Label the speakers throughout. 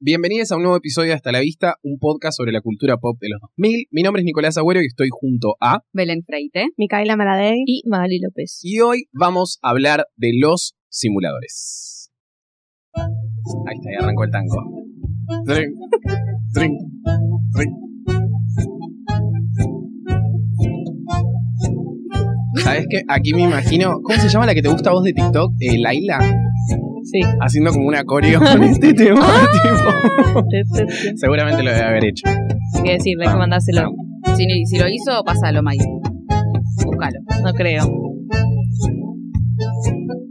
Speaker 1: Bienvenidos a un nuevo episodio de Hasta la Vista, un podcast sobre la cultura pop de los 2000. Mi nombre es Nicolás Agüero y estoy junto a...
Speaker 2: Belén Freite
Speaker 3: Micaela Maradei.
Speaker 2: y Magali López.
Speaker 1: Y hoy vamos a hablar de los simuladores. Ahí está, ya arrancó el tango. Trin, trin, trin. ¿Sabes qué? Aquí me imagino... ¿Cómo se llama la que te gusta a vos de TikTok? Eh, Laila.
Speaker 3: Sí.
Speaker 1: Haciendo como una coreo con este tema. tipo.
Speaker 3: Hay
Speaker 1: Seguramente lo debe haber hecho.
Speaker 3: que decirle, hay que mandárselo.
Speaker 2: Si, si lo hizo, pásalo, Mike. Búscalo.
Speaker 3: No creo.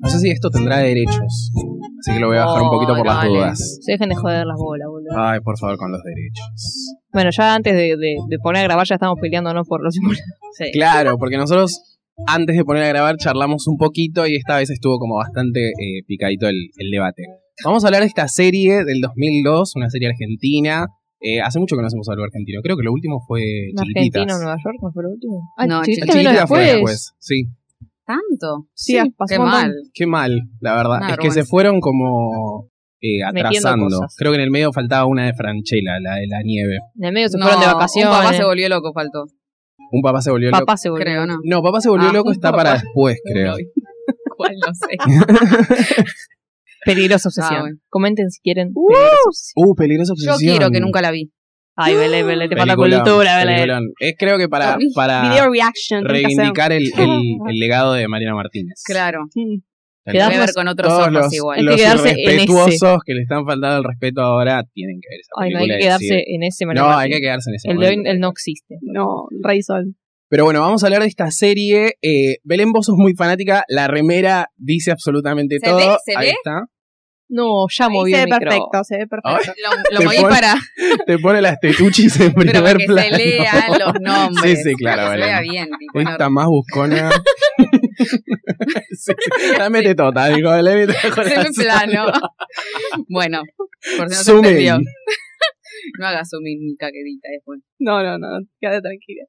Speaker 1: No sé si esto tendrá derechos. Así que lo voy a bajar un poquito por
Speaker 2: Oh,
Speaker 1: las
Speaker 2: dale.
Speaker 1: dudas.
Speaker 3: Se dejen de joder las bolas, boludo.
Speaker 1: Ay, por favor, con los derechos.
Speaker 3: Bueno, ya antes de, de- de poner a grabar ya estamos peleándonos por los simuladores.
Speaker 2: Sí.
Speaker 1: Claro, porque nosotros antes de poner a grabar charlamos un poquito y esta vez estuvo como bastante eh, picadito el, el debate. Vamos a hablar de esta serie del 2002, una serie argentina. Eh, hace mucho que no hacemos algo argentino. Creo que lo último fue Chiquititas.
Speaker 3: Argentina o Nueva York, ¿no fue lo último?
Speaker 2: Ah, No,
Speaker 1: El
Speaker 2: Chiquititas
Speaker 3: vino
Speaker 1: Chiquititas fue después. Sí,
Speaker 2: ¿Tanto?
Speaker 3: pues. Sí, pasó
Speaker 2: Qué
Speaker 3: un montón.
Speaker 2: mal.
Speaker 1: qué mal, la verdad.
Speaker 2: Una
Speaker 1: es que se
Speaker 2: vergüenza.
Speaker 1: fueron como eh,
Speaker 3: Metiendo
Speaker 1: atrasando.
Speaker 3: cosas.
Speaker 1: Creo que en el medio faltaba una de Franchella, la de la nieve.
Speaker 3: En el medio se
Speaker 2: No,
Speaker 3: fueron de
Speaker 2: Un papá
Speaker 3: vacaciones.
Speaker 2: se volvió loco, faltó.
Speaker 1: Un papá se volvió loco.
Speaker 3: Papá se volvió.
Speaker 2: Creo, ¿no?
Speaker 1: No, papá se volvió
Speaker 2: Ah,
Speaker 1: loco
Speaker 2: un
Speaker 1: está
Speaker 2: papá.
Speaker 1: para después, creo.
Speaker 2: ¿Cuál? No sé.
Speaker 3: Peligrosa obsesión.
Speaker 2: Ah, bueno.
Speaker 3: Comenten si quieren. Peligrosa obsesión.
Speaker 1: Uh, peligrosa
Speaker 2: Yo
Speaker 1: obsesión.
Speaker 2: quiero que nunca la vi.
Speaker 3: Ay, Belén, Belén, te falta
Speaker 1: Peliculón,
Speaker 3: cultura, Belén.
Speaker 1: peliculón. Es creo que para,
Speaker 2: Ay,
Speaker 1: para
Speaker 3: Video reaction. tenés que hacer.
Speaker 1: reivindicar el, el- el legado de Mariana Martínez.
Speaker 2: Claro.
Speaker 3: Mm.
Speaker 1: El-
Speaker 2: Voy a
Speaker 3: Quedamos
Speaker 2: ver con otros
Speaker 1: todos
Speaker 2: ojos
Speaker 1: los,
Speaker 2: igual.
Speaker 1: los
Speaker 3: Hay que quedarse en ese.
Speaker 1: irrespetuosos que le están faltando el respeto ahora tienen que ver esa
Speaker 3: Ay, no hay
Speaker 1: película
Speaker 3: que
Speaker 1: y
Speaker 3: quedarse
Speaker 1: decir,
Speaker 3: en ese
Speaker 1: No,
Speaker 3: manual.
Speaker 1: hay que quedarse en ese
Speaker 3: El de hoy
Speaker 1: momento.
Speaker 3: él no existe.
Speaker 4: No, Rey Sol.
Speaker 1: Pero bueno, vamos a hablar de esta serie. Eh, Belén, vos sos muy fanática. La remera dice absolutamente
Speaker 2: ¿Se
Speaker 1: todo.
Speaker 2: ve? ¿Se
Speaker 1: Ahí
Speaker 2: ve?
Speaker 1: está.
Speaker 3: No, ya
Speaker 4: Ahí
Speaker 3: movió
Speaker 4: se ve
Speaker 3: el micro.
Speaker 4: perfecto, se ve perfecto.
Speaker 1: Ay,
Speaker 2: Eh, Lo,
Speaker 1: Te
Speaker 2: lo moví
Speaker 1: pon-
Speaker 2: para,
Speaker 1: Te pone las tetuchis en
Speaker 2: pero
Speaker 1: primer
Speaker 2: para que
Speaker 1: plano.
Speaker 2: se lean los nombres.
Speaker 1: Sí, sí, claro,
Speaker 2: Que
Speaker 1: Belén.
Speaker 2: se vea bien. tipo, no-
Speaker 1: Esta más buscona. sí, la mete tota, digo, la mete con
Speaker 2: Se
Speaker 1: la
Speaker 2: ve plano. bueno, por si no
Speaker 1: Zoom in.
Speaker 2: se entendió. no hagas zoom in, Mica, que edita después.
Speaker 4: No, no, no, quédate tranquila.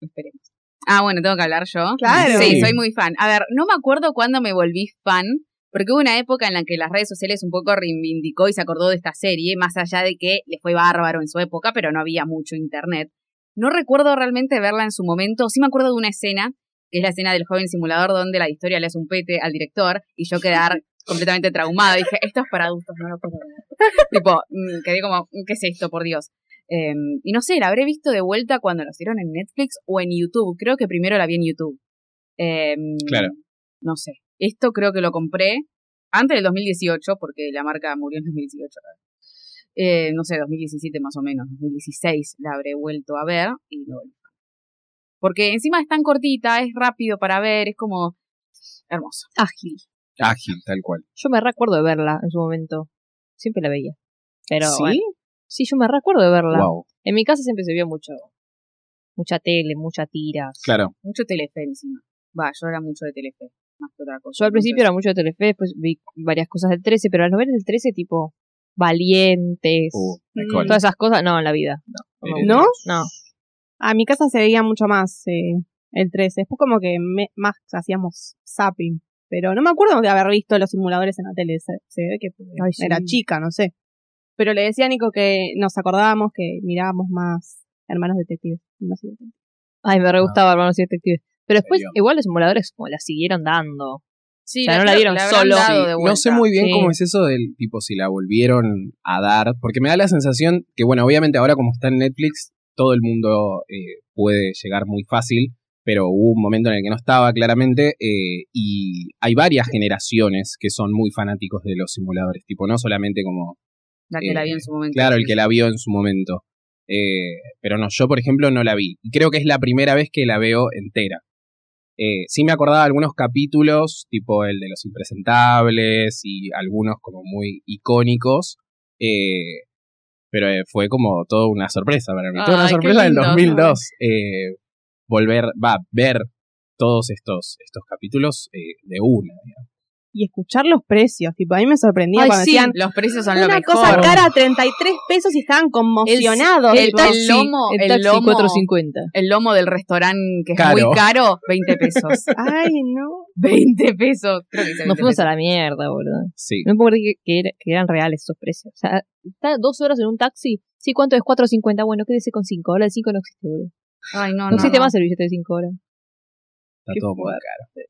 Speaker 2: Esperemos. Ah, bueno, tengo que hablar yo.
Speaker 4: Claro.
Speaker 2: Sí,
Speaker 1: Sí.
Speaker 2: soy muy fan. A ver, no me acuerdo cuándo me volví fan, porque hubo una época en la que las redes sociales un poco reivindicó y se acordó de esta serie, más allá de que le fue bárbaro en su época, pero no había mucho internet. No recuerdo realmente verla en su momento, sí me acuerdo de una escena, que es la escena del joven simulador donde la historia le hace un pete al director y yo quedar completamente traumada. Dije, esto es para adultos, no lo puedo ver. tipo, mm, quedé como, mm, ¿qué es esto, por Dios? Eh, y no sé, la habré visto de vuelta cuando lo hicieron en Netflix o en YouTube. Creo que primero la vi en YouTube. Eh,
Speaker 1: Claro.
Speaker 2: No sé. Esto creo que lo compré antes del 2018, porque la marca murió en 2018. Eh, no sé, 2017 más o menos, 2016 la habré vuelto a ver y me volví fan. Porque encima es tan cortita, es rápido para ver, es como hermoso.
Speaker 3: Ágil.
Speaker 1: Ágil, tal cual.
Speaker 3: Yo me recuerdo de verla en su momento. Siempre la veía. Pero
Speaker 1: ¿Sí?
Speaker 3: bueno. sí, yo me recuerdo de verla.
Speaker 1: Wow.
Speaker 3: En mi casa siempre se vio mucho mucha tele, mucha tiras.
Speaker 1: Claro.
Speaker 2: Mucho telefe encima. Va, yo era mucho de telefe, más que otra cosa.
Speaker 3: Yo al principio
Speaker 2: entonces-
Speaker 3: era mucho de Telefe, después vi varias cosas del 13, pero las novelas del 13 tipo Valientes,
Speaker 1: Uh,
Speaker 4: Mm.
Speaker 1: alcohol.
Speaker 3: todas esas cosas, no, en la vida. No. me
Speaker 1: Eh,
Speaker 3: gusta.
Speaker 4: ¿No?
Speaker 3: No.
Speaker 4: A mi casa se veía mucho más eh, el 13. Después como que me- más hacíamos zapping. Pero no me acuerdo de haber visto los simuladores en la tele. Se, se ve que pues,
Speaker 3: Ay, sí.
Speaker 4: era chica, no sé. Pero le decía a Nico que nos acordábamos que mirábamos más Hermanos Detectives. No sé.
Speaker 3: Ay, me re gustaba Hermanos y Detectives. Pero después,
Speaker 1: serio?
Speaker 3: igual los simuladores como la siguieron dando.
Speaker 2: Sí,
Speaker 3: O sea, no la dieron
Speaker 2: habrán
Speaker 3: solo.
Speaker 2: dado
Speaker 3: Sí,
Speaker 2: de
Speaker 1: No sé
Speaker 2: vuelta.
Speaker 1: muy bien
Speaker 3: Sí.
Speaker 1: cómo es eso del tipo si la volvieron a dar, porque me da la sensación que, bueno, obviamente ahora como está en Netflix, todo el mundo eh, puede llegar muy fácil, pero hubo un momento en el que no estaba claramente, eh, y hay varias generaciones que son muy fanáticos de los simuladores, tipo, no solamente como
Speaker 2: La que
Speaker 1: Eh,
Speaker 2: la vi en su momento.
Speaker 1: Claro, el que la vio en su momento. Eh, pero no, yo por ejemplo no la vi. Y creo que es la primera vez que la veo entera. Eh, sí me acordaba de algunos capítulos, tipo el de los impresentables y algunos como muy icónicos. eh, pero eh, fue como toda una sorpresa para mí. Toda una
Speaker 2: Ay, qué
Speaker 1: sorpresa del
Speaker 2: lindo.
Speaker 1: 2002. eh, volver, va, ver todos estos, estos capítulos eh, de una. digamos.
Speaker 4: y escuchar los precios. Tipo, a mí me sorprendía
Speaker 3: Ay,
Speaker 4: cuando
Speaker 3: sí,
Speaker 4: decían
Speaker 2: Los precios son lo
Speaker 4: una
Speaker 2: mejor.
Speaker 4: cosa cara, 33 pesos y estaban conmocionados.
Speaker 2: el
Speaker 4: tipo,
Speaker 2: taxi. lomo, el lomo.
Speaker 3: 450.
Speaker 2: El lomo del restaurante que es
Speaker 1: Caro.
Speaker 2: muy caro, 20 pesos.
Speaker 4: Ay, no.
Speaker 2: 20 pesos. Creo que hice 20
Speaker 3: Nos fuimos
Speaker 2: pesos.
Speaker 3: a la mierda, boludo.
Speaker 1: Sí.
Speaker 3: No me acuerdo que, que era- que eran reales esos precios. O sea, está dos horas en un taxi. Sí, ¿cuánto es? 4.50. Bueno, quédese con 5. Ahora el 5 no existe, boludo.
Speaker 2: Ay, no,
Speaker 3: No,
Speaker 2: no.
Speaker 3: existe
Speaker 2: no.
Speaker 3: más el billete de 5 horas.
Speaker 1: Está
Speaker 3: Qué
Speaker 1: todo muy caro.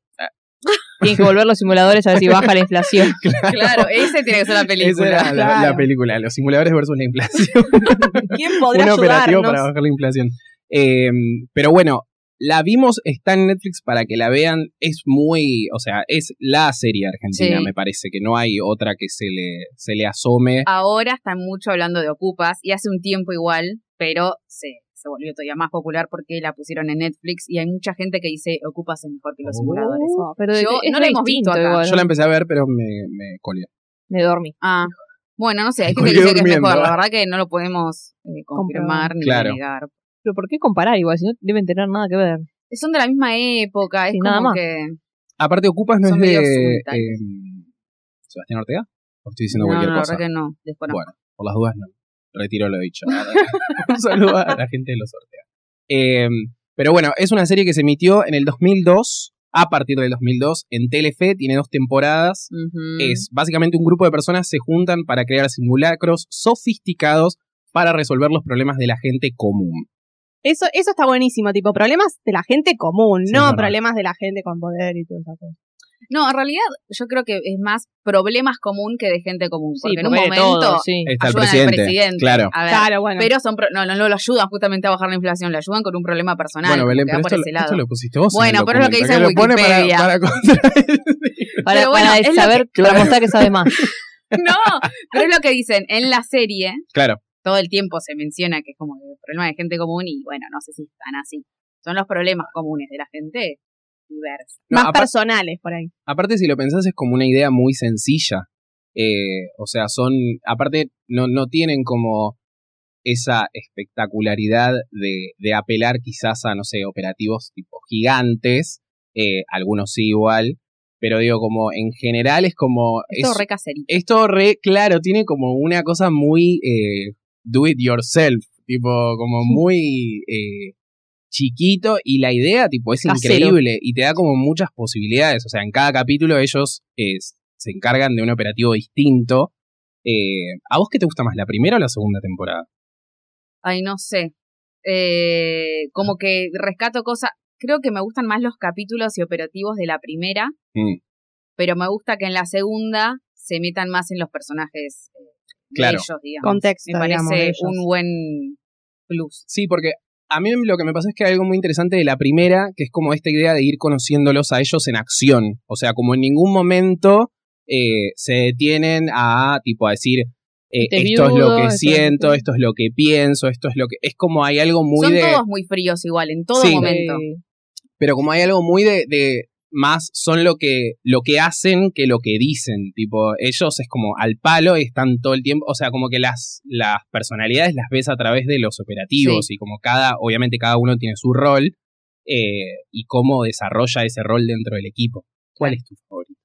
Speaker 3: Tienen que volver los simuladores a ver si baja la inflación.
Speaker 2: Claro, ese tiene que ser la
Speaker 1: Esa
Speaker 2: película.
Speaker 1: era la, la
Speaker 4: claro.
Speaker 1: película, los simuladores versus la inflación.
Speaker 4: ¿Quién
Speaker 1: un
Speaker 4: podrá
Speaker 1: operativo para
Speaker 4: ayudarnos?
Speaker 1: bajar la inflación. Eh, pero bueno, la vimos, está en Netflix para que la vean. Es muy, o sea, es la serie argentina,
Speaker 2: Sí. Ah,
Speaker 1: me parece, que no hay otra que se le, se le asome.
Speaker 2: Ahora están mucho hablando de Ocupas y hace un tiempo igual, pero se, se volvió todavía más popular porque la pusieron en Netflix y hay mucha gente que dice Ocupas es mejor que los
Speaker 1: Oh.
Speaker 2: simuladores.
Speaker 3: No, pero
Speaker 2: Yo-
Speaker 3: es
Speaker 2: no
Speaker 3: re
Speaker 2: la hemos
Speaker 3: distinto
Speaker 2: visto acá.
Speaker 3: igual.
Speaker 1: Yo la empecé a ver, pero me, me colé.
Speaker 3: Me dormí.
Speaker 2: Ah, bueno, no sé, hay
Speaker 1: Me
Speaker 2: gente que dice
Speaker 1: colgué
Speaker 2: que es mejor.
Speaker 1: durmiendo.
Speaker 2: La verdad que no lo podemos eh, confirmar ni
Speaker 1: Claro.
Speaker 2: negar.
Speaker 3: Pero ¿por qué comparar igual? Si no deben tener nada que ver.
Speaker 2: Son de la misma época, es
Speaker 3: Sí,
Speaker 2: como
Speaker 3: nada más.
Speaker 2: que.
Speaker 1: Aparte, Ocupas no es
Speaker 2: Son
Speaker 1: de
Speaker 2: medios simultáneos.
Speaker 1: eh, Sebastián Ortega. ¿O estoy diciendo
Speaker 2: No, no,
Speaker 1: cualquier
Speaker 2: la
Speaker 1: cosa?
Speaker 2: verdad que no, desconozco.
Speaker 1: Bueno, por las dudas no. Retiro lo dicho. Un saludo a la gente de los Ortega. Eh, pero bueno, es una serie que se emitió en el 2002, a partir del 2002, en Telefe, tiene dos temporadas.
Speaker 2: Ujú.
Speaker 1: Es básicamente un grupo de personas se juntan para crear simulacros sofisticados para resolver los problemas de la gente común.
Speaker 4: Eso, eso está buenísimo, tipo, problemas de la gente común,
Speaker 1: Sí, es
Speaker 4: no
Speaker 1: verdad.
Speaker 4: problemas de la gente con poder y todo eso.
Speaker 2: No, en realidad yo creo que es más problemas común que de gente común. Porque en un
Speaker 3: porque
Speaker 2: momento
Speaker 3: de todo, sí.
Speaker 1: Está el
Speaker 2: ayudan
Speaker 1: presidente.
Speaker 2: al presidente.
Speaker 1: Claro.
Speaker 2: A ver,
Speaker 4: Claro, bueno.
Speaker 2: Pero son pro- no, no, no lo ayudan justamente a bajar la inflación, lo ayudan con un problema personal.
Speaker 1: bueno, Belén,
Speaker 2: que va
Speaker 1: pero
Speaker 2: por
Speaker 1: esto,
Speaker 2: ese
Speaker 1: lo-
Speaker 2: lado.
Speaker 1: esto lo pusiste vos. en
Speaker 2: Bueno,
Speaker 1: el
Speaker 2: pero es lo que
Speaker 1: documento,
Speaker 2: dice en
Speaker 1: lo pone para-
Speaker 2: Wikipedia.
Speaker 1: para contradecir.
Speaker 3: Para,
Speaker 2: bueno,
Speaker 3: para
Speaker 2: es lo
Speaker 3: saber, para mostrar que sabe más.
Speaker 2: No, pero es lo que dicen en la serie.
Speaker 1: Claro.
Speaker 2: Todo el tiempo se menciona que es como el problema de gente común y bueno, no sé si están así. Son los problemas comunes de la gente diversa.
Speaker 1: No,
Speaker 4: Más
Speaker 1: aparte-
Speaker 4: personales por ahí.
Speaker 1: Aparte, si lo pensás, es como una idea muy sencilla. Eh, o sea, son. Aparte, no, no tienen como esa espectacularidad de, de apelar quizás a, no sé, operativos tipo gigantes. eh, algunos sí igual. Pero digo, como en general es como.
Speaker 2: Es todo
Speaker 1: es-
Speaker 2: re caserito.
Speaker 1: esto re, claro, tiene como una cosa muy eh, do it yourself, tipo, como muy eh, chiquito y la idea, tipo, es
Speaker 3: Casero.
Speaker 1: increíble y te da como muchas posibilidades. O sea, en cada capítulo ellos eh, se encargan de un operativo distinto. Eh, ¿A vos qué te gusta más, la primera o la segunda temporada?
Speaker 2: Ay, no sé. Eh, como que rescato cosas. Creo que me gustan más los capítulos y operativos de la primera,
Speaker 1: Mm,
Speaker 2: pero me gusta que en la segunda se metan más en los personajes eh, de
Speaker 1: Claro.
Speaker 2: ellos, digamos.
Speaker 4: Contexto,
Speaker 2: me parece
Speaker 4: digamos, de ellos.
Speaker 2: un buen plus.
Speaker 1: Sí, porque a mí lo que me pasa es que hay algo muy interesante de la primera, que es como esta idea de ir conociéndolos a ellos en acción. O sea, como en ningún momento eh, se detienen a tipo a decir eh,
Speaker 3: Este
Speaker 1: esto es lo
Speaker 3: viudo,
Speaker 1: que
Speaker 3: esto es lo
Speaker 1: siento,
Speaker 3: que-
Speaker 1: esto es lo que pienso, esto es lo que. Es como hay algo muy
Speaker 2: Son
Speaker 1: de.
Speaker 2: todos muy fríos igual, en todo
Speaker 1: Sí.
Speaker 2: momento.
Speaker 3: Eh,
Speaker 1: Pero como hay algo muy de. de más son lo que, lo que hacen que lo que dicen. Tipo, ellos es como al palo y están todo el tiempo. O sea, como que las, las personalidades las ves a través de los operativos. Y como cada, obviamente cada uno tiene su rol. eh, y cómo desarrolla ese rol dentro del equipo. ¿Cuál es tu favorito?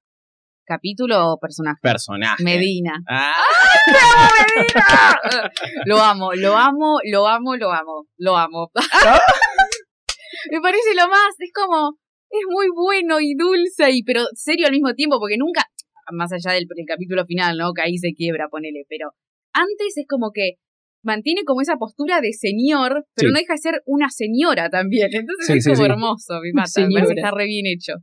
Speaker 2: ¿Capítulo o personaje?
Speaker 1: Personaje.
Speaker 2: Medina.
Speaker 1: Ah,
Speaker 2: Lo amo, lo amo, lo amo, lo amo, lo amo. Me parece lo más, es como, es muy bueno y dulce, y pero serio al mismo tiempo, porque nunca, más allá del, del capítulo final, ¿no? Que ahí se quiebra, ponele, pero antes es como que mantiene como esa postura de señor, pero
Speaker 1: Sí.
Speaker 2: no deja de ser una señora también. Entonces
Speaker 1: Sí,
Speaker 2: es
Speaker 1: sí,
Speaker 2: como
Speaker 1: sí.
Speaker 2: hermoso, me mata, me parece que está re bien hecho.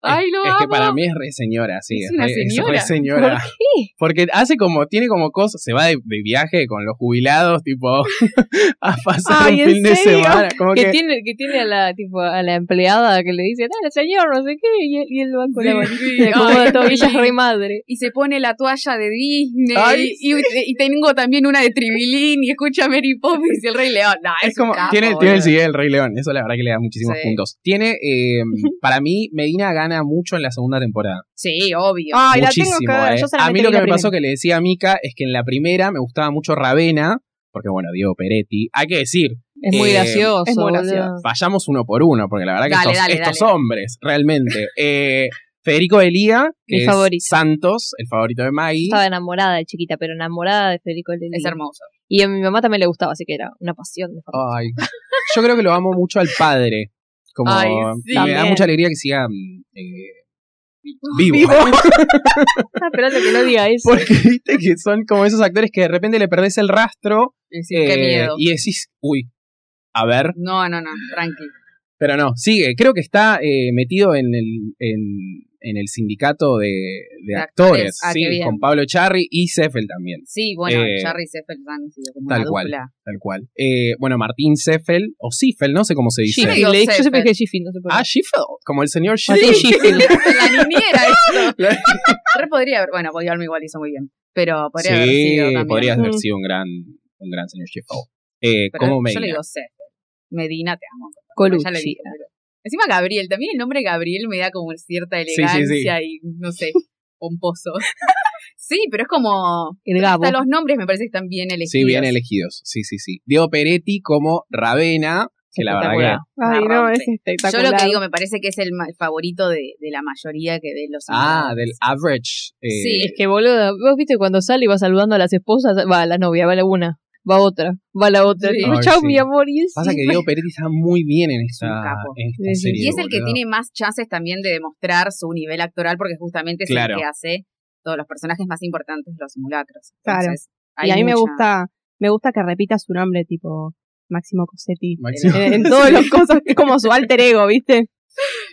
Speaker 2: Ay, lo
Speaker 1: es que
Speaker 2: amo.
Speaker 1: para mí es re señora, sí.
Speaker 2: Es una
Speaker 1: re-
Speaker 2: señora.
Speaker 1: re señora.
Speaker 3: ¿Por qué?
Speaker 1: Porque hace como, tiene como cosas, se va de, de viaje con los jubilados, tipo, a pasar
Speaker 4: Ay,
Speaker 1: un
Speaker 4: ¿en
Speaker 1: fin de
Speaker 4: serio?
Speaker 1: semana. Como
Speaker 3: Que
Speaker 1: que,
Speaker 3: tiene, que tiene a la, tipo, a la empleada que le dice, dale señor, no sé qué, y, él- y él va con la mano.
Speaker 2: Sí, sí,
Speaker 3: Le acomoda
Speaker 2: ay,
Speaker 3: todo,
Speaker 2: qué
Speaker 3: y ella es
Speaker 2: lindo.
Speaker 3: re madre.
Speaker 2: y se pone la toalla de Disney
Speaker 1: Ay,
Speaker 2: y, y- y tengo también una de Tribilín y escucha a Mary Poppins y el Rey León. No, es,
Speaker 1: es como,
Speaker 2: un capo,
Speaker 1: tiene, tiene el
Speaker 2: boludo.
Speaker 1: CD del Rey León, eso la verdad que le da muchísimos
Speaker 2: Sí.
Speaker 1: puntos. Tiene, eh, para mí, Medina gana mucho en la segunda temporada.
Speaker 2: Sí, obvio.
Speaker 4: Ay, la tengo
Speaker 1: Muchísimo.
Speaker 4: que ver,
Speaker 1: eh.
Speaker 4: yo
Speaker 1: a
Speaker 4: solamente
Speaker 1: mí lo
Speaker 4: vi
Speaker 1: que
Speaker 4: la
Speaker 1: me pasó
Speaker 4: primera.
Speaker 1: que le decía a Mika es que en la primera me gustaba mucho Ravena, porque bueno, Diego Peretti, hay que decir,
Speaker 3: Es muy
Speaker 1: Eh,
Speaker 3: gracioso.
Speaker 4: es muy
Speaker 3: boludo.
Speaker 4: gracioso.
Speaker 1: vayamos uno por uno, porque la verdad que
Speaker 2: Dale,
Speaker 1: estos,
Speaker 2: dale,
Speaker 1: estos
Speaker 2: dale.
Speaker 1: hombres, realmente. eh, Federico Elía, que
Speaker 3: Mi
Speaker 1: es
Speaker 3: favorito.
Speaker 1: Santos, el favorito de Maggie.
Speaker 3: Estaba enamorada de chiquita, pero enamorada de Federico el
Speaker 2: Es hermoso.
Speaker 3: Y a mi mamá también le gustaba, así que era una pasión de familia.
Speaker 1: Ay, yo creo que lo amo mucho al padre. Como
Speaker 2: Ay,
Speaker 1: me
Speaker 2: sí.
Speaker 1: da
Speaker 4: También.
Speaker 1: mucha alegría que siga mm, eh, vivo.
Speaker 4: Ah,
Speaker 3: Estaba esperando que no diga eso.
Speaker 1: Porque viste que son como esos actores que de repente le perdés el rastro
Speaker 2: Es decir, qué
Speaker 1: eh,
Speaker 2: miedo.
Speaker 1: y decís, uy, a ver.
Speaker 2: No, no, no, tranqui.
Speaker 1: Pero no, sigue. Creo que está eh, metido en el, en, en el sindicato de, de
Speaker 2: De actores.
Speaker 1: actores,
Speaker 2: Ah,
Speaker 1: sí,
Speaker 2: qué bien.
Speaker 1: con Pablo Charri y Seffel también,
Speaker 2: Sí, bueno,
Speaker 1: Eh,
Speaker 2: Charry y Seffel han sido como
Speaker 1: tal
Speaker 2: una
Speaker 1: cual.
Speaker 2: dupla.
Speaker 1: tal cual. Eh, bueno, Martín Seffel, o Sifel, no sé cómo se dice.
Speaker 2: Schiffel.
Speaker 3: Sheffield, le- Yo siempre
Speaker 2: Sheffield.
Speaker 3: dije Sheffield, no sé por qué.
Speaker 1: Ah, Schiffel, como el señor
Speaker 3: Martín
Speaker 1: Schiffel.
Speaker 3: Sheffield.
Speaker 2: La niñera esto.
Speaker 1: La-
Speaker 2: Re podría haber, bueno, Boyolmi igual hizo muy bien, pero podría haber
Speaker 1: sí,
Speaker 2: sido también.
Speaker 1: podría haber
Speaker 4: Mm.
Speaker 1: sido un gran, un gran señor Schiffel. Eh,
Speaker 2: Pero
Speaker 1: ¿Cómo me
Speaker 2: yo le
Speaker 1: diría?
Speaker 2: digo Seffel. Medina, te amo.
Speaker 3: Colucci.
Speaker 2: Ya le dije, pero- Encima Gabriel, también el nombre Gabriel me da como cierta
Speaker 1: sí, sí.
Speaker 2: elegancia y, no sé, pomposo. sí, pero es como...
Speaker 3: El Gabo.
Speaker 2: Hasta los nombres me parece que están bien elegidos.
Speaker 1: Sí, bien elegidos. Sí, sí, sí. Diego Peretti como Ravena, que la verdad
Speaker 3: Espectacular.
Speaker 1: que...
Speaker 4: Ay,
Speaker 2: La
Speaker 4: no,
Speaker 2: rompe.
Speaker 4: es
Speaker 2: Yo
Speaker 4: espectacular.
Speaker 2: lo que digo, me parece que es el, ma- el favorito de, de la mayoría que de los
Speaker 1: Ah, del
Speaker 2: Inmortales.
Speaker 1: average. eh,
Speaker 2: Sí,
Speaker 3: Es que boludo, vos viste cuando sale y va saludando a las esposas, va la novia, va la una, va otra, va la otra.
Speaker 2: Sí.
Speaker 3: Y,
Speaker 1: Ay,
Speaker 3: Chau,
Speaker 1: sí.
Speaker 3: mi amor. Y es-
Speaker 1: Pasa que Diego Peretti está muy bien en esta,
Speaker 2: un capo.
Speaker 1: en esta
Speaker 3: Sí, sí.
Speaker 1: serie.
Speaker 2: Y es el que
Speaker 1: boludo.
Speaker 2: tiene más chances también de demostrar su nivel actoral porque justamente es
Speaker 1: Claro.
Speaker 2: el que hace todos los personajes más importantes de los simulacros.
Speaker 4: Claro.
Speaker 2: Entonces, hay
Speaker 4: y a mí me
Speaker 2: mucha-
Speaker 4: gusta, me gusta que repita su nombre, tipo Máximo Cosetti.
Speaker 1: Máximo-
Speaker 4: Eh, En, en todas las cosas, es como su alter ego, ¿viste?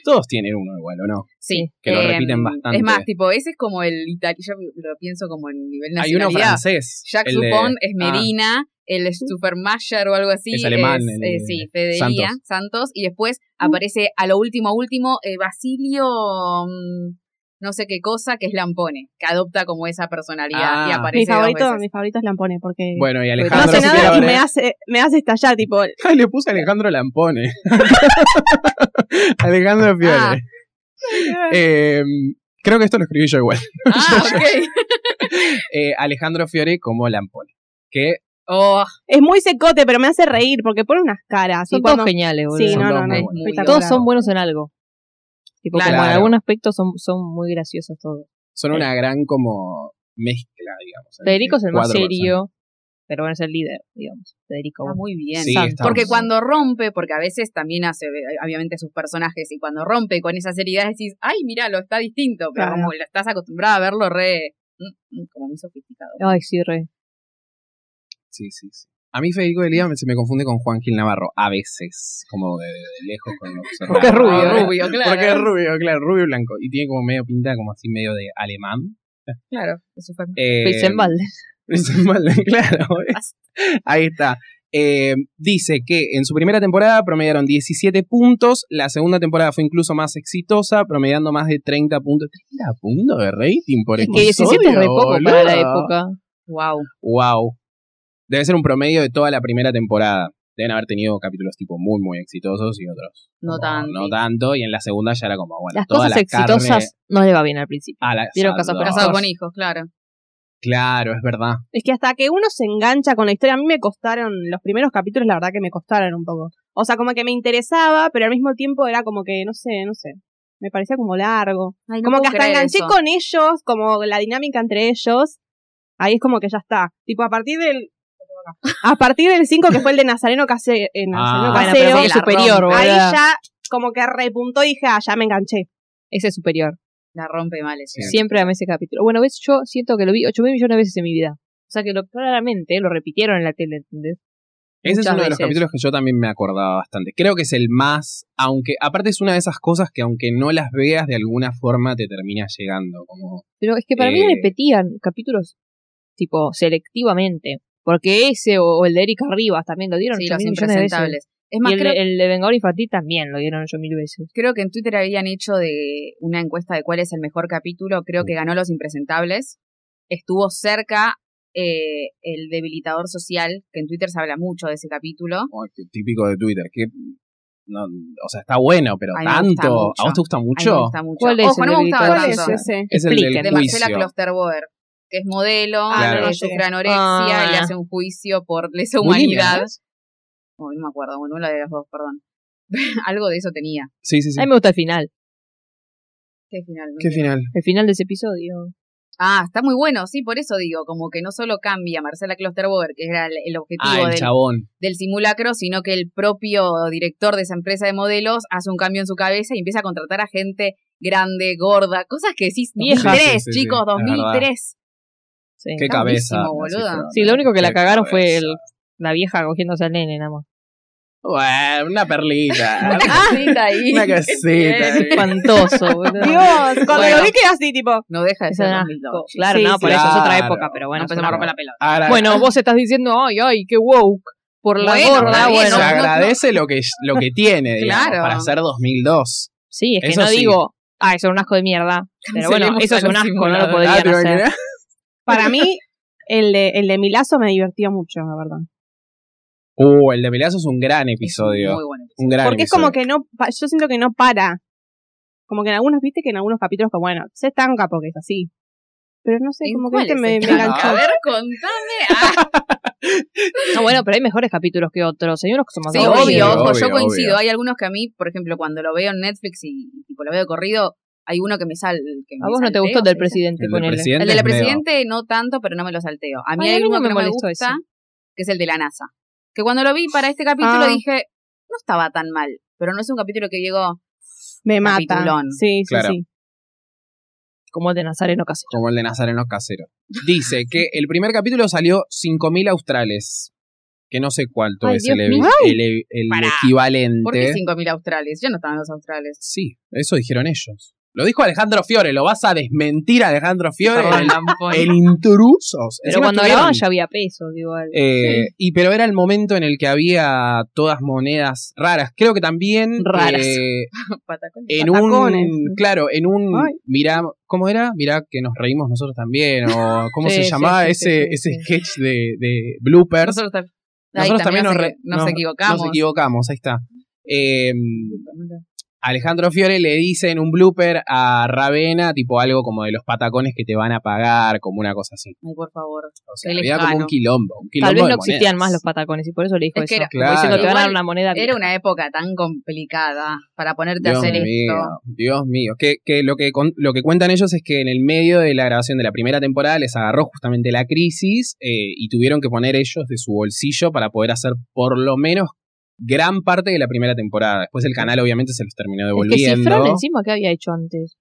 Speaker 1: Todos tienen uno igual, ¿o no?
Speaker 2: Sí.
Speaker 1: que lo
Speaker 2: Em,
Speaker 1: repiten bastante.
Speaker 2: Es más, tipo, ese es como el italiano, yo lo pienso como en nivel
Speaker 1: Hay uno
Speaker 2: nacionalidad.
Speaker 1: francés.
Speaker 2: Jacques
Speaker 1: el de-
Speaker 2: Dupont es
Speaker 1: Ah,
Speaker 2: Medina, el Supermayer o algo así.
Speaker 1: Es alemán, el de-
Speaker 2: eh, sí, Federía
Speaker 1: Santos. Mm.
Speaker 2: Santos. Y después aparece a lo último, último, eh, Basilio. mm, no sé qué cosa, que es Lampone, que adopta como esa personalidad
Speaker 1: Ah.
Speaker 2: y aparece.
Speaker 4: Mi
Speaker 2: dos
Speaker 4: favorito,
Speaker 2: veces.
Speaker 4: mi favorito es Lampone, porque
Speaker 1: bueno, y
Speaker 4: no
Speaker 1: Alejandro
Speaker 4: hace nada y
Speaker 1: Fiore.
Speaker 4: me hace, me hace estallar, tipo,
Speaker 1: Ay, le puse Alejandro Lampone. Alejandro Fiore.
Speaker 2: Ah.
Speaker 1: Eh, creo que esto lo escribí yo igual.
Speaker 2: Ah, ok.
Speaker 1: Eh, Alejandro Fiore como Lampone. Que
Speaker 2: Oh,
Speaker 4: es muy secote, pero me hace reír, porque pone unas caras. y
Speaker 3: Son
Speaker 4: cuando-
Speaker 3: todos geniales, boludo.
Speaker 4: Sí,
Speaker 1: Son
Speaker 4: no,
Speaker 1: todos
Speaker 4: no, no.
Speaker 1: muy
Speaker 4: es
Speaker 1: buenos.
Speaker 4: espectacular.
Speaker 3: Todos son buenos en algo. Tipo,
Speaker 2: Claro.
Speaker 3: como en algún aspecto son, son muy graciosos todos.
Speaker 1: son una gran como mezcla, digamos. entre
Speaker 3: Federico es el más
Speaker 1: cuatro personas.
Speaker 3: serio, pero bueno, es el líder, digamos. Federico.
Speaker 2: está
Speaker 3: bueno.
Speaker 2: muy bien.
Speaker 1: Sí,
Speaker 3: Santos.
Speaker 1: estamos-
Speaker 2: Porque cuando rompe, porque a veces también hace, eh, obviamente, sus personajes, y cuando rompe con esa seriedad decís, ay, mira, lo está distinto, pero
Speaker 4: Claro.
Speaker 2: como la estás acostumbrada a verlo re, mm, mm, como muy sofisticado.
Speaker 3: Ay, sí, re.
Speaker 1: Sí, sí, sí. A mí Federico Elía se me confunde con Juan Gil Navarro, a veces, como de, de- de lejos con los ojos
Speaker 3: Porque es
Speaker 1: raros.
Speaker 3: rubio.
Speaker 2: Ah, rubio, claro.
Speaker 1: ¿eh? Porque es rubio, claro, rubio y blanco. Y tiene como medio pinta, como así medio de alemán.
Speaker 2: Claro, eso fue.
Speaker 1: Eh,
Speaker 3: Feisenwald.
Speaker 1: Peisenwalde, claro. Ahí está. Eh, dice que en su primera temporada promediaron 17 puntos, la segunda temporada fue incluso más exitosa, promediando más de 30 puntos. ¿30 puntos de rating por
Speaker 3: Es que 17 es re poco para la época.
Speaker 2: Wow.
Speaker 1: Wow. Debe ser un promedio de toda la primera temporada. Deben haber tenido capítulos tipo muy, muy exitosos y otros.
Speaker 2: No
Speaker 1: como
Speaker 2: tanto.
Speaker 1: No tanto, y en la segunda ya era como, bueno,
Speaker 3: Las
Speaker 1: todas
Speaker 3: cosas
Speaker 1: las
Speaker 3: exitosas
Speaker 1: carnes-
Speaker 3: no le va bien al principio.
Speaker 1: Ah, la-
Speaker 3: Vieron Casa
Speaker 1: Sandor.
Speaker 2: Casado con hijos, claro.
Speaker 1: Claro, es verdad.
Speaker 4: Es que hasta que uno se engancha con la historia, a mí me costaron, los primeros capítulos la verdad que me costaron un poco. O sea, como que me interesaba, pero al mismo tiempo era como que, no sé, no sé, me parecía como largo.
Speaker 2: Ay, no
Speaker 4: como
Speaker 2: puedo
Speaker 4: que hasta
Speaker 2: creer
Speaker 4: enganché
Speaker 2: eso.
Speaker 4: con ellos, como la dinámica entre ellos. Ahí es como que ya está. Tipo, a partir del... A partir del 5 que fue el de Nazareno, Case, eh, Nazareno
Speaker 1: Ah,
Speaker 3: Bueno,
Speaker 4: Caseo,
Speaker 3: pero
Speaker 2: porque
Speaker 3: es
Speaker 2: la
Speaker 3: superior,
Speaker 2: rompe.
Speaker 4: ahí
Speaker 3: boluda.
Speaker 4: ya como que repuntó y dije, ah, ya me enganché.
Speaker 3: Ese es superior.
Speaker 2: La rompe mal eso.
Speaker 1: Sí.
Speaker 3: Siempre amé ese capítulo. Bueno, ves, yo siento que lo vi 8 mil millones de veces en mi vida. O sea que lo claramente lo repitieron en la tele, ¿entendés?
Speaker 1: Ese es
Speaker 3: Muchas
Speaker 1: uno de los
Speaker 3: veces.
Speaker 1: capítulos que yo también me acordaba bastante. Creo que es el más, aunque aparte es una de esas cosas que aunque no las veas de alguna forma te termina llegando. Como
Speaker 3: Pero es que para mí
Speaker 1: Eh.
Speaker 3: repetían capítulos tipo selectivamente. Porque ese o, o el de Erika Rivas también lo dieron
Speaker 2: Sí,
Speaker 3: 8
Speaker 2: los
Speaker 3: mil millones de veces.
Speaker 2: impresentables. Es
Speaker 3: Y
Speaker 2: más,
Speaker 3: el,
Speaker 2: creo,
Speaker 3: de- el de Vengador Infantil también lo dieron 8 mil veces.
Speaker 2: creo que en Twitter habían hecho de una encuesta de cuál es el mejor capítulo. Creo que ganó Los Impresentables. Estuvo cerca eh, el debilitador social, que en Twitter se habla mucho de ese capítulo.
Speaker 1: como el típico de Twitter, que no, o sea, está bueno, pero
Speaker 2: A mí me gusta
Speaker 1: tanto. ¿A vos te gusta
Speaker 2: mucho. A mí me
Speaker 1: mucho?
Speaker 2: gusta mucho.
Speaker 3: ¿Cuál es
Speaker 2: Ojo,
Speaker 3: el
Speaker 2: no me gustaba
Speaker 4: ¿Cuál
Speaker 3: debilitador
Speaker 2: tanto.
Speaker 4: es ese?
Speaker 1: Es el del
Speaker 3: Expliquen.
Speaker 2: de Marcela
Speaker 1: juicio.
Speaker 2: Klosterboer, que es modelo,
Speaker 4: Ah,
Speaker 1: no,
Speaker 2: eh,
Speaker 4: no
Speaker 2: sufre
Speaker 4: sé.
Speaker 2: anorexia
Speaker 3: Ah.
Speaker 2: y le hace un juicio por lesa
Speaker 1: Bulimia,
Speaker 2: humanidad.
Speaker 1: ¿no es?
Speaker 2: Oh, no me acuerdo, bueno, una de las dos, perdón. Algo de eso tenía.
Speaker 1: Sí, sí, sí.
Speaker 3: A mí me gusta el final.
Speaker 2: Qué final. me
Speaker 1: ¿Qué
Speaker 2: dio.
Speaker 1: final?
Speaker 3: El final de ese episodio.
Speaker 2: Ah, está muy bueno, sí, por eso digo, como que no solo cambia Marcela Klosterboer, que era el, el
Speaker 1: Ah,
Speaker 2: objetivo
Speaker 1: el
Speaker 2: del,
Speaker 1: chabón.
Speaker 2: del simulacro, sino que el propio director de esa empresa de modelos hace un cambio en su cabeza y empieza a contratar a gente grande, gorda, cosas que decís,
Speaker 3: Vieja.
Speaker 2: 2003,
Speaker 1: Sí, sí, sí,
Speaker 2: chicos,
Speaker 1: es verdad.
Speaker 2: 2003.
Speaker 3: Sí.
Speaker 1: Qué
Speaker 2: Está
Speaker 1: cabeza.
Speaker 2: buenísimo, boludo.
Speaker 1: Nancy Fraser.
Speaker 3: Sí, lo único que la
Speaker 1: Qué
Speaker 3: cagaron fue
Speaker 1: cabeza.
Speaker 3: el- la vieja cogiéndose al nene, nada más.
Speaker 1: Bueno, una perlita.
Speaker 2: Cosita Ah, ahí.
Speaker 1: una casita.
Speaker 3: Es espantoso, boludo.
Speaker 4: Dios, cuando
Speaker 2: Bueno.
Speaker 4: lo vi quedé así, tipo.
Speaker 2: No deja de
Speaker 3: Eso
Speaker 2: ser
Speaker 3: era
Speaker 2: 2002.
Speaker 3: asco. Claro,
Speaker 4: Sí,
Speaker 3: no,
Speaker 4: sí.
Speaker 3: por eso es otra
Speaker 1: Claro.
Speaker 3: época, pero
Speaker 2: Bueno,
Speaker 3: bueno. es
Speaker 2: empezamos a
Speaker 3: otra
Speaker 2: romper la pelota.
Speaker 1: Ahora,
Speaker 3: época. Bueno, vos estás diciendo, ay, ay, qué woke. Por la
Speaker 2: Bueno,
Speaker 3: gorda,
Speaker 2: está bien,
Speaker 3: bueno.
Speaker 1: se
Speaker 2: no,
Speaker 1: agradece Lo, que, lo que tiene, digamos,
Speaker 2: Claro.
Speaker 1: para ser 2002.
Speaker 3: Sí, es que
Speaker 1: Eso
Speaker 3: no
Speaker 1: sí.
Speaker 3: digo, ah, eso es un asco de mierda. Pero bueno,
Speaker 2: Cancelemos
Speaker 3: eso es
Speaker 2: a
Speaker 3: un
Speaker 2: los
Speaker 3: asco, no lo
Speaker 2: simuladores.
Speaker 1: Ah,
Speaker 3: podrían
Speaker 1: ¿te
Speaker 3: hacer.
Speaker 1: imaginas?
Speaker 4: Para mí, el de, el de Milazo me divertía mucho, la verdad.
Speaker 1: Uh, el de Peleazo es un gran episodio.
Speaker 2: Muy bueno.
Speaker 1: Un gran
Speaker 4: Porque es
Speaker 1: episodio.
Speaker 4: como que no. pa- Yo siento que no para. Como que en algunos, viste que en algunos capítulos, que bueno, se estanca porque es así. Pero no sé,
Speaker 2: ¿En
Speaker 4: como que
Speaker 2: cuál
Speaker 4: este
Speaker 2: es
Speaker 4: me,
Speaker 2: el
Speaker 4: me
Speaker 2: que-
Speaker 4: enganchó.
Speaker 2: A ver, contame. Ah,
Speaker 3: No, bueno, pero hay mejores capítulos que otros. Hay unos que son más
Speaker 2: sí,
Speaker 1: obvio,
Speaker 2: obvio, ojo,
Speaker 1: obvio,
Speaker 2: yo coincido.
Speaker 1: obvio.
Speaker 2: Hay algunos que a mí, por ejemplo, cuando lo veo en Netflix y tipo, lo veo corrido, hay uno que me sale.
Speaker 3: A vos no te gustó el del presidente,
Speaker 1: El del
Speaker 3: ponele.
Speaker 1: presidente.
Speaker 2: El de la
Speaker 1: es medio-
Speaker 2: presidente no tanto, pero no me lo salteo. A mí
Speaker 3: Ay, a
Speaker 2: hay
Speaker 3: mí
Speaker 2: uno
Speaker 3: no
Speaker 2: que
Speaker 3: me
Speaker 2: no me
Speaker 3: molestó
Speaker 2: gusta,
Speaker 3: ese.
Speaker 2: que es el de la NASA. Que cuando lo vi para este capítulo
Speaker 4: Ah.
Speaker 2: dije, no estaba tan mal, pero no es un capítulo que llegó.
Speaker 4: Me mata.
Speaker 2: Capitulón.
Speaker 4: Sí, sí,
Speaker 1: Claro.
Speaker 4: sí.
Speaker 3: Como el de Nazareno Casero.
Speaker 1: como el de Nazareno Casero. Dice que el primer capítulo salió 5.000 australes. Que no sé cuánto
Speaker 3: Ay,
Speaker 1: es
Speaker 3: Dios
Speaker 1: el, ev-
Speaker 3: mío.
Speaker 1: el ev- el
Speaker 2: Pará. ¿Por qué
Speaker 1: equivalente.
Speaker 2: 5.000 australes? Yo no estaba en los australes.
Speaker 1: Sí, eso dijeron ellos. Lo dijo Alejandro Fiore, lo vas a desmentir Alejandro Fiore,
Speaker 2: Perdón,
Speaker 1: el,
Speaker 2: Lampón.
Speaker 1: el intrusos.
Speaker 3: Pero
Speaker 1: Encima
Speaker 3: cuando
Speaker 1: estuvieron-
Speaker 3: grababan ya había peso, digo. al-
Speaker 1: Eh, Y pero era el momento en el que había todas monedas raras. Creo que también
Speaker 3: Raras.
Speaker 1: eh,
Speaker 2: Patacones.
Speaker 1: en
Speaker 4: Patacones.
Speaker 1: un claro, en un
Speaker 4: Ay.
Speaker 1: mirá, ¿cómo era? Mirá que nos reímos nosotros también o cómo
Speaker 3: Sí,
Speaker 1: se
Speaker 3: sí,
Speaker 1: llamaba
Speaker 3: sí,
Speaker 1: ese
Speaker 3: sí, sí,
Speaker 1: ese
Speaker 3: sí.
Speaker 1: sketch de, de bloopers.
Speaker 2: Nosotros, tam- ahí
Speaker 1: Nosotros también nos,
Speaker 2: nos,
Speaker 1: re-
Speaker 2: equi- nos equivocamos.
Speaker 1: Nos equivocamos, ahí está. Eh, Alejandro Fiore le dice en un blooper a Ravena, tipo algo como de los patacones que te van a pagar, como una cosa así.
Speaker 2: Ay, por favor.
Speaker 1: O sea,
Speaker 2: Qué
Speaker 1: había como
Speaker 2: lejano.
Speaker 1: un quilombo, un quilombo
Speaker 3: Tal vez
Speaker 1: de
Speaker 3: no existían
Speaker 1: monedas.
Speaker 3: más los patacones y por eso le dijo
Speaker 2: Es que
Speaker 3: eso.
Speaker 2: era-
Speaker 3: Como diciendo,
Speaker 1: Claro.
Speaker 3: te van a dar
Speaker 2: Igual
Speaker 3: una moneda.
Speaker 2: Era
Speaker 3: vieja.
Speaker 2: una época tan complicada para ponerte
Speaker 1: Dios
Speaker 2: a hacer
Speaker 1: mío,
Speaker 2: esto.
Speaker 1: Dios mío. Que, que lo, que con- lo que cuentan ellos es que en el medio de la grabación de la primera temporada les agarró justamente la crisis eh, y tuvieron que poner ellos de su bolsillo para poder hacer por lo menos gran parte de la primera temporada. Después el canal obviamente se los terminó
Speaker 3: Es que
Speaker 1: devolviendo.
Speaker 3: Cifrón encima que había hecho antes.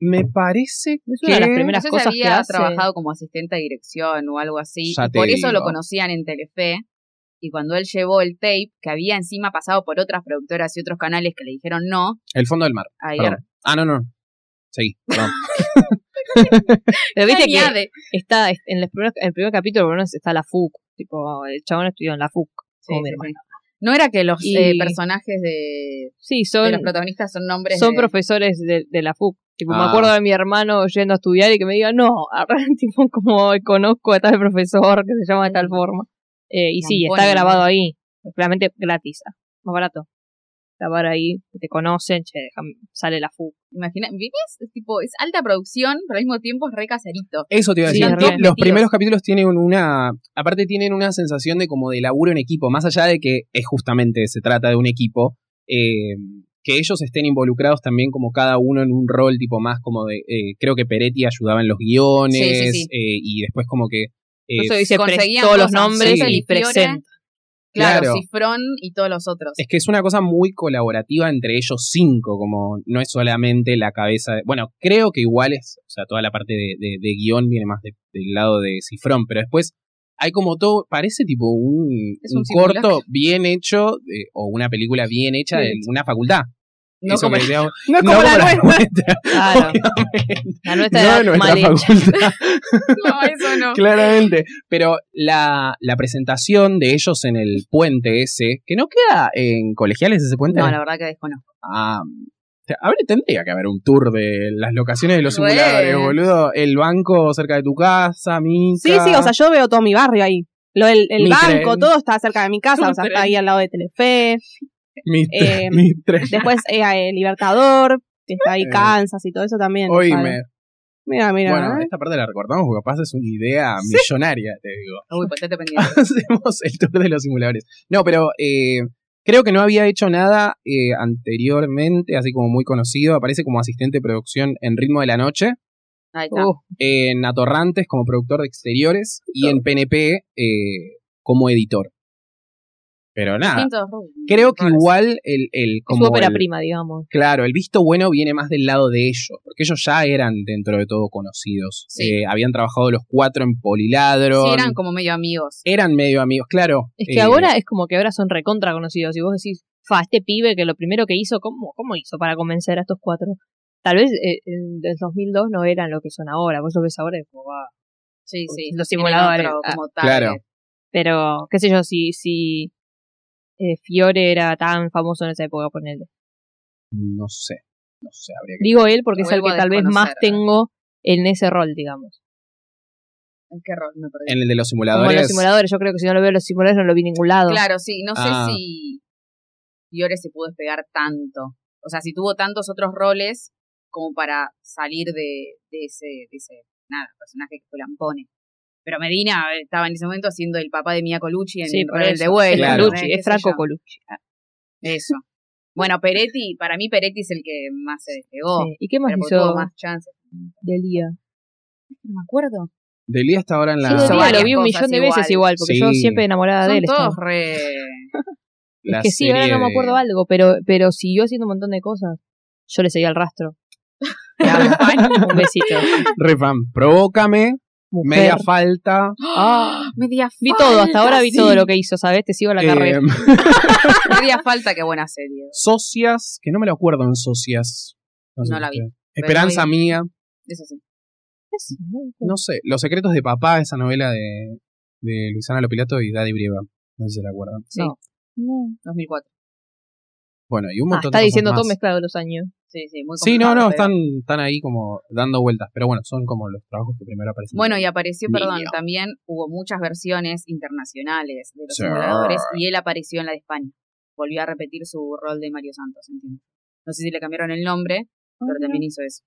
Speaker 1: Me parece
Speaker 3: Es
Speaker 1: que...
Speaker 3: una de las primeras
Speaker 2: No sé si
Speaker 3: cosas que
Speaker 2: había
Speaker 3: hace.
Speaker 2: trabajado como asistente de dirección o algo así.
Speaker 1: Ya
Speaker 2: y
Speaker 1: te
Speaker 2: por eso
Speaker 1: digo.
Speaker 2: lo conocían en Telefe. Y cuando él llevó el tape, que había encima pasado por otras productoras y otros canales que le dijeron no,
Speaker 1: El fondo del mar.
Speaker 2: ahí
Speaker 1: perdón. Ah, no, no. Seguí. perdón.
Speaker 3: Pero viste que
Speaker 2: Añade.
Speaker 3: está est- en el primer, el primer capítulo, por lo menos, está la FUC. Tipo, el chabón estudió en la FUC.
Speaker 2: Sí,
Speaker 3: como mi
Speaker 2: sí,
Speaker 3: hermano.
Speaker 2: sí. No era que los
Speaker 3: Y-
Speaker 2: eh, personajes de,
Speaker 3: Sí,
Speaker 2: de
Speaker 3: son,
Speaker 2: los protagonistas son nombres
Speaker 3: son
Speaker 2: de-
Speaker 3: profesores de, de la FUC. Tipo,
Speaker 1: Ah.
Speaker 3: me acuerdo de mi hermano yendo a estudiar y que me diga, no, tipo, como conozco a tal profesor que se llama de tal forma. Eh, y sí,
Speaker 2: Lampón,
Speaker 3: está
Speaker 2: Mm. ¿no?
Speaker 3: grabado ahí. Claramente gratis. ah, Más barato. Grabar ahí, que te conocen, che, déjame- sale la FUC.
Speaker 2: Imagina, ¿vivís? Es tipo, es alta producción, pero al mismo tiempo es re caserito.
Speaker 1: Eso te iba a
Speaker 3: Sí,
Speaker 1: decir.
Speaker 3: es
Speaker 1: Los
Speaker 3: re.
Speaker 1: primeros capítulos tienen una. Aparte, tienen una sensación de como de laburo en equipo. Más allá de que es justamente se trata de un equipo. eh, que ellos estén involucrados también, como cada uno en un rol, tipo más como de. eh, creo que Peretti ayudaba en los guiones.
Speaker 2: Sí, sí, sí.
Speaker 1: eh, y después, como que. eh,
Speaker 3: Por eso dice
Speaker 2: conseguían
Speaker 3: todos los
Speaker 2: cosas,
Speaker 3: nombres
Speaker 1: sí.
Speaker 3: y presenta.
Speaker 2: Claro,
Speaker 1: Claro.
Speaker 2: Cifrón y todos los otros.
Speaker 1: es que es una cosa muy colaborativa entre ellos cinco, como no es solamente la cabeza. de- bueno, creo que igual es, o sea, toda la parte de, de- de guión viene más de- del lado de Cifrón, pero después hay como todo, parece tipo un,
Speaker 2: Es un
Speaker 1: un
Speaker 2: simulacro.
Speaker 1: corto bien hecho eh, o una película bien hecha de
Speaker 3: Sí.
Speaker 1: una facultad.
Speaker 2: No
Speaker 1: Eso
Speaker 2: como-
Speaker 1: que digamos-
Speaker 4: No es
Speaker 1: no
Speaker 4: como la
Speaker 1: como la
Speaker 4: nuestra.
Speaker 1: nuestra,
Speaker 3: Claro. La nuestra
Speaker 1: no
Speaker 3: era
Speaker 1: de nuestra
Speaker 3: mal hecha.
Speaker 1: facultad.
Speaker 2: No, eso no.
Speaker 1: Claramente. Pero la, la presentación de ellos en el puente ese, que no queda en colegiales ese puente.
Speaker 2: No, la verdad que desconozco.
Speaker 1: Ah, o sea, habría- tendría que haber un tour de las locaciones de los
Speaker 2: Re.
Speaker 1: simuladores, boludo. El banco cerca de tu casa, Mica.
Speaker 4: Sí, sí, o sea, yo veo todo mi barrio ahí. Lo, del- el
Speaker 1: Mi
Speaker 4: banco,
Speaker 1: tren.
Speaker 4: todo está cerca de mi casa,
Speaker 2: Tu
Speaker 4: o sea,
Speaker 2: tren.
Speaker 4: está ahí al lado de Telefe.
Speaker 1: Mis tre-
Speaker 4: eh,
Speaker 1: mis tres.
Speaker 4: Después eh, eh, Libertador, que está ahí
Speaker 1: Eh,
Speaker 4: Kansas y todo eso también.
Speaker 1: Oíme.
Speaker 4: Mira, mira.
Speaker 1: Bueno,
Speaker 4: ¿eh?
Speaker 1: esta parte la recordamos porque capaz es una idea millonaria, te digo.
Speaker 2: Uy, pues ya te pendiente.
Speaker 1: Hacemos el tour de los simuladores. No, pero eh, Creo que no había hecho nada eh, anteriormente, así como muy conocido. Aparece como asistente de producción en Ritmo de la Noche,
Speaker 2: Ahí está.
Speaker 3: Uf,
Speaker 1: en Atorrantes como productor de exteriores y en PNP eh, como editor. Pero nada,
Speaker 2: Distintos rubros.
Speaker 1: creo que
Speaker 2: Ahora sí.
Speaker 1: igual el, el-
Speaker 3: es
Speaker 1: como
Speaker 3: su ópera
Speaker 1: el-
Speaker 3: prima, digamos.
Speaker 1: Claro, el visto bueno viene más del lado de ellos, porque ellos ya eran dentro de todo conocidos.
Speaker 2: Sí.
Speaker 1: Eh, habían trabajado los cuatro en Poliladro.
Speaker 2: Sí, eran como medio amigos.
Speaker 1: eran medio amigos, claro.
Speaker 3: Es que
Speaker 1: Eh,
Speaker 3: ahora es como que ahora son recontra conocidos. Y vos decís, fa, este pibe que lo primero que hizo, ¿cómo, cómo hizo para convencer a estos cuatro? Tal vez eh, en el 2002 no eran lo que son ahora. Vos lo ves ahora y es como, va.
Speaker 2: Sí, sí.
Speaker 3: Los
Speaker 2: tienen
Speaker 3: simuladores.
Speaker 2: otro como target.
Speaker 1: ah, claro.
Speaker 3: Pero, qué sé yo, si, si eh, Fiore era tan famoso en esa época, ponele.
Speaker 1: No sé, no sé, habría que...
Speaker 3: Digo él porque es el
Speaker 2: Vuelvo
Speaker 3: que
Speaker 2: a
Speaker 3: tal vez más
Speaker 2: desconocer.
Speaker 3: tengo en ese rol, digamos.
Speaker 2: ¿En qué rol me perdí?
Speaker 1: En el de los
Speaker 3: Como
Speaker 1: simuladores.
Speaker 3: los simuladores, yo creo que si no lo veo en los simuladores no lo vi en ningún lado.
Speaker 2: Claro, sí. No
Speaker 1: Ah.
Speaker 2: sé si Fiore se pudo despegar tanto. O sea, si tuvo tantos otros roles como para salir de, de ese, de ese, nada, personaje que fue Lampone. Pero Medina estaba en ese momento haciendo el papá de Mia Colucci en
Speaker 3: Sí, por
Speaker 2: Rebelde
Speaker 3: eso.
Speaker 2: Way.
Speaker 3: Es
Speaker 1: Claro.
Speaker 3: Colucci, es Franco Colucci.
Speaker 2: Ah, Eso. Bueno, Peretti, para mí Peretti es el que más se despegó.
Speaker 3: Sí. ¿Y qué más
Speaker 2: pero porque
Speaker 3: hizo
Speaker 2: tuvo más chances.
Speaker 3: Delia?
Speaker 2: No me acuerdo.
Speaker 1: Delía está ahora en la,
Speaker 3: Sí,
Speaker 2: hizo
Speaker 3: Delia
Speaker 2: varias
Speaker 3: lo vi un
Speaker 2: cosas
Speaker 3: millón de
Speaker 2: igual.
Speaker 3: veces igual, porque yo
Speaker 1: Sí.
Speaker 3: siempre enamorada de
Speaker 2: Son
Speaker 3: él.
Speaker 2: todos
Speaker 3: estaba.
Speaker 2: re...
Speaker 1: la
Speaker 3: que sí,
Speaker 1: serie
Speaker 3: ahora no me
Speaker 1: de-
Speaker 3: acuerdo algo, pero, pero siguió haciendo un montón de cosas. Yo le seguía el rastro. un besito.
Speaker 1: Re fan. Provócame,
Speaker 3: Mujer.
Speaker 1: media falta.
Speaker 3: Ah,
Speaker 2: Media
Speaker 3: vi todo, hasta
Speaker 2: falta,
Speaker 3: ahora vi
Speaker 2: sí.
Speaker 3: todo lo que hizo, ¿sabes? Te sigo la carrera.
Speaker 1: em,
Speaker 2: Media falta, qué buena serie.
Speaker 1: socias, que no me lo acuerdo en Socias. sé
Speaker 2: No
Speaker 1: si
Speaker 2: la vi,
Speaker 1: usted- Esperanza
Speaker 2: no
Speaker 1: mía,
Speaker 2: Eso sí.
Speaker 1: Eh,
Speaker 3: Es-
Speaker 1: no sé. Los secretos de papá, esa novela de, de Luisana Lopilato y Daddy Brieva. No sé si se la acuerdan.
Speaker 2: Sí.
Speaker 3: No. No.
Speaker 2: 2004.
Speaker 1: Bueno, y un
Speaker 3: Ah,
Speaker 1: montón
Speaker 3: está
Speaker 1: de cosas
Speaker 3: diciendo
Speaker 1: más.
Speaker 3: todo mezclado los años.
Speaker 2: Sí, sí, muy
Speaker 1: Sí, no,
Speaker 2: complicado,
Speaker 1: no,
Speaker 2: pero-
Speaker 1: están, están ahí como dando vueltas. Pero bueno, son como los trabajos que primero aparecen.
Speaker 2: Bueno, y apareció,
Speaker 1: Niño.
Speaker 2: perdón, también hubo muchas versiones internacionales de los
Speaker 1: Sí.
Speaker 2: simuladores y él apareció en la de España. Volvió a repetir su rol de Mario Santos, entiendo. No sé si le cambiaron el nombre, pero también hizo eso.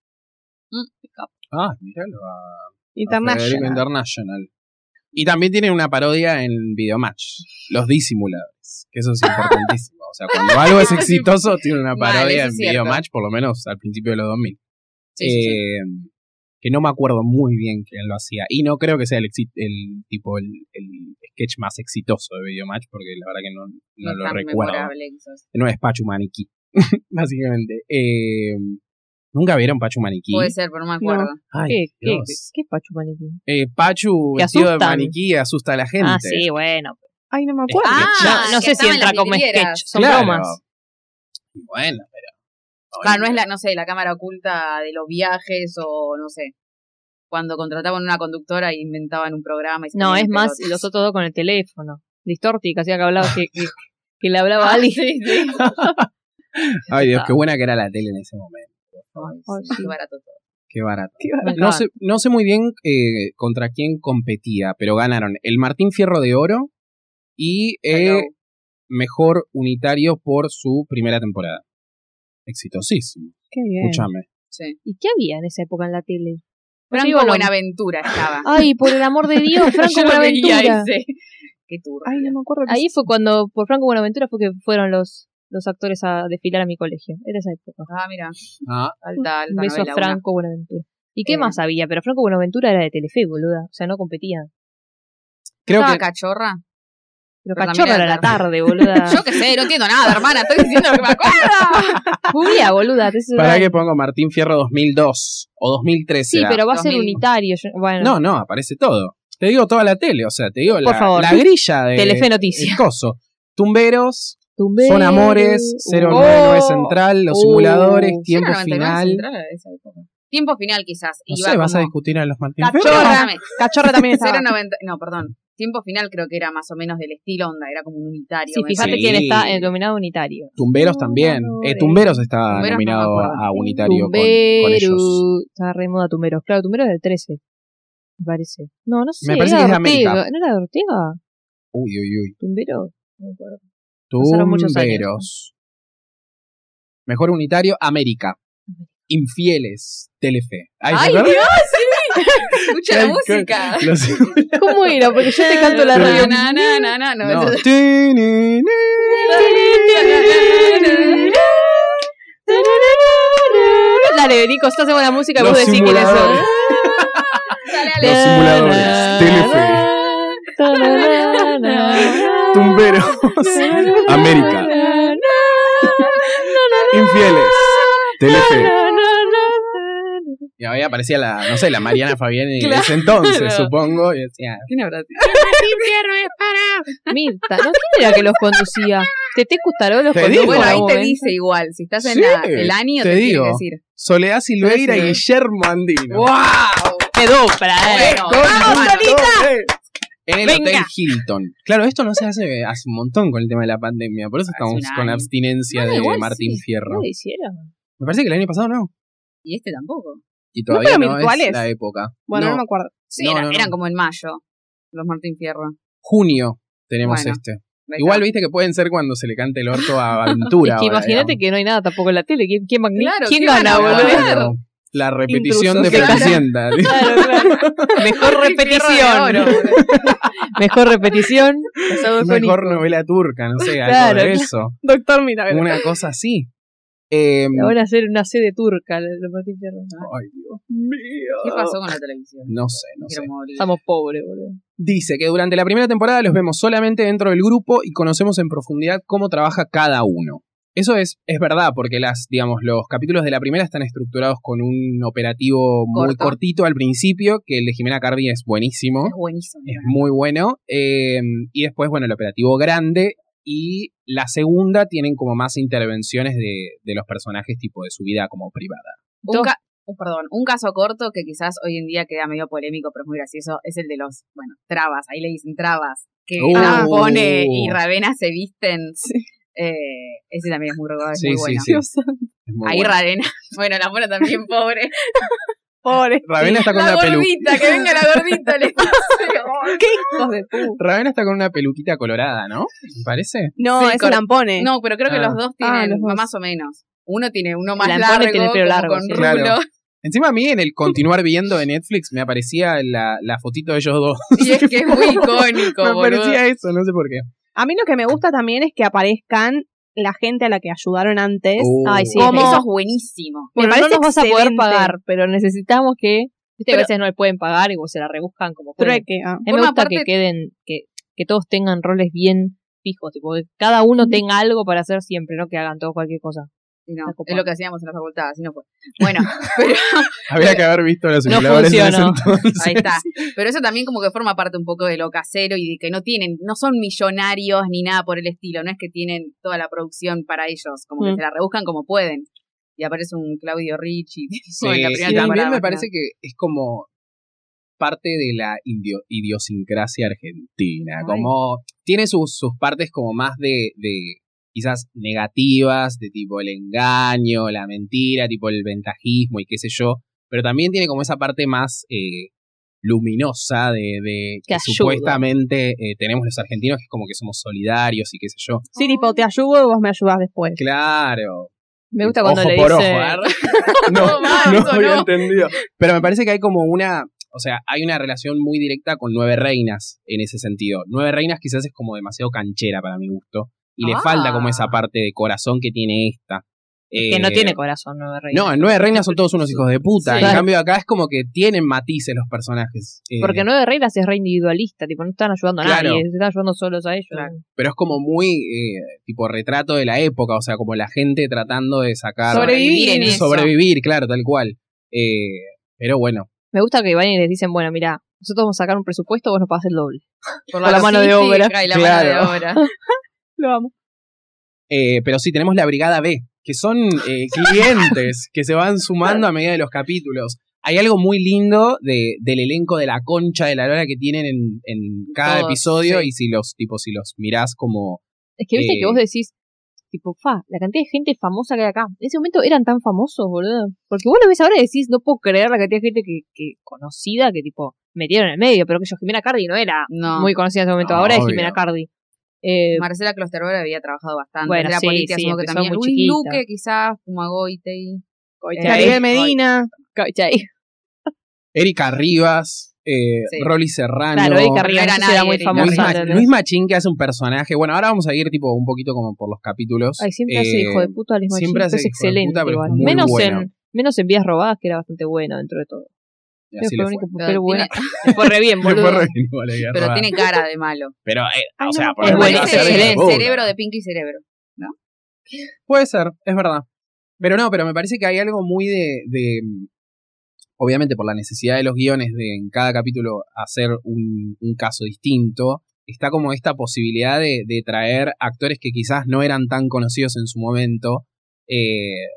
Speaker 2: Mm, qué capo.
Speaker 1: Ah, míralo. A, a Federico
Speaker 4: International.
Speaker 1: International. Y también tienen una parodia en Videomatch, Los Disimuladores, que eso es importantísimo. O sea, cuando algo es exitoso, tiene una
Speaker 2: Mal,
Speaker 1: parodia
Speaker 2: eso
Speaker 1: en
Speaker 2: es cierto.
Speaker 1: Videomatch, por lo menos al principio de los 2000.
Speaker 2: Sí, sí, sí.
Speaker 1: Eh, que no me acuerdo muy bien quién lo hacía. Y no creo que sea el, exi- el tipo el, el sketch más exitoso de Videomatch, porque la verdad que no, no
Speaker 2: No es
Speaker 1: lo
Speaker 2: tan
Speaker 1: recuerdo.
Speaker 2: memorable quizás.
Speaker 1: No es Pachu Maniquí, básicamente. Eh, ¿Nunca vieron Pachu Maniquí?
Speaker 2: Puede ser, pero no me acuerdo.
Speaker 3: ¿Qué,
Speaker 1: Ay,
Speaker 3: qué,
Speaker 1: Dios.
Speaker 3: qué pachu maniquí?
Speaker 1: Eh, Pachu
Speaker 3: Que
Speaker 1: vestido de
Speaker 3: asustan.
Speaker 1: maniquí asusta a la gente.
Speaker 3: Ah, sí, bueno.
Speaker 4: Ay, no me acuerdo.
Speaker 1: Ah,
Speaker 3: no no
Speaker 2: que
Speaker 3: sé si
Speaker 2: estaba en
Speaker 3: entra
Speaker 2: las
Speaker 3: como
Speaker 2: vidrieras.
Speaker 3: sketch, son
Speaker 1: Claro.
Speaker 3: bromas.
Speaker 1: Y Bueno, pero.
Speaker 2: Claro, no es la, no sé, la cámara oculta de los viajes o no sé. Cuando contrataban una conductora e inventaban un programa. Y se
Speaker 3: No,
Speaker 2: ponían
Speaker 3: es más,
Speaker 2: pelotas.
Speaker 3: los otros dos con el teléfono. Distorti, que hacía que hablaba, que, que, que le hablaba a alguien.
Speaker 2: Ah, Sí, sí.
Speaker 1: Ay, Dios, qué buena que era la tele en ese momento.
Speaker 2: Ay, sí,
Speaker 3: sí.
Speaker 2: qué barato todo.
Speaker 1: Qué barato. No
Speaker 3: Me encanta.
Speaker 1: sé, no sé muy bien eh, contra quién competía, pero ganaron el Martín Fierro de Oro y eh,
Speaker 2: Hello.
Speaker 1: mejor unitario por su primera temporada. Exitosísimo,
Speaker 4: Qué bien.
Speaker 1: escúchame.
Speaker 2: Sí.
Speaker 3: ¿Y qué había en esa época en la tele? Pero
Speaker 2: Franco
Speaker 3: digo, no.
Speaker 2: Buenaventura estaba.
Speaker 3: Ay, por el amor de Dios, Franco
Speaker 2: Yo lo veía
Speaker 3: Buenaventura.
Speaker 2: ese. Qué turro.
Speaker 4: Ay, no me acuerdo. qué-
Speaker 3: Ahí fue cuando, por Franco Buenaventura, fue que fueron los, los actores a desfilar a mi colegio. Era esa época.
Speaker 2: Ah, mira.
Speaker 1: Ah,
Speaker 2: Alta, alta.
Speaker 3: Un beso a
Speaker 2: novela, una.
Speaker 3: Franco Buenaventura. ¿Y qué
Speaker 2: Eh.
Speaker 3: más había? Pero Franco Buenaventura era de Telefe, boluda. O sea, no competía.
Speaker 1: creo
Speaker 2: ¿Estaba
Speaker 1: que
Speaker 2: cachorra?
Speaker 3: Pero
Speaker 2: Pero
Speaker 3: cachorro
Speaker 2: también
Speaker 3: era
Speaker 2: era
Speaker 3: la tarde, boluda.
Speaker 2: Yo qué sé, no entiendo nada, hermana. Estoy diciendo lo que me acuerdo.
Speaker 3: Julia, boluda. te haces
Speaker 1: para
Speaker 3: una-
Speaker 1: que pongo Martín Fierro 2002 o 2013.
Speaker 3: Sí,
Speaker 1: era.
Speaker 3: pero va a ser
Speaker 2: 2000.
Speaker 3: unitario. yo- bueno,
Speaker 1: No, no, aparece todo. Te digo toda la tele, o sea, te digo la,
Speaker 3: Por favor.
Speaker 1: la grilla de
Speaker 3: Telefe
Speaker 1: el
Speaker 3: Noticias.
Speaker 1: coso. Tumberos,
Speaker 3: Tumbero.
Speaker 1: eh, Son Amores,
Speaker 2: uh,
Speaker 1: 099
Speaker 3: Oh.
Speaker 1: Central, Los
Speaker 3: Oh.
Speaker 1: Simuladores,
Speaker 2: Yo
Speaker 1: Tiempo
Speaker 2: era
Speaker 1: Final.
Speaker 2: 99 uh, central de esa época. Tiempo final quizás.
Speaker 1: No
Speaker 2: Iba
Speaker 1: sé, vas a
Speaker 2: como-
Speaker 1: discutir a los Martín Fierro.
Speaker 2: Cachorra.
Speaker 4: Cachorra también estaba.
Speaker 2: 0.90 No, perdón. Tiempo final creo que era más o menos del estilo onda, era como un unitario.
Speaker 3: Sí,
Speaker 2: me
Speaker 3: fíjate
Speaker 2: parece.
Speaker 1: Sí.
Speaker 3: quién está en nominado unitario.
Speaker 1: Tumberos
Speaker 4: No,
Speaker 1: también.
Speaker 4: no,
Speaker 1: Eh,
Speaker 4: eh.
Speaker 1: Tumberos está
Speaker 2: Tumberos no
Speaker 1: nominado
Speaker 2: me acuerdo.
Speaker 1: a Unitario con, con ellos.
Speaker 3: Tumberu. Está re moda Tumberos. Claro, Tumberos es del 13. Me parece. No, no sé.
Speaker 1: Me parece que
Speaker 3: era
Speaker 1: es de
Speaker 3: Ortega.
Speaker 1: América.
Speaker 3: ¿No era de Ortega?
Speaker 1: Uy, uy, uy.
Speaker 3: ¿Tumbero? No me acuerdo. Pasaron muchos años.
Speaker 1: Tumberos. Mejor Unitario, América. Infieles, Telefe. Ay, ¿se
Speaker 2: ¡Ay,
Speaker 1: acuerdan?
Speaker 2: Dios! Sí. Escucha la
Speaker 1: Ay, qué-
Speaker 2: música.
Speaker 1: Los-
Speaker 3: ¿Cómo era? Porque yo te canto la
Speaker 1: Pero-
Speaker 3: radio.
Speaker 2: No, no, no, no, no.
Speaker 1: No. Ti, ni, ni,
Speaker 3: Dale, Nico, estás en buena música,
Speaker 1: Los
Speaker 3: vos decís quiénes son.
Speaker 1: simuladores.
Speaker 2: Dale,
Speaker 1: Los
Speaker 2: Ale.
Speaker 1: simuladores, Telefe, Tumberos, América, Infieles, Telefe. Y ahí aparecía la, no sé, la Mariana Fabián en ese entonces,
Speaker 3: Claro.
Speaker 1: supongo. Y decía,
Speaker 2: ¿Quién habrá sido?
Speaker 3: Mirta, ¿no? ¿Quién era que los conducía? ¿Tete Custaró los
Speaker 1: Te
Speaker 3: condujo?
Speaker 1: digo.
Speaker 3: en
Speaker 2: Bueno, ahí
Speaker 3: algún
Speaker 2: te
Speaker 3: momento?
Speaker 2: dice igual. Si estás en
Speaker 1: ¿eh? Sí,
Speaker 2: la- el año,
Speaker 1: te
Speaker 2: te, tiene
Speaker 1: digo.
Speaker 2: que decir.
Speaker 1: Soledad Silveira y Guillermo Andino.
Speaker 3: ¡Wow! ¡Pedopra, eh!
Speaker 2: Bueno,
Speaker 1: Con
Speaker 2: vamos,
Speaker 1: Hilton,
Speaker 2: Solita.
Speaker 1: eh. En el
Speaker 3: Venga.
Speaker 1: Hotel Hilton. Claro, esto no se hace hace un montón con el tema de la pandemia. Por eso
Speaker 2: Hace
Speaker 1: estamos
Speaker 2: un
Speaker 1: con
Speaker 2: año.
Speaker 1: abstinencia
Speaker 3: No,
Speaker 1: de
Speaker 3: igual
Speaker 1: Martín
Speaker 3: sí.
Speaker 1: Fierro.
Speaker 3: ¿No lo hicieron?
Speaker 1: Me parece que el año pasado no.
Speaker 2: Y este tampoco.
Speaker 1: Y todavía
Speaker 4: fueron
Speaker 1: no, es
Speaker 4: virtuales?
Speaker 1: la época.
Speaker 4: Bueno, no,
Speaker 1: No,
Speaker 4: me acuerdo.
Speaker 2: Sí,
Speaker 1: No,
Speaker 2: eran,
Speaker 1: no, no.
Speaker 2: eran como en mayo, los Martín Fierro.
Speaker 1: junio tenemos
Speaker 2: Bueno.
Speaker 1: este.
Speaker 2: Ahí
Speaker 1: Igual
Speaker 2: está.
Speaker 1: viste que pueden ser cuando se le cante el orto a Aventura.
Speaker 3: Es que
Speaker 1: ahora,
Speaker 3: imagínate
Speaker 1: digamos.
Speaker 3: que no hay nada tampoco en la tele. ¿Quién, quién, magni-
Speaker 2: Claro,
Speaker 3: quién
Speaker 2: ¿quién
Speaker 3: gana,
Speaker 2: gana?
Speaker 3: boludo?
Speaker 1: Claro. La repetición
Speaker 4: Intrusos.
Speaker 1: de
Speaker 4: Claro.
Speaker 1: Cenicienta.
Speaker 3: Claro, claro.
Speaker 2: Martín
Speaker 3: Mejor
Speaker 2: Fierro de
Speaker 3: repetición.
Speaker 2: oro, boludo.
Speaker 3: Mejor repetición. Casado con
Speaker 1: Mejor
Speaker 3: hijo.
Speaker 1: novela turca, no sé, algo
Speaker 3: Claro,
Speaker 1: de
Speaker 3: claro.
Speaker 1: eso.
Speaker 4: Doctor Mirabel.
Speaker 1: Una cosa así. Eh,
Speaker 2: Mm.
Speaker 3: La van a hacer una sede turca, la- la Martín Fierro.
Speaker 2: Ah.
Speaker 1: ay, Dios mío.
Speaker 2: ¿Qué pasó con la televisión?
Speaker 1: No sé, no sé.
Speaker 2: Quiero morir.
Speaker 3: Estamos pobres, boludo.
Speaker 1: Dice que durante la primera temporada los vemos solamente dentro del grupo y conocemos en profundidad cómo trabaja cada uno. Eso es, es verdad, porque las, digamos, los capítulos de la primera están estructurados con un operativo muy
Speaker 2: Corto.
Speaker 1: cortito al principio, que el de Jimena Cardi es buenísimo,
Speaker 2: Es buenísimo.
Speaker 1: es muy bueno. eh, y después, bueno, el operativo grande. Y la segunda tienen como más intervenciones de, de los personajes, tipo de su vida como privada.
Speaker 2: Un
Speaker 3: Dos.
Speaker 2: ca- oh, perdón, un caso corto que quizás hoy en día queda medio polémico, pero es muy gracioso, es el de los, bueno, trabas, ahí le dicen trabas, que
Speaker 1: Uh.
Speaker 2: Gran Pone y Ravena se visten.
Speaker 4: Sí.
Speaker 2: Eh, ese también es muy, ro- es
Speaker 1: Sí,
Speaker 2: muy
Speaker 1: sí,
Speaker 2: bueno.
Speaker 1: sí.
Speaker 4: Dios santo,
Speaker 1: Es muy
Speaker 2: Ahí
Speaker 1: bueno.
Speaker 2: Ravena, bueno, la mona también, pobre.
Speaker 4: Pobre.
Speaker 1: Ravena está con
Speaker 2: la
Speaker 1: una peluca.
Speaker 2: gordita, que venga la gordita, le dice.
Speaker 4: ¿Qué hijos de pu-
Speaker 1: Ravena está con una peluquita colorada, ¿no? ¿Me parece?
Speaker 4: No,
Speaker 2: Sí,
Speaker 4: es
Speaker 2: con-
Speaker 4: Lampone.
Speaker 2: No, pero creo que
Speaker 1: Ah.
Speaker 2: los dos tienen,
Speaker 4: los dos.
Speaker 2: más o menos. Uno tiene uno más
Speaker 3: Lampone
Speaker 2: largo,
Speaker 3: tiene
Speaker 2: como
Speaker 3: pelo largo,
Speaker 2: con
Speaker 3: sí.
Speaker 2: rulo.
Speaker 1: Claro. Encima a mí en el continuar viendo de Netflix me aparecía la, la fotito de ellos dos.
Speaker 2: Y es que es muy icónico,
Speaker 1: me
Speaker 2: boludo.
Speaker 1: aparecía eso, no sé por qué.
Speaker 4: A mí lo que me gusta también es que aparezcan la gente a la que ayudaron antes.
Speaker 2: Uh.
Speaker 1: Oh.
Speaker 3: Ay, sí.
Speaker 4: ¿Cómo?
Speaker 2: Eso es buenísimo.
Speaker 4: Me
Speaker 3: Bueno, no
Speaker 4: parece
Speaker 3: nos vas a poder
Speaker 4: excelente.
Speaker 3: pagar, pero necesitamos que. Viste que a
Speaker 4: Pero-
Speaker 3: veces no le pueden pagar y vos se la rebuscan como pueden.
Speaker 4: Trueque. ah.
Speaker 3: A mí me
Speaker 2: Forma
Speaker 3: gusta
Speaker 2: parte-
Speaker 3: que queden, que, que todos tengan roles bien fijos, tipo que cada uno tenga algo para hacer siempre, no que hagan todo cualquier cosa.
Speaker 2: Y no,
Speaker 3: Está copado.
Speaker 2: es lo que hacíamos en la facultad, así no fue. Bueno, pero
Speaker 1: Había que haber visto los
Speaker 3: No
Speaker 1: simuladores en ese
Speaker 3: funcionó.
Speaker 1: entonces.
Speaker 2: ahí está. Pero eso también como que forma parte un poco de lo casero y de que no tienen, no son millonarios ni nada por el estilo, no es que tienen toda la producción para ellos, como que
Speaker 4: Mm.
Speaker 2: se la rebuscan como pueden. Y aparece un Claudio Ricci.
Speaker 1: Sí,
Speaker 2: en la
Speaker 1: y
Speaker 2: primera
Speaker 1: también
Speaker 2: temporada,
Speaker 1: me
Speaker 2: ¿no?
Speaker 1: parece que es como parte de la indio- idiosincrasia argentina.
Speaker 2: Ay.
Speaker 1: Como tiene sus, sus partes como más de, de quizás negativas, de tipo el engaño, la mentira, tipo el ventajismo y qué sé yo. Pero también tiene como esa parte más eh, luminosa de, de
Speaker 3: Que
Speaker 1: que
Speaker 3: ayuda.
Speaker 1: supuestamente eh, tenemos los argentinos, que es como que somos solidarios y qué sé yo.
Speaker 4: Sí, tipo, te ayudo y vos me ayudás después.
Speaker 1: Claro.
Speaker 3: Me gusta cuando
Speaker 1: Ojo
Speaker 3: le
Speaker 1: por
Speaker 3: dice.
Speaker 1: ojo, ¿eh? no,
Speaker 2: No, Marzo,
Speaker 1: no había
Speaker 2: no.
Speaker 1: entendido. Pero me parece que hay como una. O sea, hay una relación muy directa con Nueve Reinas en ese sentido. Nueve Reinas quizás es como demasiado canchera para mi gusto. Y le
Speaker 2: Ah.
Speaker 1: falta como esa parte de corazón que tiene esta.
Speaker 3: que no
Speaker 1: Eh,
Speaker 3: tiene corazón, no
Speaker 1: No, en Nueve Reinas son todos unos hijos de puta.
Speaker 3: Sí.
Speaker 1: En
Speaker 3: Claro.
Speaker 1: cambio, acá es como que tienen matices los personajes. Eh,
Speaker 3: Porque Nueve Reinas es re individualista, tipo, no están ayudando a
Speaker 1: Claro.
Speaker 3: nadie, se están ayudando solos a ellos.
Speaker 2: Claro.
Speaker 1: Pero es como muy eh, tipo retrato de la época. O sea, como la gente tratando de sacar.
Speaker 2: Sobrevivir en eso.
Speaker 1: Sobrevivir, claro, tal cual. Eh, pero bueno,
Speaker 3: Me gusta que vayan y les dicen, bueno, mira, nosotros vamos a sacar un presupuesto, vos nos pagás el doble.
Speaker 2: Por
Speaker 3: la mano de
Speaker 2: logística
Speaker 3: obra.
Speaker 2: y la
Speaker 1: Claro.
Speaker 2: mano de obra.
Speaker 4: Lo amo.
Speaker 1: Eh, pero sí, tenemos la Brigada B, que son eh, clientes que se van sumando a medida de los capítulos. Hay algo muy lindo de, del elenco de la concha de la lora que tienen en, en cada
Speaker 2: Todos,
Speaker 1: episodio
Speaker 2: sí.
Speaker 1: y si los tipo si los mirás como
Speaker 3: Es que viste
Speaker 1: Eh.
Speaker 3: que vos decís, tipo, fa, la cantidad de gente famosa que hay acá. En ese momento eran tan famosos, boludo. Porque vos lo ves ahora y decís, no puedo creer la cantidad de gente que, que conocida que, tipo, metieron en el medio. Pero que yo, Jimena Cardi no era
Speaker 2: No.
Speaker 3: muy conocida en ese momento.
Speaker 1: No,
Speaker 3: ahora
Speaker 1: Ah, obvio.
Speaker 3: es Jimena Cardi. Eh,
Speaker 2: Marcela Klosterberg había trabajado bastante.
Speaker 3: Bueno,
Speaker 2: de la
Speaker 3: sí,
Speaker 2: política,
Speaker 3: sí,
Speaker 2: supongo que
Speaker 3: empezó
Speaker 2: también.
Speaker 3: muy
Speaker 2: Luis
Speaker 3: chiquita.
Speaker 2: Luque, quizás, Fumagoite. Eh,
Speaker 3: Coichai.
Speaker 4: Maribel Medina.
Speaker 3: Coichai.
Speaker 1: Erika Rivas, eh,
Speaker 2: Sí.
Speaker 1: Rolly Serrano.
Speaker 3: Claro, Erika
Speaker 2: no
Speaker 3: Rivera
Speaker 2: era
Speaker 3: antes era
Speaker 2: nadie,
Speaker 3: muy
Speaker 2: Erika.
Speaker 1: Luis,
Speaker 3: famosa.
Speaker 1: Ma-
Speaker 3: ¿entendés?
Speaker 1: Luis Machín que hace un personaje. Bueno, ahora vamos a ir tipo un poquito como por los capítulos.
Speaker 3: Ay, siempre
Speaker 1: Eh,
Speaker 3: hace hijo de puta Luis Machín,
Speaker 1: siempre
Speaker 3: pero
Speaker 1: hace
Speaker 3: es
Speaker 1: hijo de puta,
Speaker 3: excelente.
Speaker 1: pero es
Speaker 3: igual.
Speaker 1: muy
Speaker 3: menos,
Speaker 1: bueno.
Speaker 3: en, menos en Vías Robadas, que era bastante bueno dentro de todo.
Speaker 1: y
Speaker 3: Creo
Speaker 1: Eh, así
Speaker 3: que
Speaker 1: le
Speaker 3: fue el
Speaker 1: fue.
Speaker 3: único
Speaker 2: Pero
Speaker 3: pero bueno.
Speaker 2: tiene-
Speaker 3: Le fue re bien,
Speaker 1: Le fue
Speaker 3: boludo.
Speaker 1: re bien igual a Guerra.
Speaker 2: Pero tiene cara de malo.
Speaker 1: Pero, eh,
Speaker 3: Ay,
Speaker 1: o
Speaker 3: no
Speaker 1: sea,
Speaker 3: me
Speaker 1: por
Speaker 3: acuerdo.
Speaker 1: lo
Speaker 3: Es
Speaker 1: menos va a ser hijo
Speaker 3: buenísimo,
Speaker 1: de
Speaker 3: excelente.
Speaker 1: puta.
Speaker 2: Cerebro de Pinky Cerebro.
Speaker 1: Puede ser, es verdad. Pero no, pero me parece que hay algo muy de, de, mm, Obviamente, por la necesidad de los guiones de en cada capítulo hacer un, un caso distinto, está como esta posibilidad de, de traer actores que quizás no eran tan conocidos en su momento. eh,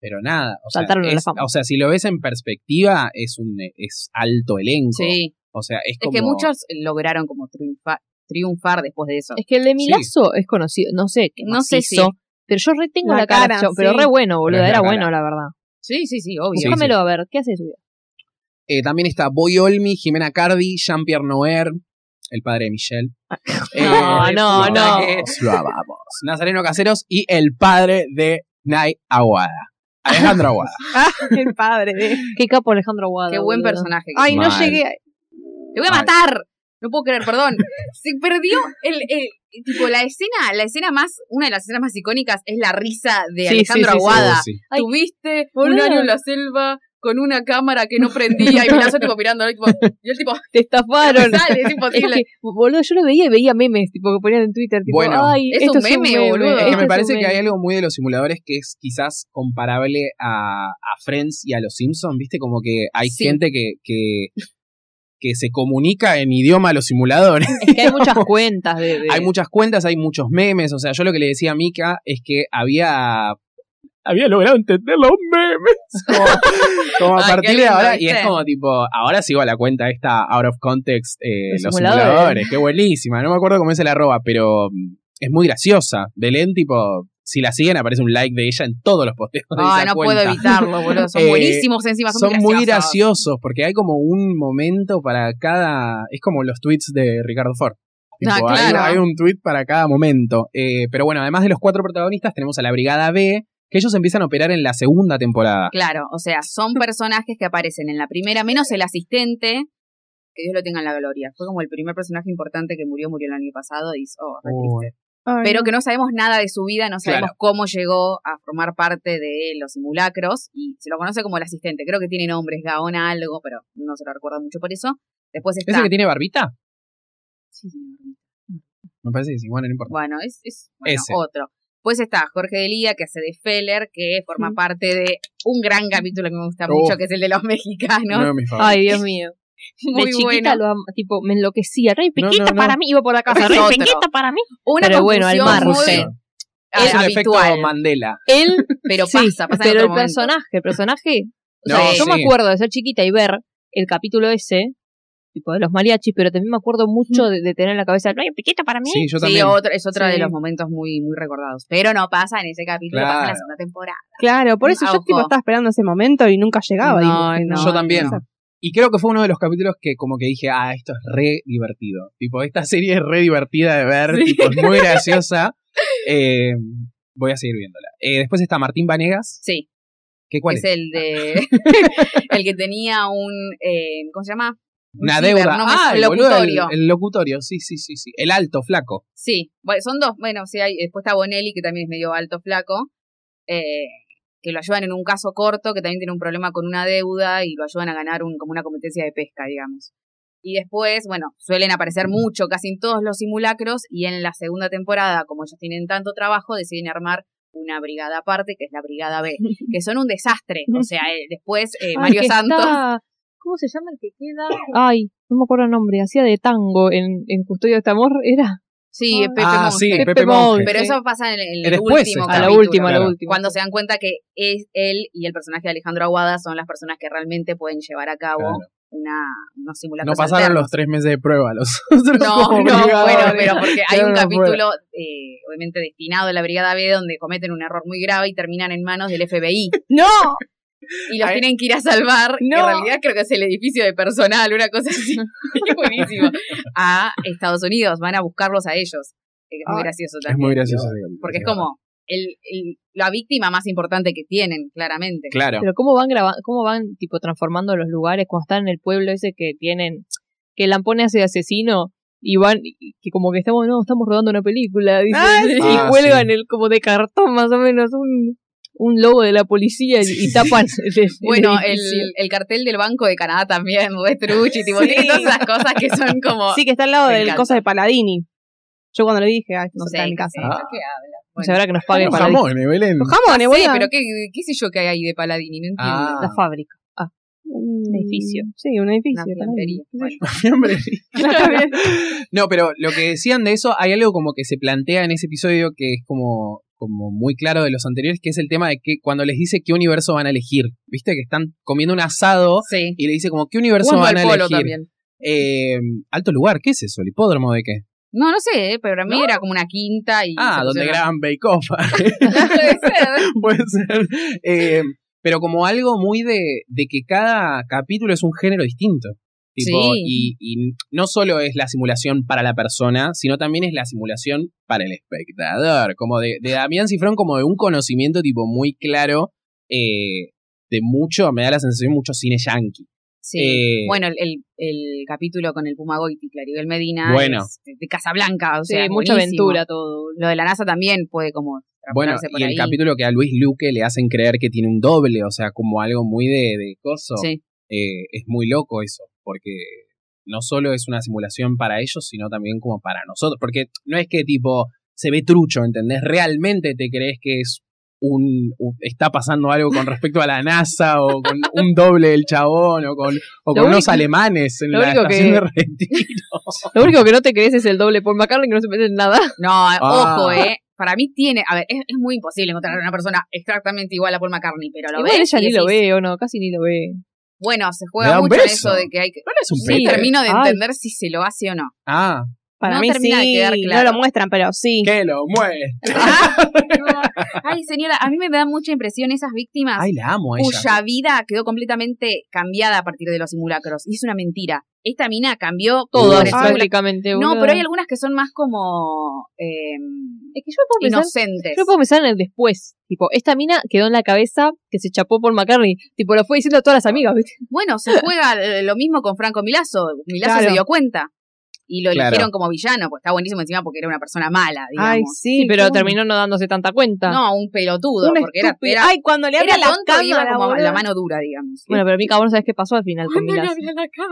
Speaker 1: pero nada. O sea,
Speaker 3: Saltaron a la
Speaker 1: es-
Speaker 3: fama.
Speaker 1: o sea, si lo ves en perspectiva, es un es alto elenco.
Speaker 2: Sí.
Speaker 1: O sea, es,
Speaker 2: Es
Speaker 1: como.
Speaker 2: que muchos lograron como triunfar, triunfar después de eso.
Speaker 3: Es que el de
Speaker 1: Sí.
Speaker 3: Milazo es conocido, no sé qué
Speaker 2: No sé
Speaker 3: macizo,
Speaker 2: si-
Speaker 3: Pero yo re tengo
Speaker 4: La
Speaker 3: la, cara,
Speaker 4: cara,
Speaker 3: chon- pero
Speaker 4: sí.
Speaker 3: re bueno, boludo.
Speaker 1: Pero es la
Speaker 3: Era
Speaker 1: cara.
Speaker 3: bueno, la verdad.
Speaker 2: Sí, sí, sí, obvio.
Speaker 1: Sí,
Speaker 3: Búscamelo a ver, ¿qué hace su vida?
Speaker 1: Eh, también está Boy Olmi, Jimena Cardi, Jean-Pierre Noer, el padre de Michelle. Eh,
Speaker 3: No, no, no.
Speaker 1: Lo amamos. Nazareno Caseros y el padre de Nay Aguada. Alejandro Aguada.
Speaker 4: El padre. de-
Speaker 3: Qué capo Alejandro Guado.
Speaker 2: Qué buen
Speaker 3: boludo.
Speaker 2: personaje. que
Speaker 4: Ay, no
Speaker 1: Mal.
Speaker 4: llegué. a-
Speaker 2: ¡Te voy a
Speaker 1: Ay.
Speaker 2: matar! No puedo creer, perdón. Se perdió el, el- tipo la escena, la escena más, una de las escenas más icónicas es la risa de
Speaker 3: Sí,
Speaker 2: Alejandro
Speaker 3: sí, sí, sí.
Speaker 2: Aguada.
Speaker 1: Sí, sí.
Speaker 3: Ay,
Speaker 2: Tuviste un
Speaker 3: boludo.
Speaker 2: año en la selva con una cámara que no prendía y Pilazo tipo mirando tipo, y él tipo
Speaker 3: Te
Speaker 2: "No
Speaker 3: estafaron.
Speaker 2: me sale, es
Speaker 3: Es
Speaker 2: imposible.
Speaker 3: que, boludo, yo lo veía y veía memes, tipo, que ponían en Twitter, tipo,
Speaker 1: Bueno.
Speaker 3: ay,
Speaker 2: Es
Speaker 3: esto
Speaker 2: un meme, boludo.
Speaker 1: Es que
Speaker 2: Este
Speaker 3: esto
Speaker 1: me
Speaker 3: un
Speaker 1: parece que
Speaker 3: meme.
Speaker 1: hay algo muy de los simuladores que es quizás comparable a, a Friends y a los Simpsons, ¿viste? Como que hay
Speaker 2: Sí.
Speaker 1: gente que, que, que se comunica en idioma a los simuladores.
Speaker 3: Es que hay muchas cuentas de... de-
Speaker 1: hay muchas cuentas, hay muchos memes. O sea, yo lo que le decía a Mika es que había. Había logrado entender los memes. Como, como a
Speaker 2: Ay, qué
Speaker 1: partir de
Speaker 2: lindo,
Speaker 1: ahora. Y
Speaker 2: ¿viste?
Speaker 1: es como tipo. Ahora sigo a la cuenta esta out of context. eh,
Speaker 3: Los
Speaker 1: los
Speaker 3: simuladores.
Speaker 1: simuladores. Qué buenísima. No me acuerdo cómo es el arroba, pero mm, es muy graciosa. Belén, tipo. Si la siguen, aparece un like de ella en todos los posteos. De
Speaker 2: Ay,
Speaker 1: esa
Speaker 2: no
Speaker 1: cuenta.
Speaker 2: puedo evitarlo, boludo. Son
Speaker 1: Eh,
Speaker 2: buenísimos encima, son,
Speaker 1: Son muy
Speaker 2: graciosos.
Speaker 1: graciosos porque hay como un momento para cada. Es como los tweets de Ricardo Ford.
Speaker 2: Ah,
Speaker 1: Tipo, hay-
Speaker 2: claro.
Speaker 1: hay, un tweet para cada momento. Eh, pero bueno, además de los cuatro protagonistas, tenemos a la Brigada B, que ellos empiezan a operar en la segunda temporada.
Speaker 2: Claro, o sea, son personajes que aparecen en la primera, menos el asistente, que Dios lo tenga en la gloria. Fue como el primer personaje importante que murió, murió el año pasado y oh, re triste.
Speaker 4: Ay,
Speaker 2: pero que no sabemos nada de su vida, no sabemos
Speaker 1: Claro.
Speaker 2: cómo llegó a formar parte de los simulacros y se lo conoce como el asistente. Creo que tiene nombres, Gaona algo, pero no se lo recuerda mucho por eso. Después
Speaker 1: ¿Es
Speaker 2: está.
Speaker 1: el que tiene barbita?
Speaker 2: Sí, tiene nombre.
Speaker 1: Me parece que sí, bueno, no importa.
Speaker 2: Bueno, es, es bueno,
Speaker 1: Ese.
Speaker 2: otro. Pues está Jorge Delía, que hace de Feller, que forma
Speaker 4: Mm.
Speaker 2: parte de un gran capítulo que me gusta
Speaker 1: Oh.
Speaker 2: mucho, que es el de los
Speaker 1: Uno
Speaker 2: mexicanos.
Speaker 1: de mis favoritos.
Speaker 3: Ay, Dios mío.
Speaker 2: Muy
Speaker 3: de
Speaker 2: bueno.
Speaker 3: chiquita lo am- tipo, me enloquecía. Rey
Speaker 1: No, no,
Speaker 3: piquita
Speaker 1: no.
Speaker 3: para mí, iba por la casa.
Speaker 2: Es
Speaker 3: Rey
Speaker 2: otro.
Speaker 3: piquita para mí.
Speaker 2: Una
Speaker 3: Pero bueno, al
Speaker 2: confusión
Speaker 3: margen.
Speaker 2: muy,
Speaker 1: Confusión.
Speaker 2: ah,
Speaker 1: es un efecto
Speaker 2: habitual,
Speaker 1: Mandela.
Speaker 3: Él,
Speaker 2: pero
Speaker 3: Sí,
Speaker 2: pasa, pasa en
Speaker 3: pero
Speaker 2: otro
Speaker 3: el
Speaker 2: momento.
Speaker 3: personaje, el personaje... O
Speaker 1: No,
Speaker 3: sea, yo me
Speaker 1: sí.
Speaker 3: acuerdo de ser chiquita y ver el capítulo ese, tipo, de los mariachis, pero también me acuerdo mucho de, de tener en la cabeza, Rey piquita para mí.
Speaker 1: Sí, yo
Speaker 2: Sí,
Speaker 1: también.
Speaker 2: otra- es otra de
Speaker 4: Sí.
Speaker 2: los momentos muy, muy recordados. Pero no pasa en ese capítulo, pasa en la
Speaker 1: Claro.
Speaker 2: segunda temporada.
Speaker 4: Claro, por eso
Speaker 2: Ah,
Speaker 4: yo
Speaker 2: ojo.
Speaker 4: tipo, estaba esperando ese momento y nunca llegaba.
Speaker 2: No,
Speaker 4: dije,
Speaker 2: no,
Speaker 1: Yo también.
Speaker 4: no.
Speaker 1: Y creo que fue uno de los capítulos que como que dije, ah, esto es re divertido. Tipo, esta serie es re divertida de ver,
Speaker 2: Sí.
Speaker 1: tipo, es muy graciosa. Eh, voy a seguir viéndola. Eh, después está Martín Vanegas,
Speaker 2: Sí,
Speaker 1: que cuál es?
Speaker 2: es el de. el que tenía un. eh, ¿Cómo se llama?
Speaker 1: Una
Speaker 2: ciber,
Speaker 1: deuda.
Speaker 2: no me-
Speaker 1: ah, el boludo,
Speaker 2: locutorio.
Speaker 1: el- el locutorio, sí, sí, sí, sí. El alto, flaco.
Speaker 2: Sí, bueno, son dos. Bueno, sí, hay, después está Bonelli, que también es medio alto, flaco. eh, que lo ayudan en un caso corto, que también tiene un problema con una deuda y lo ayudan a ganar un, como una competencia de pesca, digamos. Y después, bueno, suelen aparecer mucho, casi en todos los simulacros, y en la segunda temporada, como ellos tienen tanto trabajo, deciden armar una brigada aparte, que es la Brigada B, que son un desastre. O sea, eh, después eh,
Speaker 3: Ay,
Speaker 2: Mario
Speaker 3: que
Speaker 2: Santos...
Speaker 3: está- ¿Cómo se llama el que queda? Ay, no me acuerdo el nombre. Hacía de tango en, en Custodio de este Amor. Era
Speaker 2: Sí, Pepe
Speaker 1: ah,
Speaker 2: Monge.
Speaker 1: sí, Pepe,
Speaker 3: Pepe
Speaker 1: Monge.
Speaker 3: Monge.
Speaker 2: Pero
Speaker 3: Sí.
Speaker 2: eso pasa en el, en el
Speaker 1: Después
Speaker 2: último
Speaker 1: está.
Speaker 3: a la
Speaker 2: capítulo.
Speaker 3: última, a la
Speaker 1: Claro.
Speaker 3: última.
Speaker 2: cuando se dan cuenta que es él y el personaje de Alejandro Aguada son las personas que realmente pueden llevar a cabo
Speaker 1: Claro.
Speaker 2: una, unos simulacros.
Speaker 1: No pasaron los
Speaker 2: alternos.
Speaker 1: tres meses de prueba los otros
Speaker 2: No,
Speaker 1: como
Speaker 2: no, bueno,
Speaker 1: obligadores.
Speaker 2: pero porque hay
Speaker 1: Claro,
Speaker 2: un
Speaker 1: no
Speaker 2: capítulo, eh, obviamente, destinado a la Brigada B, donde cometen un error muy grave y terminan en manos del FBI.
Speaker 4: ¡No!
Speaker 2: Y los
Speaker 1: Ay.
Speaker 2: tienen que ir a salvar. que
Speaker 4: No.
Speaker 2: En realidad creo que es el edificio de personal, una cosa así. Buenísimo. A Estados Unidos, van a buscarlos a ellos. Es muy
Speaker 4: Ay.
Speaker 2: gracioso
Speaker 1: Ah, Es
Speaker 2: también.
Speaker 1: muy gracioso.
Speaker 2: Porque es como, el- el- la víctima más importante que tienen, claramente.
Speaker 1: Claro.
Speaker 3: Pero cómo van grabando, cómo van tipo transformando los lugares cuando están en el pueblo ese que tienen, que el Lampone hace de asesino y van, y que como que estamos, no, estamos rodando una película, dicen,
Speaker 4: Ah,
Speaker 3: y
Speaker 1: sí.
Speaker 3: cuelgan el como de cartón más o menos un, un logo de la policía y, y tapan el, el
Speaker 2: Bueno, el,
Speaker 3: edificio.
Speaker 2: el cartel del Banco de Canadá también, Retruchi, tipo, tiene
Speaker 4: Sí.
Speaker 2: todas esas cosas que son
Speaker 3: Ah,
Speaker 2: como.
Speaker 4: Sí, que está al lado
Speaker 2: Me
Speaker 4: del
Speaker 2: encanta.
Speaker 4: cosa de Paladini. Yo cuando le dije, ah, esto
Speaker 2: no
Speaker 4: no
Speaker 2: sé,
Speaker 4: está en mi
Speaker 2: qué
Speaker 4: casa.
Speaker 2: sé yo, ¿qué habla?
Speaker 3: O
Speaker 1: Pues
Speaker 2: Bueno,
Speaker 3: sea, habrá que nos pague
Speaker 1: Los
Speaker 3: para
Speaker 1: jamones, Belén.
Speaker 4: Los jamones,
Speaker 2: no sé,
Speaker 4: boluda.
Speaker 2: pero qué, qué sé yo que hay ahí de Paladini, no entiendo.
Speaker 1: Ah.
Speaker 3: la fábrica.
Speaker 4: Un
Speaker 3: edificio.
Speaker 4: Mm, Sí, un edificio.
Speaker 2: Una
Speaker 4: Paladini, qué sé
Speaker 2: fiambrería. Bueno.
Speaker 1: Hombre.
Speaker 4: yo. No, está bien.
Speaker 1: No, pero lo que decían de eso, hay algo como que se plantea en ese episodio que es como, como muy claro de los anteriores, que es el tema de que cuando les dice qué universo van a elegir, viste que están comiendo un asado
Speaker 2: Sí.
Speaker 1: y le dice como qué universo
Speaker 2: Jugando
Speaker 1: van
Speaker 2: al
Speaker 1: a
Speaker 2: polo
Speaker 1: elegir.
Speaker 2: también.
Speaker 1: Eh, alto lugar, ¿qué es eso? ¿El hipódromo de qué?
Speaker 2: No, no sé, eh, pero a mí era como una quinta y.
Speaker 1: Ah,
Speaker 2: se
Speaker 1: donde
Speaker 2: pusieron-
Speaker 1: graban Bake Off.
Speaker 2: Puede ser.
Speaker 1: Puede ser. Eh, pero como algo muy de, de que cada capítulo es un género distinto. Tipo,
Speaker 2: Sí.
Speaker 1: y, y no solo es la simulación para la persona, sino también es la simulación para el espectador. Como de, de Damián Cifrón, como de un conocimiento tipo muy claro eh, de mucho, me da la sensación, mucho cine yankee.
Speaker 2: Sí.
Speaker 1: Eh,
Speaker 2: bueno, el, el, el capítulo con el Puma Goiti, Claribel Medina,
Speaker 1: Bueno.
Speaker 2: es de, de Casablanca, o
Speaker 3: Sí,
Speaker 2: sea,
Speaker 3: mucha
Speaker 2: buenísimo.
Speaker 3: aventura todo. boludo.
Speaker 2: Lo de la NASA también puede como
Speaker 1: Bueno,
Speaker 2: extrapolarse por
Speaker 1: y el
Speaker 2: ahí.
Speaker 1: capítulo que a Luis Luque le hacen creer que tiene un doble, o sea, como algo muy de, de coso.
Speaker 2: Sí.
Speaker 1: Eh, es muy loco eso, porque no solo es una simulación para ellos, sino también como para nosotros. Porque no es que tipo se ve trucho, ¿entendés? Realmente te crees que es un, un- está pasando algo con respecto a la NASA o con un doble del chabón o con, o con
Speaker 3: Lo
Speaker 1: unos
Speaker 3: único-
Speaker 1: alemanes en
Speaker 3: lo
Speaker 1: la
Speaker 3: único
Speaker 1: estación
Speaker 3: que-
Speaker 1: de retiro.
Speaker 3: Lo único que no te crees es el doble Paul McCartney que no se parece en nada.
Speaker 2: No,
Speaker 1: Ah.
Speaker 2: ojo, eh. Para mí tiene, a ver, es, es muy imposible encontrar a una persona exactamente igual a Paul McCartney, pero lo
Speaker 3: Igual
Speaker 2: ves
Speaker 3: ella
Speaker 2: y
Speaker 3: ni lo
Speaker 2: decís,
Speaker 3: ve o no, casi ni lo ve.
Speaker 2: Bueno, se
Speaker 1: Le
Speaker 2: juega
Speaker 1: da un
Speaker 2: mucho en
Speaker 1: beso.
Speaker 2: eso de que hay que
Speaker 1: ¿No es un
Speaker 3: Sí,
Speaker 2: no
Speaker 1: pete?
Speaker 2: termino de
Speaker 3: Ay.
Speaker 2: entender si se lo hace o no.
Speaker 1: Ah,
Speaker 4: Para
Speaker 2: No
Speaker 4: mí sí,
Speaker 2: termina de quedar claro.
Speaker 4: no lo muestran, pero sí.
Speaker 1: que lo mueve.
Speaker 2: Ay, señora, a mí me da mucha impresión esas víctimas
Speaker 1: Ay, la amo a ella.
Speaker 2: cuya vida quedó completamente cambiada a partir de los simulacros. Y es una mentira. Esta mina cambió
Speaker 1: Todas,
Speaker 2: por el
Speaker 3: Todas,
Speaker 1: Ay,
Speaker 2: simulacro.
Speaker 3: prácticamente.
Speaker 2: Ah, No,
Speaker 3: boludo.
Speaker 2: pero hay algunas que son más como eh,
Speaker 3: Es que yo puedo pensar
Speaker 2: inocentes.
Speaker 3: Yo puedo pensar en el después. Tipo, esta mina quedó en la cabeza que se chapó por McCartney. Tipo, lo fue diciendo a todas las amigas, ¿viste?
Speaker 2: Bueno, se juega eh, lo mismo con Franco Milazzo. Milazzo
Speaker 4: Claro.
Speaker 2: se dio cuenta. Y lo
Speaker 1: Claro.
Speaker 2: eligieron como villano, pues está buenísimo encima porque era una persona mala, digamos.
Speaker 4: Ay, sí.
Speaker 3: Sí, pero
Speaker 4: cómo-
Speaker 3: terminó no dándose tanta cuenta.
Speaker 2: No, un pelotudo,
Speaker 4: Un
Speaker 2: porque era,
Speaker 4: estúpido.
Speaker 2: era,
Speaker 4: Ay, cuando le
Speaker 2: era
Speaker 4: habla a la
Speaker 2: tonto y iba
Speaker 4: cámara,
Speaker 2: como a
Speaker 4: boludo.
Speaker 2: la mano dura, digamos.
Speaker 3: Bueno, pero mi cabrón, ¿sabes qué pasó al final con Milaz?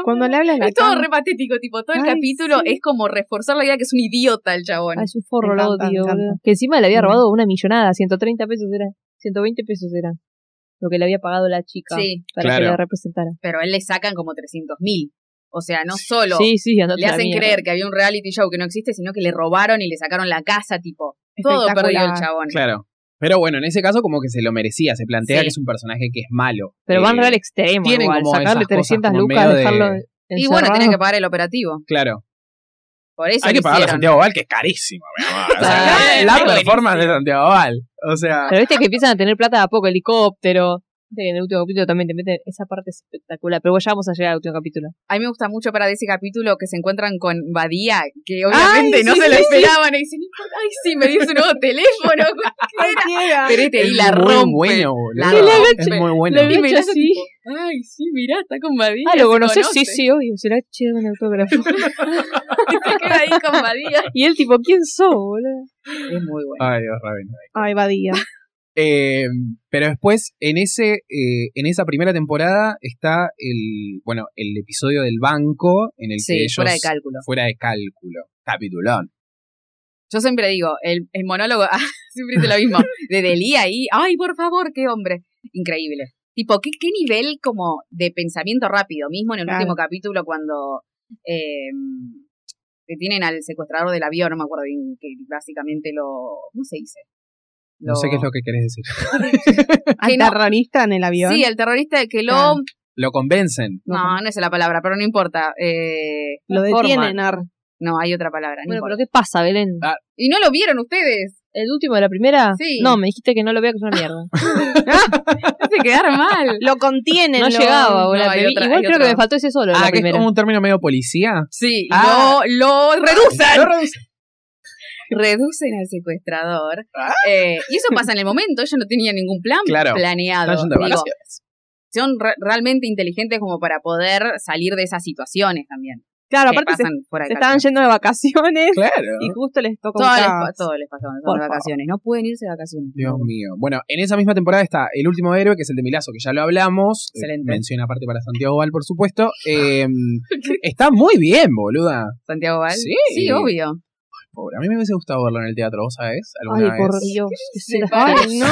Speaker 4: Cuando le habla a la
Speaker 2: Es todo
Speaker 4: cámara.
Speaker 2: re patético, tipo, todo el
Speaker 4: Ay,
Speaker 2: capítulo
Speaker 4: sí.
Speaker 2: es como reforzar la idea que es un idiota el chabón.
Speaker 3: Ay, es un forro,
Speaker 4: Me
Speaker 3: lo
Speaker 4: encanta,
Speaker 3: odio,
Speaker 4: me encanta.
Speaker 3: boludo. Que encima le había
Speaker 4: Mm.
Speaker 3: robado una millonada, 130 pesos era. 120 pesos era lo que le había pagado la chica
Speaker 2: sí,
Speaker 3: para que
Speaker 1: Claro.
Speaker 3: la representara.
Speaker 2: pero a él le sacan como 300 mil. O sea, no solo
Speaker 3: Sí, sí, andate
Speaker 2: le
Speaker 3: a la
Speaker 2: hacen
Speaker 3: mierda.
Speaker 2: creer que había un reality show que no existe, sino que le robaron y le sacaron la casa, tipo, todo
Speaker 4: Espectacular.
Speaker 2: perdió el chabón.
Speaker 1: Claro. Pero bueno, en ese caso como que se lo merecía, se plantea
Speaker 2: Sí.
Speaker 1: que es un personaje que es malo.
Speaker 3: Pero
Speaker 1: Eh,
Speaker 3: van real extremo,
Speaker 1: tienen
Speaker 3: igual.
Speaker 1: como
Speaker 3: Sacarle
Speaker 1: esas cosas,
Speaker 3: 300
Speaker 1: como
Speaker 3: lucas,
Speaker 1: medio de-
Speaker 3: dejarlo.
Speaker 2: Y bueno, tenés
Speaker 3: encerrado.
Speaker 2: que pagar el operativo.
Speaker 1: Claro.
Speaker 2: Por eso
Speaker 1: Hay que
Speaker 2: lo
Speaker 1: pagarle a
Speaker 2: hicieron.
Speaker 1: Santiago Val, que es carísimo, mi amor. O sea,
Speaker 3: Ah,
Speaker 1: la,
Speaker 2: es
Speaker 1: la performance de Santiago Val. O sea,
Speaker 3: Pero viste que empiezan a tener plata de a poco, helicóptero. Viste que en el último capítulo también te meten. Esa parte es espectacular. Pero bueno, ya vamos a llegar al último capítulo.
Speaker 2: A mí me gusta mucho para de ese capítulo que se encuentran con Badía, que obviamente no
Speaker 4: sí,
Speaker 2: se lo
Speaker 4: sí, sí.
Speaker 2: esperaban. Y dicen, ay, sí, me dio su nuevo teléfono.
Speaker 4: Ay, ciega.
Speaker 2: Pero este ahí la
Speaker 1: muy
Speaker 2: rompe.
Speaker 1: bueno, boludo.
Speaker 2: La rompe.
Speaker 1: Es muy bueno.
Speaker 3: La
Speaker 2: Y
Speaker 3: vi-
Speaker 2: mirá
Speaker 3: Sí.
Speaker 2: tipo, ay, sí, mirá, está con Badía.
Speaker 3: Ah, ¿lo
Speaker 2: se
Speaker 3: conoces? Sí,
Speaker 2: conoce".
Speaker 3: sí, obvio. Será chido un autógrafo.
Speaker 2: Se queda ahí con Badía.
Speaker 3: y él, tipo, ¿quién sos, boludo?
Speaker 2: Es muy bueno.
Speaker 1: Ay, Dios, Ravena.
Speaker 4: Ay, Badía.
Speaker 1: Eh, pero después, en ese, eh, en esa primera temporada, está el, bueno, el episodio del banco, en el que
Speaker 2: Sí,
Speaker 1: ellos
Speaker 2: fuera de cálculo.
Speaker 1: fuera de cálculo. Capitulón.
Speaker 2: Yo siempre digo, el, el monólogo, ah, siempre dice lo mismo, de Delí ahí, ay, por favor, qué hombre. Increíble. Tipo, qué, qué nivel como de pensamiento rápido, mismo en el
Speaker 4: Claro.
Speaker 2: último capítulo cuando eh, que tienen al secuestrador del avión, no me acuerdo bien, que básicamente lo, ¿cómo se dice?
Speaker 1: No sé qué es lo que querés decir.
Speaker 4: Al
Speaker 2: no.
Speaker 4: terrorista en el avión.
Speaker 2: Sí, el terrorista que lo...
Speaker 4: Ah.
Speaker 1: Lo convencen.
Speaker 2: No, no es la palabra, pero no importa. Eh,
Speaker 4: lo
Speaker 3: forma.
Speaker 4: detienen. ar.
Speaker 2: no, hay otra palabra. no
Speaker 3: Bueno, pero
Speaker 2: importa.
Speaker 3: ¿qué pasa, Belén?
Speaker 1: Ah.
Speaker 2: Y no lo vieron ustedes.
Speaker 3: ¿El último de la primera?
Speaker 2: Sí.
Speaker 3: No, me dijiste que no lo vea, que es una mierda.
Speaker 2: Se quedaron mal.
Speaker 4: Lo contienen.
Speaker 3: no
Speaker 4: lo-
Speaker 3: llegaba,
Speaker 2: no,
Speaker 3: boludo.
Speaker 2: hay
Speaker 3: Me vi-
Speaker 2: otra-
Speaker 3: Igual
Speaker 2: hay
Speaker 3: creo
Speaker 2: otra.
Speaker 3: que me faltó ese solo en
Speaker 1: Ah,
Speaker 3: la
Speaker 1: que es
Speaker 3: primera.
Speaker 1: como un término medio policía.
Speaker 2: Sí,
Speaker 1: Ah.
Speaker 2: lo, lo reducen.
Speaker 1: No reduce-
Speaker 2: reducen al secuestrador.
Speaker 4: Ah.
Speaker 2: Eh, y eso pasa en el momento, ella no tenía ningún plan
Speaker 1: Claro.
Speaker 2: planeado.
Speaker 1: Están yendo de
Speaker 2: Ah, Digo,
Speaker 1: vacaciones.
Speaker 2: son re- realmente inteligentes como para poder salir de esas situaciones también.
Speaker 4: Claro,
Speaker 2: que
Speaker 4: aparte se,
Speaker 2: pasan por
Speaker 4: se
Speaker 2: acá.
Speaker 4: estaban yendo de vacaciones
Speaker 1: Claro.
Speaker 4: y justo les tocó
Speaker 2: Todo
Speaker 4: un
Speaker 2: les,
Speaker 4: caos.
Speaker 2: pa- todo les pasa cuando
Speaker 4: Por
Speaker 2: son de
Speaker 4: favor.
Speaker 2: vacaciones. No pueden irse de vacaciones.
Speaker 1: Dios mío. Bueno, en esa misma temporada está El último héroe, que es el de Milazo, que ya lo hablamos. Eh,
Speaker 2: Excelente.
Speaker 1: mención aparte para Santiago Val, por supuesto. Eh, está muy bien, boluda.
Speaker 2: Santiago Val.
Speaker 1: Sí.
Speaker 2: obvio.
Speaker 1: Pobre, a mí me hubiese gustado verlo en el teatro, ¿vos sabés?
Speaker 3: Ay,
Speaker 1: ¿Alguna
Speaker 3: por
Speaker 1: vez?
Speaker 3: Dios. que se la-
Speaker 4: Ay, no.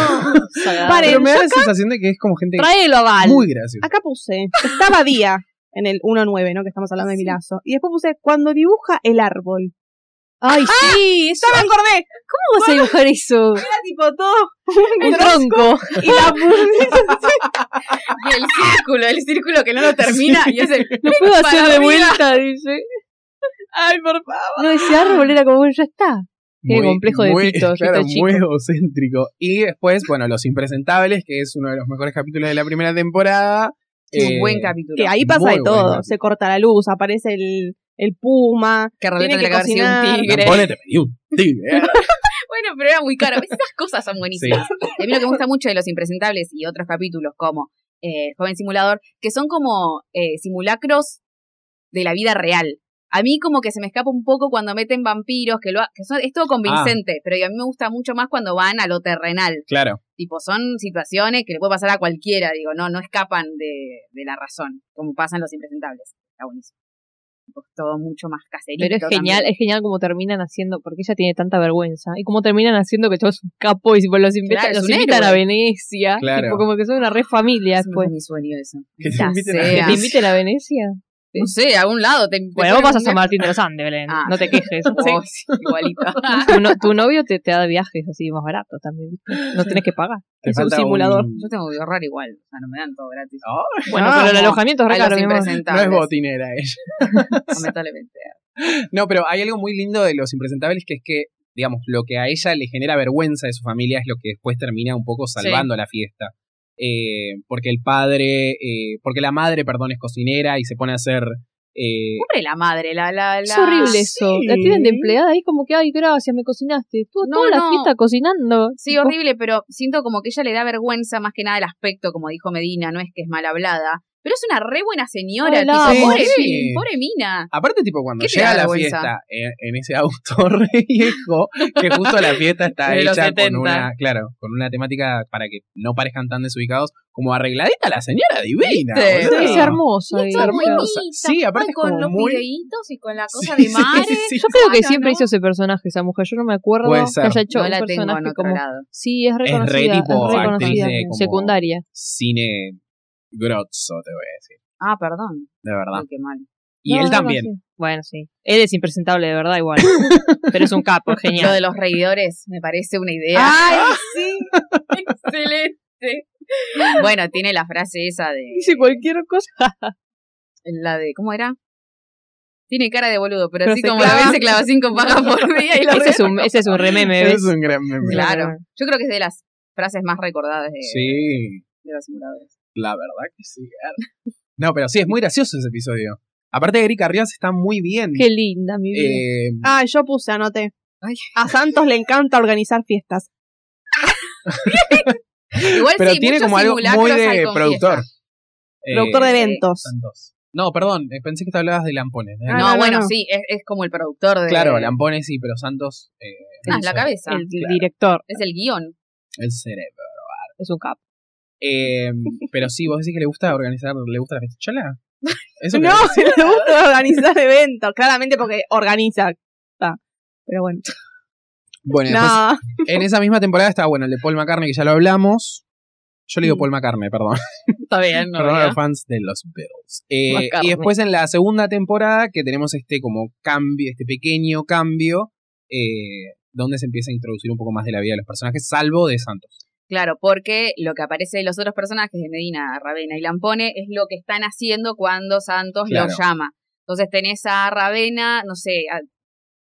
Speaker 4: Paren,
Speaker 1: Pero me da
Speaker 4: yo
Speaker 1: la sensación de que es como gente
Speaker 3: Tráelo a Val.
Speaker 1: muy graciosa.
Speaker 4: Acá puse, estaba día en el 1.9, ¿no? Que estamos hablando de Milazo. Y después puse, cuando dibuja el árbol.
Speaker 2: Ah,
Speaker 3: Ay, sí. Eso,
Speaker 4: Ya me
Speaker 3: ay,
Speaker 4: acordé.
Speaker 3: ¿Cómo vas a dibujar eso?
Speaker 4: Era tipo todo un
Speaker 3: El
Speaker 4: tronco.
Speaker 3: tronco.
Speaker 4: Y la pude-
Speaker 2: Y el círculo, el círculo que no lo termina y es el.
Speaker 3: No puedo
Speaker 2: Para
Speaker 3: hacer de
Speaker 2: arriba.
Speaker 3: vuelta, dice.
Speaker 4: Ay, por favor.
Speaker 3: No,
Speaker 2: Ah.
Speaker 3: ese árbol era como, ya está. Qué
Speaker 1: Muy-
Speaker 3: complejo de
Speaker 1: muy-
Speaker 3: Tito, yo
Speaker 1: claro,
Speaker 3: estoy chico.
Speaker 1: muy egocéntrico. Y después, bueno, Los Impresentables, que es uno de los mejores capítulos de la primera temporada.
Speaker 2: Un
Speaker 1: Eh,
Speaker 2: buen capítulo.
Speaker 4: Que
Speaker 2: Que,
Speaker 4: ahí pasa
Speaker 1: Muy
Speaker 4: de todo.
Speaker 1: buena.
Speaker 4: Se corta la luz, aparece el, el puma.
Speaker 2: Roleta
Speaker 4: tiene
Speaker 2: tendría
Speaker 4: que
Speaker 2: que haber sido un
Speaker 4: cocinar.
Speaker 2: tigre.
Speaker 1: Lampone, te pedí un tigre. ¿eh?
Speaker 2: Bueno, pero era muy caro. Esas cosas son buenísimas. Y A mí lo que me gusta mucho de Los Impresentables y otros capítulos como eh, El Joven Simulador, que son como eh, simulacros de la vida real. A mí como que se me escapa un poco cuando meten vampiros, que, lo ha- que son, es todo convincente,
Speaker 1: Ah.
Speaker 2: pero digo, a mí me gusta mucho más cuando van a lo terrenal.
Speaker 1: Claro.
Speaker 2: Tipo, son situaciones que le puede pasar a cualquiera, digo, no, no escapan de, de la razón, como pasan Los Impresentables. Está buenísimo. Tipo, todo mucho más caserito.
Speaker 3: Pero es
Speaker 2: también.
Speaker 3: genial, es genial cómo terminan haciendo, porque ella tiene tanta vergüenza, y cómo terminan haciendo que todos son capos y tipo, los, invita-
Speaker 2: Claro, es
Speaker 3: los
Speaker 2: un
Speaker 3: invitan
Speaker 2: héroe.
Speaker 3: a Venecia,
Speaker 1: Claro.
Speaker 3: tipo, como que son una re familia
Speaker 2: Es
Speaker 3: después.
Speaker 2: mi sueño eso.
Speaker 1: Que te
Speaker 2: Ya
Speaker 1: inviten a-
Speaker 2: sea.
Speaker 3: pues. ¿Que te inviten a Venecia?
Speaker 2: No sé, a un lado. Te, te
Speaker 3: Bueno,
Speaker 2: ponen
Speaker 3: vos vas a
Speaker 2: un-
Speaker 3: San Martín de los Andes, Belén,
Speaker 2: Ah.
Speaker 3: no te quejes.
Speaker 2: Oh, sí, igualito.
Speaker 3: Tu, no- tu novio te, te da viajes así más baratos también, ¿viste? no tenés que pagar.
Speaker 1: Te
Speaker 4: Es un
Speaker 1: falta
Speaker 4: simulador.
Speaker 2: Yo tengo que ahorrar igual. O sea, no me dan todo gratis.
Speaker 1: Ah,
Speaker 3: Bueno,
Speaker 1: ah,
Speaker 3: pero el
Speaker 2: no,
Speaker 3: alojamiento es re
Speaker 2: a
Speaker 3: caro,
Speaker 2: los
Speaker 3: mi amor.
Speaker 1: no
Speaker 2: impresentables.
Speaker 1: es botinera ella.
Speaker 2: Lamentablemente.
Speaker 1: No, pero hay algo muy lindo de los impresentables que es que, digamos, lo que a ella le genera vergüenza de su familia es lo que después termina un poco salvando la fiesta. Eh, porque el padre, eh, porque la madre, perdón, es cocinera y se pone a hacer... eh,
Speaker 2: Pobre la madre, la, la, la.
Speaker 3: Es horrible eso. La tienen de
Speaker 4: Sí.
Speaker 3: empleada ahí como que, ay, gracias, me cocinaste. Estuvo
Speaker 2: No,
Speaker 3: toda
Speaker 2: no.
Speaker 3: la fiesta cocinando.
Speaker 2: Sí,
Speaker 3: Tipo,
Speaker 2: horrible, pero siento como que ella le da vergüenza más que nada el aspecto, como dijo Medina, no es que es mal hablada. Pero es una re buena señora,
Speaker 3: Ay,
Speaker 2: tipo,
Speaker 3: la
Speaker 1: amo.
Speaker 2: pobre,
Speaker 1: Sí.
Speaker 2: pobre mina.
Speaker 1: Aparte, tipo, cuando
Speaker 2: ¿Qué te
Speaker 1: llega
Speaker 2: da
Speaker 1: a la
Speaker 2: vergüenza?
Speaker 1: fiesta en, en ese auto re viejo, que justo la fiesta está
Speaker 2: De los
Speaker 1: hecha con
Speaker 2: 70.
Speaker 1: una, claro, con una temática para que no parezcan tan desubicados, como arregladita la señora divina.
Speaker 2: ¿Viste?
Speaker 1: boludo.
Speaker 3: Es hermoso.
Speaker 2: Y
Speaker 3: ahí.
Speaker 2: todo
Speaker 1: hermosa.
Speaker 2: muy bonita.
Speaker 1: Sí, aparte es
Speaker 2: con
Speaker 1: como
Speaker 2: los
Speaker 1: muy-
Speaker 2: videitos y con la cosa
Speaker 1: Sí,
Speaker 2: de
Speaker 1: sí,
Speaker 2: mare.
Speaker 1: sí, sí.
Speaker 3: Yo creo que
Speaker 2: Saca,
Speaker 3: siempre
Speaker 2: ¿no?
Speaker 3: hizo ese personaje esa mujer. Yo no me acuerdo
Speaker 1: Puede
Speaker 3: que
Speaker 1: ser.
Speaker 3: haya hecho
Speaker 2: No
Speaker 3: un
Speaker 2: la tengo
Speaker 3: personaje
Speaker 2: en otro
Speaker 3: como.
Speaker 2: lado.
Speaker 3: Sí, es
Speaker 1: re
Speaker 3: reconocida.
Speaker 1: tipo
Speaker 3: es
Speaker 1: actriz
Speaker 3: reconocida.
Speaker 1: de como-
Speaker 3: Secundaria.
Speaker 1: Cine grotso, te voy a decir,
Speaker 2: Ah, perdón.
Speaker 1: de verdad.
Speaker 2: Ay, qué mal.
Speaker 1: Y
Speaker 3: No,
Speaker 1: él
Speaker 3: no,
Speaker 1: también.
Speaker 3: no, sí. Bueno, sí. Él es impresentable, de verdad, igual. Pero es un capo, es
Speaker 2: Lo
Speaker 3: genial. Ah,
Speaker 2: de los reidores me parece una idea.
Speaker 4: Ay, sí.
Speaker 2: Excelente. Bueno, tiene la frase esa de
Speaker 3: Dice cualquier cosa.
Speaker 2: la de ¿cómo era? Tiene cara de boludo, pero,
Speaker 3: Pero
Speaker 2: así
Speaker 3: se
Speaker 2: como
Speaker 3: clava.
Speaker 2: la vez se clava cinco pajas por día y lo
Speaker 3: Ese es
Speaker 2: re-
Speaker 3: un, ese es un rememe,
Speaker 1: Ese
Speaker 3: ¿ves?
Speaker 1: es un gran meme.
Speaker 3: Claro.
Speaker 2: Claro. Yo creo que es de las frases más recordadas de,
Speaker 1: Sí,
Speaker 2: de los simuladores.
Speaker 1: la verdad que sí. er. No, pero sí, es muy gracioso ese episodio. Aparte de Erika Rivas está muy bien.
Speaker 3: Qué linda, mi vida.
Speaker 1: Eh,
Speaker 4: Ay, Mm. Ah, yo puse, anoté.
Speaker 2: Ay.
Speaker 4: A Santos le encanta organizar fiestas.
Speaker 2: Igual
Speaker 1: pero
Speaker 2: sí,
Speaker 1: tiene
Speaker 2: muchos
Speaker 1: como algo muy
Speaker 2: simulacros hay
Speaker 1: de
Speaker 2: con
Speaker 1: productor.
Speaker 2: fiesta.
Speaker 1: Eh,
Speaker 4: Productor de
Speaker 2: sí.
Speaker 4: eventos.
Speaker 1: Santos. No, perdón, eh, pensé que te hablabas de Lampones. ¿eh?
Speaker 4: Ah,
Speaker 2: No,
Speaker 4: no,
Speaker 2: bueno,
Speaker 4: no.
Speaker 2: sí, es, es como el productor de
Speaker 1: claro,
Speaker 2: Ah,
Speaker 1: Lampones sí, pero Santos eh,
Speaker 2: es la cabeza,
Speaker 3: el director
Speaker 2: es el guión.
Speaker 1: el cerebro.
Speaker 3: es un capo.
Speaker 1: Eh, pero sí, vos decís que le gusta organizar, le gusta la fiesta chola. Eso que-
Speaker 4: No, le gusta organizar eventos, claramente porque organiza. Ah, Pero bueno.
Speaker 1: Bueno, después,
Speaker 4: No,
Speaker 1: en esa misma temporada está bueno el de Paul McCartney, que ya lo hablamos. Yo le digo
Speaker 4: Mm.
Speaker 1: Paul McCartney, perdón.
Speaker 2: Está bien,
Speaker 1: perdón a los fans de los Beatles. Eh,
Speaker 3: McCartney.
Speaker 1: y después en la segunda temporada que tenemos este como cambio, este pequeño cambio, eh, donde se empieza a introducir un poco más de la vida de los personajes, salvo de Santos.
Speaker 2: Claro, porque lo que aparece de los otros personajes de Medina, Ravena y Lampone es lo que están haciendo cuando Santos
Speaker 1: Claro.
Speaker 2: lo llama. Entonces tenés a Ravena, no sé, a-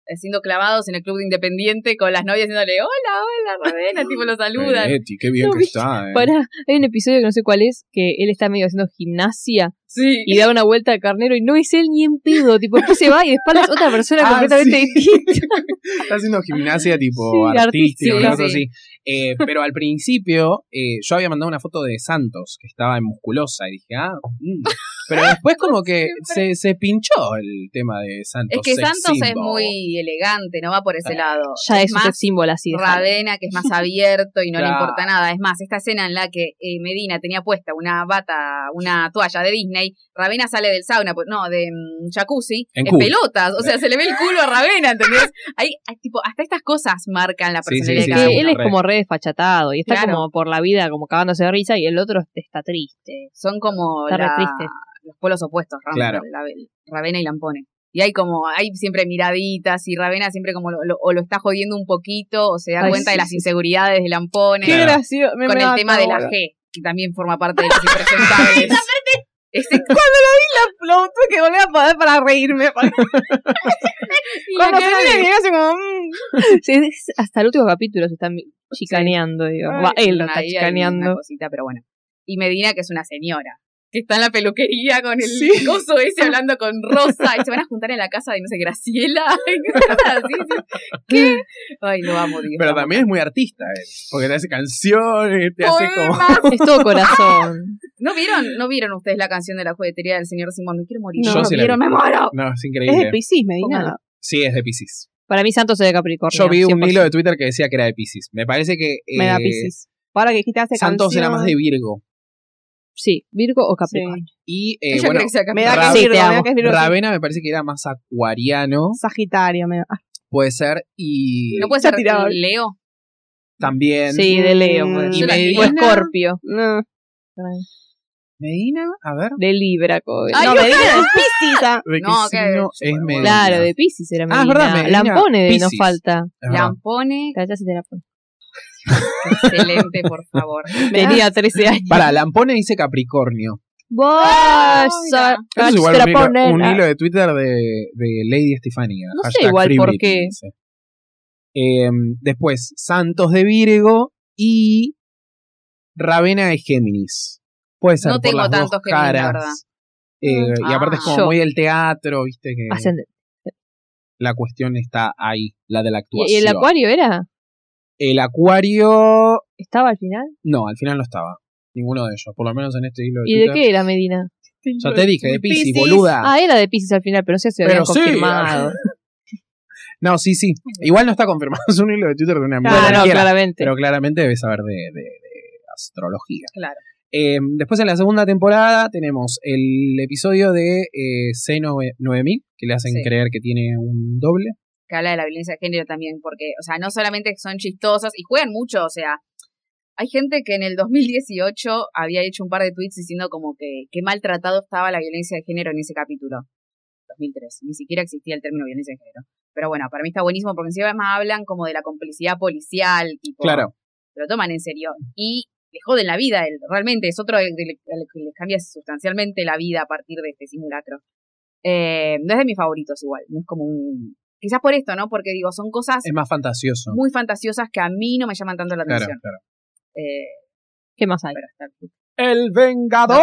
Speaker 2: eh, siendo clavados en el club de independiente con las novias diciéndole, hola, hola, Ravena, tipo lo saludan.
Speaker 1: Benedetti, Eh, qué bien
Speaker 3: No,
Speaker 1: que
Speaker 3: viste,
Speaker 1: está. eh.
Speaker 3: Pará, hay un episodio que no sé cuál es, que él está medio haciendo gimnasia
Speaker 2: Sí.
Speaker 3: y da una vuelta de carnero y no es él ni en pedo, tipo, después se va y de espaldas otra persona
Speaker 1: Ah,
Speaker 3: completamente
Speaker 1: sí.
Speaker 3: distinta.
Speaker 1: Está haciendo gimnasia tipo
Speaker 3: Sí,
Speaker 1: artística, una
Speaker 2: artística,
Speaker 1: cosa
Speaker 2: sí.
Speaker 1: así. Eh, pero al principio eh, yo había mandado una foto de Santos, que estaba en musculosa, y dije, ah, mm. pero después como que se, se pinchó el tema de Santos.
Speaker 2: Es que
Speaker 1: sex
Speaker 2: Santos es
Speaker 1: symbol.
Speaker 2: muy elegante, no va por ese
Speaker 1: Ah,
Speaker 2: lado.
Speaker 3: Ya es
Speaker 2: más
Speaker 3: un símbolo así. de
Speaker 2: Ravena, que es más abierto y no le
Speaker 1: Claro.
Speaker 2: importa nada. Es más, esta escena en la que eh, Medina tenía puesta una bata, una toalla de Disney, Ravena sale del sauna, pues, no, de mm, jacuzzi,
Speaker 1: En
Speaker 2: en,
Speaker 1: culo.
Speaker 2: pelotas. O sea, se le ve el culo a Ravena, ¿entendés? Ahí, ah, tipo, hasta estas cosas marcan la
Speaker 1: Sí, sí, sí,
Speaker 2: personalidad de
Speaker 3: Porque
Speaker 2: cada
Speaker 1: sí.
Speaker 2: uno.
Speaker 3: él
Speaker 1: una
Speaker 3: es
Speaker 1: red.
Speaker 3: como re desfachatado y está
Speaker 2: Claro.
Speaker 3: como por la vida, como cagándose de risa y el otro está triste.
Speaker 2: Son como
Speaker 3: Está re
Speaker 2: la-
Speaker 3: triste.
Speaker 2: los polos opuestos, Ram-
Speaker 1: Claro.
Speaker 2: la- Ravena y Lampone. Y hay como, hay siempre miraditas y Ravena siempre como lo, lo- o lo está jodiendo un poquito o se da
Speaker 3: Ay,
Speaker 2: cuenta de
Speaker 3: sí,
Speaker 2: las
Speaker 3: sí.
Speaker 2: inseguridades de Lampone.
Speaker 4: Qué
Speaker 1: Claro.
Speaker 4: gracioso. Me-
Speaker 2: con
Speaker 4: me
Speaker 2: el
Speaker 4: mata,
Speaker 2: tema de la
Speaker 4: boludo.
Speaker 2: G, que también forma parte de los impresentables. Ese-
Speaker 4: Lo tuve que volver a poder para reírme. para- Cuando se me viene hace como... mm,
Speaker 3: Sí, es- hasta el último capítulo se están chicaneando, digamos. Va,
Speaker 2: Ay,
Speaker 3: él lo está
Speaker 2: ahí hay una
Speaker 3: chicaneando.
Speaker 2: cosita, pero bueno. Y Medina, que es una señora, que está en la peluquería con el
Speaker 4: Sí.
Speaker 2: coso ese hablando con Rosa, y se van a juntar en la casa de, no sé, Graciela. y cosas así, sí. ¿Qué? Ay, lo amo, Dios.
Speaker 1: Pero
Speaker 2: lo amo.
Speaker 1: también es muy artista, él, porque te hace canciones, te hace como...
Speaker 2: Poemas.
Speaker 3: Es todo corazón.
Speaker 2: ¿No vieron, ¿No vieron ustedes la canción de la juguetería del señor Simón? Me quiero morir.
Speaker 1: Yo
Speaker 2: No,
Speaker 1: sí la
Speaker 2: vieron,
Speaker 1: vi.
Speaker 2: me muero.
Speaker 1: No, es
Speaker 4: Es de
Speaker 1: increíble.
Speaker 4: Piscis, Medina.
Speaker 3: Póngalo.
Speaker 1: Sí, es de Pisces.
Speaker 3: Para mí Santos es de Capricornio.
Speaker 1: Yo vi un
Speaker 3: 100%.
Speaker 1: hilo de Twitter que decía que era de Pisces. Me parece que eh,
Speaker 4: Me da Piscis. Ahora que dijiste hace
Speaker 1: Santos era más de Virgo.
Speaker 3: Sí, Virgo o
Speaker 4: Sí.
Speaker 3: Capricornio.
Speaker 1: Y eh,
Speaker 2: Yo
Speaker 1: bueno,
Speaker 2: creo que se acaba.
Speaker 4: Me da
Speaker 1: Ra-
Speaker 4: que es
Speaker 3: Sí,
Speaker 4: Virgo,
Speaker 3: te
Speaker 4: me da
Speaker 3: amo.
Speaker 4: que es Virgo.
Speaker 1: Ravena me parece que era más acuariano,
Speaker 4: Sagitario. Me da. ah,
Speaker 1: puede ser, y
Speaker 2: ¿No puede
Speaker 4: Ya
Speaker 2: ser
Speaker 4: tiraba.
Speaker 2: Leo?
Speaker 1: también...
Speaker 3: Sí, de Leo.
Speaker 4: Mm.
Speaker 3: pues.
Speaker 1: Y
Speaker 3: O
Speaker 1: Medina.
Speaker 3: Escorpio.
Speaker 4: No.
Speaker 1: Medina, a ver.
Speaker 3: De Libra, cobre.
Speaker 2: Ay,
Speaker 4: No,
Speaker 2: ojalá.
Speaker 4: Medina es Piscis. ah.
Speaker 1: ¿De
Speaker 2: No,
Speaker 1: qué
Speaker 2: que-
Speaker 1: signo es
Speaker 2: bueno.
Speaker 1: Medina?
Speaker 3: Claro, de Pisces era Medina.
Speaker 1: Ah, es verdad, Medina,
Speaker 3: Lampone de- nos
Speaker 1: Piscis.
Speaker 3: falta.
Speaker 1: Es verdad.
Speaker 2: Lampone,
Speaker 3: Calla si te la pone.
Speaker 2: excelente, por favor.
Speaker 3: Tenía 13 años.
Speaker 1: Para, Lampone dice Capricornio.
Speaker 2: Ah, mira.
Speaker 3: Vaya,
Speaker 1: Eso es igual
Speaker 3: te
Speaker 1: un
Speaker 3: la
Speaker 1: hilo,
Speaker 3: ponen,
Speaker 1: un
Speaker 3: ah.
Speaker 1: hilo de Twitter de, de Lady Estefanía.
Speaker 3: No sé igual por qué.
Speaker 1: Em, después, Santos de Virgo y Ravena de Géminis. Puede ser
Speaker 2: No
Speaker 1: por
Speaker 2: tengo
Speaker 1: las dos
Speaker 2: tantos Géminis, la
Speaker 1: caras.
Speaker 2: verdad.
Speaker 1: Eh, y
Speaker 2: Ah.
Speaker 1: aparte es como
Speaker 3: Yo.
Speaker 1: muy el teatro, viste que
Speaker 3: Ascendente.
Speaker 1: la cuestión está ahí, la de la actuación.
Speaker 3: ¿Y el acuario era?
Speaker 1: El acuario...
Speaker 3: ¿Estaba al final?
Speaker 1: No, al final no estaba. Ninguno de ellos, por lo menos en este hilo de
Speaker 3: ¿Y de
Speaker 1: Twitter.
Speaker 3: qué era Medina?
Speaker 1: Ya te dije, de Piscis,
Speaker 4: Piscis.
Speaker 1: boluda.
Speaker 3: Ah, era de Pisces al final, pero no sé si lo
Speaker 1: Pero
Speaker 3: habían
Speaker 1: sí.
Speaker 3: confirmado.
Speaker 1: No, sí, sí. Igual no está confirmado, es un hilo de Twitter de una
Speaker 4: Claro,
Speaker 1: mujer
Speaker 3: Bueno, no,
Speaker 1: cualquiera,
Speaker 3: claramente.
Speaker 1: Pero claramente debe saber de, de- de astrología.
Speaker 2: Claro.
Speaker 1: Eh, después en la segunda temporada tenemos el episodio de eh, C9000, que le hacen
Speaker 2: Sí.
Speaker 1: creer que tiene un doble.
Speaker 2: que habla de la violencia de género también, porque, o sea, no solamente son chistosos y juegan mucho, o sea, hay gente que en el 2018 había hecho un par de tweets diciendo como que qué maltratado estaba la violencia de género en ese capítulo. 2003, ni siquiera existía el término violencia de género. Pero bueno, para mí está buenísimo porque encima además hablan como de la complicidad policial, tipo,
Speaker 1: Claro,
Speaker 2: se lo toman en serio y le joden la vida, él, realmente es otro del- del- al que les cambia sustancialmente la vida a partir de este simulacro. Eh, no es de mis favoritos igual, no es como un... Quizás por esto, ¿no? Porque digo, son cosas
Speaker 1: es más fantasioso.
Speaker 2: muy fantasiosas que a mí no me llaman tanto la
Speaker 1: Claro,
Speaker 2: atención.
Speaker 1: claro.
Speaker 2: Eh,
Speaker 3: ¿Qué más hay?
Speaker 2: pero está bien.
Speaker 1: El Vengador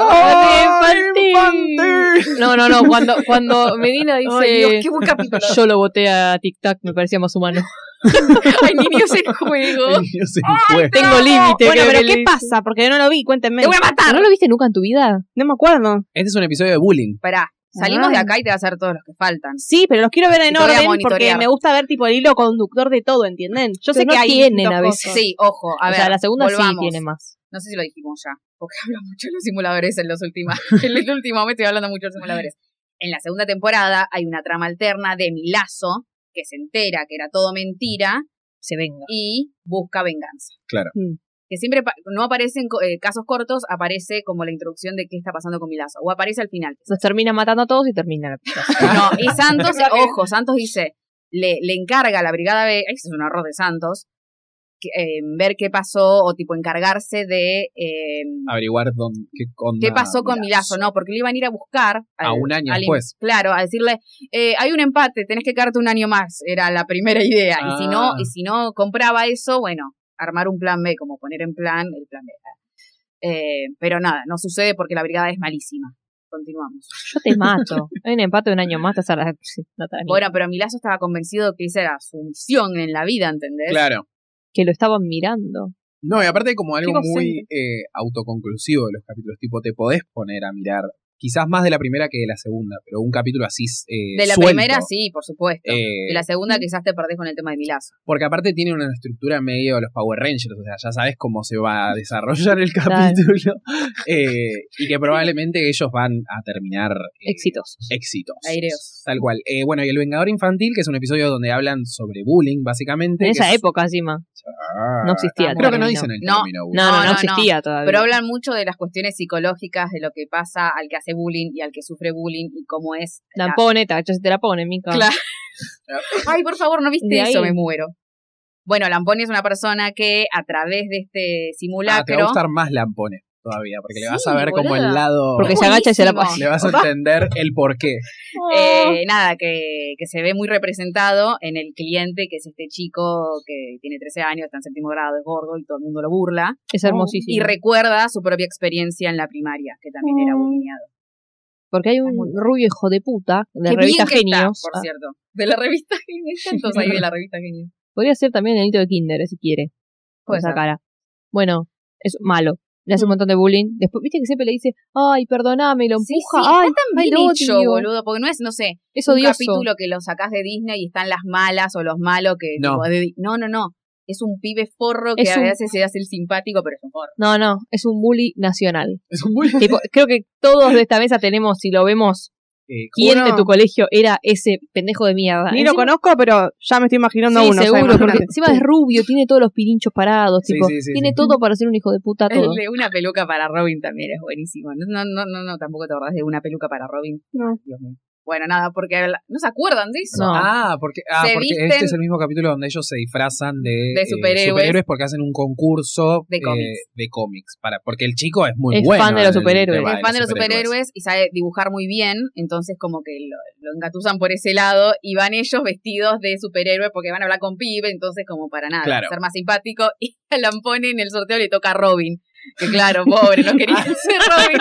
Speaker 3: Infantil.
Speaker 1: Infantil.
Speaker 3: No, no, no. Cuando, cuando Medina dice.
Speaker 2: Ay, Dios, qué buen capítulo.
Speaker 3: Yo lo boté a Tic Tac, me parecía más humano.
Speaker 2: Hay niños en juego.
Speaker 1: Yo sé que fue.
Speaker 3: Tengo límite.
Speaker 4: Bueno,
Speaker 3: creo
Speaker 4: pero
Speaker 3: que
Speaker 4: ¿qué
Speaker 3: le-
Speaker 4: pasa? Porque yo no lo vi, cuéntenme.
Speaker 2: ¡Te voy a matar!
Speaker 3: ¿No lo viste nunca en tu vida?
Speaker 4: No me acuerdo.
Speaker 1: Este es un episodio de bullying.
Speaker 2: Pará, salimos
Speaker 4: Ah.
Speaker 2: de acá y te vas a hacer todos los que faltan.
Speaker 4: Sí, pero los quiero ver en
Speaker 2: Te voy a
Speaker 4: orden porque
Speaker 2: monitorear.
Speaker 4: me gusta ver tipo el hilo conductor de todo, ¿entienden? Yo sé
Speaker 3: Pero
Speaker 4: que
Speaker 3: no
Speaker 4: hay
Speaker 3: tienen
Speaker 4: distintos
Speaker 3: a veces.
Speaker 4: cosas.
Speaker 2: Sí, ojo, a
Speaker 3: o
Speaker 2: ver.
Speaker 3: sea, la segunda sí
Speaker 2: volvamos.
Speaker 3: tiene más.
Speaker 2: No sé si lo dijimos ya, porque hablo mucho de los simuladores en los últimos. En el último mes estoy hablando mucho de los simuladores. En la segunda temporada hay una trama alterna de Milazo, que se entera que era todo mentira
Speaker 3: Se venga.
Speaker 2: y busca venganza.
Speaker 1: Claro.
Speaker 4: Mm.
Speaker 2: Que siempre pa- no aparecen eh, casos cortos, aparece como la introducción de qué está pasando con Milazo. O aparece al final.
Speaker 3: Los termina matando a todos y termina la
Speaker 2: No, y Santos, ojo, Santos dice, le, le encarga a la Brigada B, ay, eso es un error de Santos, que- eh, ver qué pasó o tipo encargarse de eh,
Speaker 1: Averiguar dónde, qué, onda
Speaker 2: qué pasó con
Speaker 1: Milazzo.
Speaker 2: Milazo, no, porque lo iban a ir a buscar
Speaker 1: A
Speaker 2: al-
Speaker 1: un año
Speaker 2: al-
Speaker 1: después.
Speaker 2: Claro, a decirle, eh, hay un empate, tenés que quedarte un año más, era la primera idea. Y si no,
Speaker 1: Ah.
Speaker 2: y si no compraba eso, bueno, armar un plan B, como poner en plan el plan B. Eh, pero nada, no sucede porque la brigada es malísima. Continuamos.
Speaker 3: Yo te mato. Hay un empate de un año más, te la... sí, no te la miro.
Speaker 2: Bueno, pero Milazo estaba convencido que esa era su misión en la vida, ¿entendés?
Speaker 1: Claro.
Speaker 3: Que lo estaban mirando.
Speaker 1: No, y aparte como algo
Speaker 4: Qué
Speaker 1: muy eh, autoconclusivo de los capítulos, tipo te podés poner a mirar, quizás más de la primera que de la segunda, pero un capítulo así eh,
Speaker 2: De la
Speaker 1: suelto,
Speaker 2: primera, sí, por supuesto.
Speaker 1: eh,
Speaker 2: De la segunda quizás te perdés con el tema de Milazo.
Speaker 1: Porque aparte tiene una estructura medio de los Power Rangers, o sea, ya sabes cómo se va a desarrollar el
Speaker 3: Claro.
Speaker 1: capítulo eh, y que probablemente ellos van a terminar eh,
Speaker 3: Exitosos.
Speaker 1: éxitos.
Speaker 2: Aireos.
Speaker 1: Tal cual. Eh, bueno, y El Vengador Infantil, que es un episodio donde hablan sobre bullying, básicamente. que
Speaker 3: En esa
Speaker 1: es-
Speaker 3: época encima.
Speaker 1: Ah.
Speaker 3: No existía. el
Speaker 1: Creo que no
Speaker 3: término.
Speaker 1: dicen el
Speaker 2: No.
Speaker 1: término. bullying. Ah,
Speaker 3: No, no,
Speaker 2: No,
Speaker 3: no,
Speaker 2: no, no.
Speaker 3: existía todavía.
Speaker 2: Pero hablan mucho de las cuestiones psicológicas, de lo que pasa al que hace bullying y al que sufre bullying y cómo es. la-
Speaker 3: La pone, tacho, se te la pone, Mica.
Speaker 2: Claro. Ay, por favor, ¿no viste
Speaker 3: De
Speaker 2: eso?
Speaker 3: ahí.
Speaker 2: Me muero. Bueno, Lamponi es una persona que a través de este
Speaker 1: Ah, te va a
Speaker 2: simulacro...
Speaker 1: gustar más Lampone todavía, porque le vas
Speaker 2: Sí,
Speaker 1: a ver como el
Speaker 2: boluda.
Speaker 1: lado.
Speaker 3: Porque
Speaker 2: Es
Speaker 3: se agacha y se la
Speaker 2: buenísimo.
Speaker 1: le vas a entender el porqué.
Speaker 2: eh, nada, que, que se ve muy representado en el cliente, que es este chico que tiene 13 años, está en séptimo grado, es gordo y todo el mundo lo burla.
Speaker 3: Es
Speaker 2: Y
Speaker 3: hermosísimo.
Speaker 2: recuerda su propia experiencia en la primaria, que también
Speaker 3: Oh.
Speaker 2: era bullyingado.
Speaker 3: Porque hay un rubio hijo de puta de
Speaker 2: Qué
Speaker 3: revista
Speaker 2: bien que está,
Speaker 3: Genios.
Speaker 2: por
Speaker 3: Ah,
Speaker 2: cierto. De la revista Genios. Tantos ahí de la revista Genios.
Speaker 3: podría ser también el de Kinder, si quiere. con
Speaker 2: Puede
Speaker 3: esa
Speaker 2: ser. Mm.
Speaker 3: cara. Bueno, es malo. Le hace un montón de bullying. Después, viste que siempre le dice, ay, perdoname, y lo
Speaker 2: Sí,
Speaker 3: empuja.
Speaker 2: sí,
Speaker 3: ay,
Speaker 2: está tan
Speaker 3: ay,
Speaker 2: bien
Speaker 3: lo
Speaker 2: hecho,
Speaker 3: odio".
Speaker 2: boludo, porque no es, no sé,
Speaker 3: Es
Speaker 2: un
Speaker 3: odioso.
Speaker 2: capítulo que lo sacás de Disney y están las malas o los malos que
Speaker 1: No.
Speaker 2: tipo, de- no, no, no. Es un pibe forro que
Speaker 3: Es
Speaker 2: a
Speaker 3: un-
Speaker 2: veces se hace el simpático, pero es un forro.
Speaker 3: No, no, es un bully nacional.
Speaker 1: Es un bullying.
Speaker 3: Tipo, creo que todos de esta mesa tenemos, si lo vemos,
Speaker 1: Eh,
Speaker 3: quién
Speaker 4: Juro.
Speaker 3: de tu colegio era ese pendejo de mierda.
Speaker 4: Ni lo
Speaker 3: Encima-
Speaker 4: conozco, pero ya me estoy imaginando
Speaker 3: Sí,
Speaker 4: uno. o sea,
Speaker 3: seguro, porque
Speaker 4: imagínate.
Speaker 3: encima es rubio, tiene todos los pirinchos parados,
Speaker 1: Sí,
Speaker 3: tipo,
Speaker 1: sí, sí,
Speaker 3: tiene
Speaker 1: sí.
Speaker 3: todo para ser un hijo de puta todo.
Speaker 2: El de una peluca para Robin también es buenísimo. No, no, no, no, tampoco te acordás de una peluca para Robin.
Speaker 4: No.
Speaker 2: Dios mío. Bueno, nada, porque la- no se acuerdan de eso.
Speaker 3: No.
Speaker 1: Ah, porque, ah,
Speaker 2: Se
Speaker 1: porque
Speaker 2: visten-
Speaker 1: este es el mismo capítulo donde ellos se disfrazan de,
Speaker 2: De
Speaker 1: eh,
Speaker 2: superhéroes.
Speaker 1: porque hacen un concurso
Speaker 2: De
Speaker 1: eh,
Speaker 2: cómics.
Speaker 1: de cómics para, porque el chico es muy
Speaker 3: Es
Speaker 1: bueno.
Speaker 3: fan de
Speaker 1: en
Speaker 3: los
Speaker 1: el
Speaker 3: superhéroes.
Speaker 1: tema
Speaker 2: es fan de los superhéroes y sabe dibujar muy bien, entonces como que lo, lo engatusan por ese lado y van ellos vestidos de superhéroe porque van a hablar con pibe, entonces como para nada,
Speaker 1: Claro.
Speaker 2: ser más simpático y a Lampone en el sorteo le toca a Robin. Que claro, pobre, no quería ser Robin.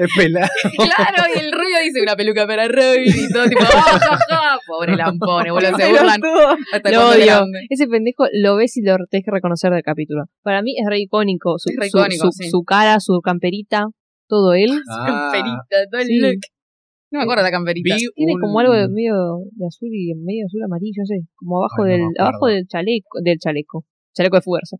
Speaker 1: Es pelado.
Speaker 2: Claro, y el rubio dice una peluca para Robin y todo tipo, "Ah, ja, ja". pobre Lampone, boludo, se burlan
Speaker 4: Pelotudo.
Speaker 2: hasta
Speaker 3: Lo
Speaker 2: cuando es
Speaker 3: odio.
Speaker 2: grande.
Speaker 3: Ese pendejo lo ves y lo tenés que reconocer del capítulo. Para mí es re icónico. Su,
Speaker 2: Es re
Speaker 3: su-
Speaker 2: icónico,
Speaker 3: su-
Speaker 2: sí.
Speaker 3: su cara, su camperita, todo él.
Speaker 2: Camperita, todo el
Speaker 3: Sí.
Speaker 2: look. No me acuerdo de la camperita.
Speaker 1: Ah, Vi
Speaker 3: Tiene
Speaker 1: un-
Speaker 3: como algo de medio de azul y medio azul amarillo, no sé, como
Speaker 1: Ay,
Speaker 3: abajo
Speaker 1: no
Speaker 3: del
Speaker 1: me acuerdo.
Speaker 3: abajo del chaleco, del chaleco, chaleco de fuerza,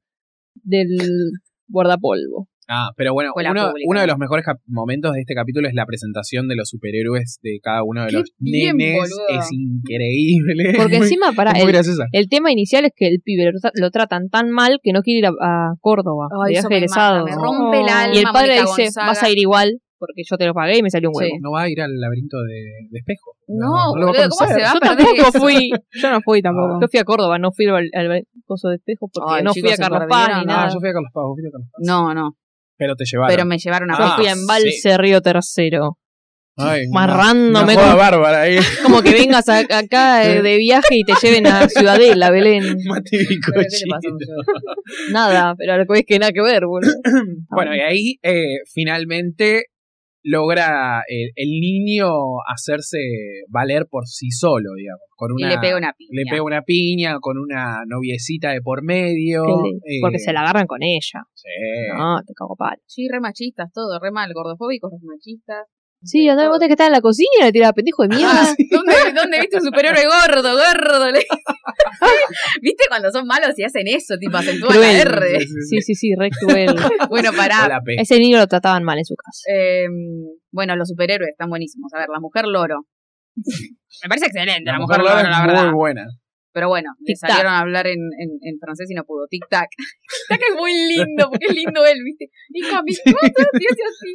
Speaker 3: del guardapolvo.
Speaker 1: Ah, pero bueno,
Speaker 2: Escuela
Speaker 1: uno,
Speaker 2: pública,
Speaker 1: uno de
Speaker 2: ¿no?
Speaker 1: los mejores cap- momentos de este capítulo es la presentación de los superhéroes de cada uno de
Speaker 2: Qué
Speaker 1: los
Speaker 2: bien,
Speaker 1: nenes.
Speaker 2: boluda.
Speaker 1: Es increíble.
Speaker 3: Porque
Speaker 1: Es muy-
Speaker 3: encima para
Speaker 1: es muy
Speaker 3: el,
Speaker 1: graciosa.
Speaker 3: el tema inicial es que el pibe lo, tra- lo tratan tan mal que no quiere ir a, a Córdoba, de
Speaker 2: Ay, eso
Speaker 3: viaje
Speaker 2: me
Speaker 3: egresado.
Speaker 2: mata, me rompe el
Speaker 4: Oh.
Speaker 2: alma.
Speaker 3: Y el padre
Speaker 2: Mónica
Speaker 3: dice,
Speaker 2: Gonzaga.
Speaker 3: vas a ir igual porque yo te lo pagué y me salió un huevo.
Speaker 2: Sí.
Speaker 1: No va a ir al laberinto de, de espejo.
Speaker 2: No,
Speaker 1: lo va a
Speaker 2: boludo, ¿cómo
Speaker 1: conocer.
Speaker 2: se va a
Speaker 3: Yo
Speaker 2: perder
Speaker 3: tampoco
Speaker 2: eso? Ah.
Speaker 3: fui,
Speaker 4: Yo no fui tampoco.
Speaker 3: yo fui a Córdoba, no fui al, al coso de espejo porque
Speaker 2: Ay,
Speaker 3: no
Speaker 2: chicos,
Speaker 3: fui a
Speaker 2: se
Speaker 3: Carlos
Speaker 2: perdieron,
Speaker 3: Paz ni
Speaker 2: ¿no?
Speaker 3: nada.
Speaker 1: Ah, yo fui a Carlos Paz, vos fuiste a Carlos Paz.
Speaker 2: No, no.
Speaker 1: Pero te llevaron.
Speaker 2: Pero me llevaron a
Speaker 3: Yo
Speaker 1: Ah,
Speaker 3: fui a Embalse Río Tercero.
Speaker 1: Ay,
Speaker 3: Marrando,
Speaker 1: una
Speaker 2: ¿eh?
Speaker 3: me
Speaker 1: joda bárbara ahí.
Speaker 3: Como que vengas a- acá eh, de viaje y te lleven a Ciudadela, Belén.
Speaker 1: Mati Bicochito.
Speaker 2: Pero, ¿qué te pasó, muchacho?
Speaker 3: Nada, pero a lo que ves que nada que ver, boludo.
Speaker 1: Bueno, y ahí eh, finalmente logra el, el niño hacerse valer por sí solo, digamos. Con
Speaker 2: Y
Speaker 1: una,
Speaker 2: le pego una
Speaker 1: le
Speaker 2: piña.
Speaker 1: pega una piña con una noviecita de por medio.
Speaker 3: Que le-
Speaker 1: eh, Ah.
Speaker 3: Porque se la agarran con ella.
Speaker 1: sí.
Speaker 3: No, te cago palo.
Speaker 2: Sí, re machistas, todo, re mal, gordofóbicos, los machistas.
Speaker 3: Sí, andá, vos tenés que estar en la cocina y le tiraba pendejo de mierda.
Speaker 1: Ah, sí.
Speaker 2: ¿Dónde, ¿Dónde viste un superhéroe gordo, gordo? Le- ¿Viste cuando son malos y hacen eso? Tipo, acentúan la
Speaker 3: Cruel.
Speaker 2: R.
Speaker 3: Sí, sí, sí, re cruel.
Speaker 2: Bueno,
Speaker 1: O
Speaker 2: pará.
Speaker 1: la P.
Speaker 3: Ese niño lo trataban mal en su casa.
Speaker 2: Eh, bueno, los superhéroes están buenísimos. A ver, la mujer loro. Me parece excelente la, mujer, loro,
Speaker 1: Lola
Speaker 2: la
Speaker 1: es
Speaker 2: verdad.
Speaker 1: muy buena.
Speaker 2: Pero bueno, le
Speaker 3: Tic-tac.
Speaker 2: salieron a hablar en, en, en francés y no pudo. Tic tac. Tic tac es muy lindo, porque es lindo él, ¿viste? Y mi así.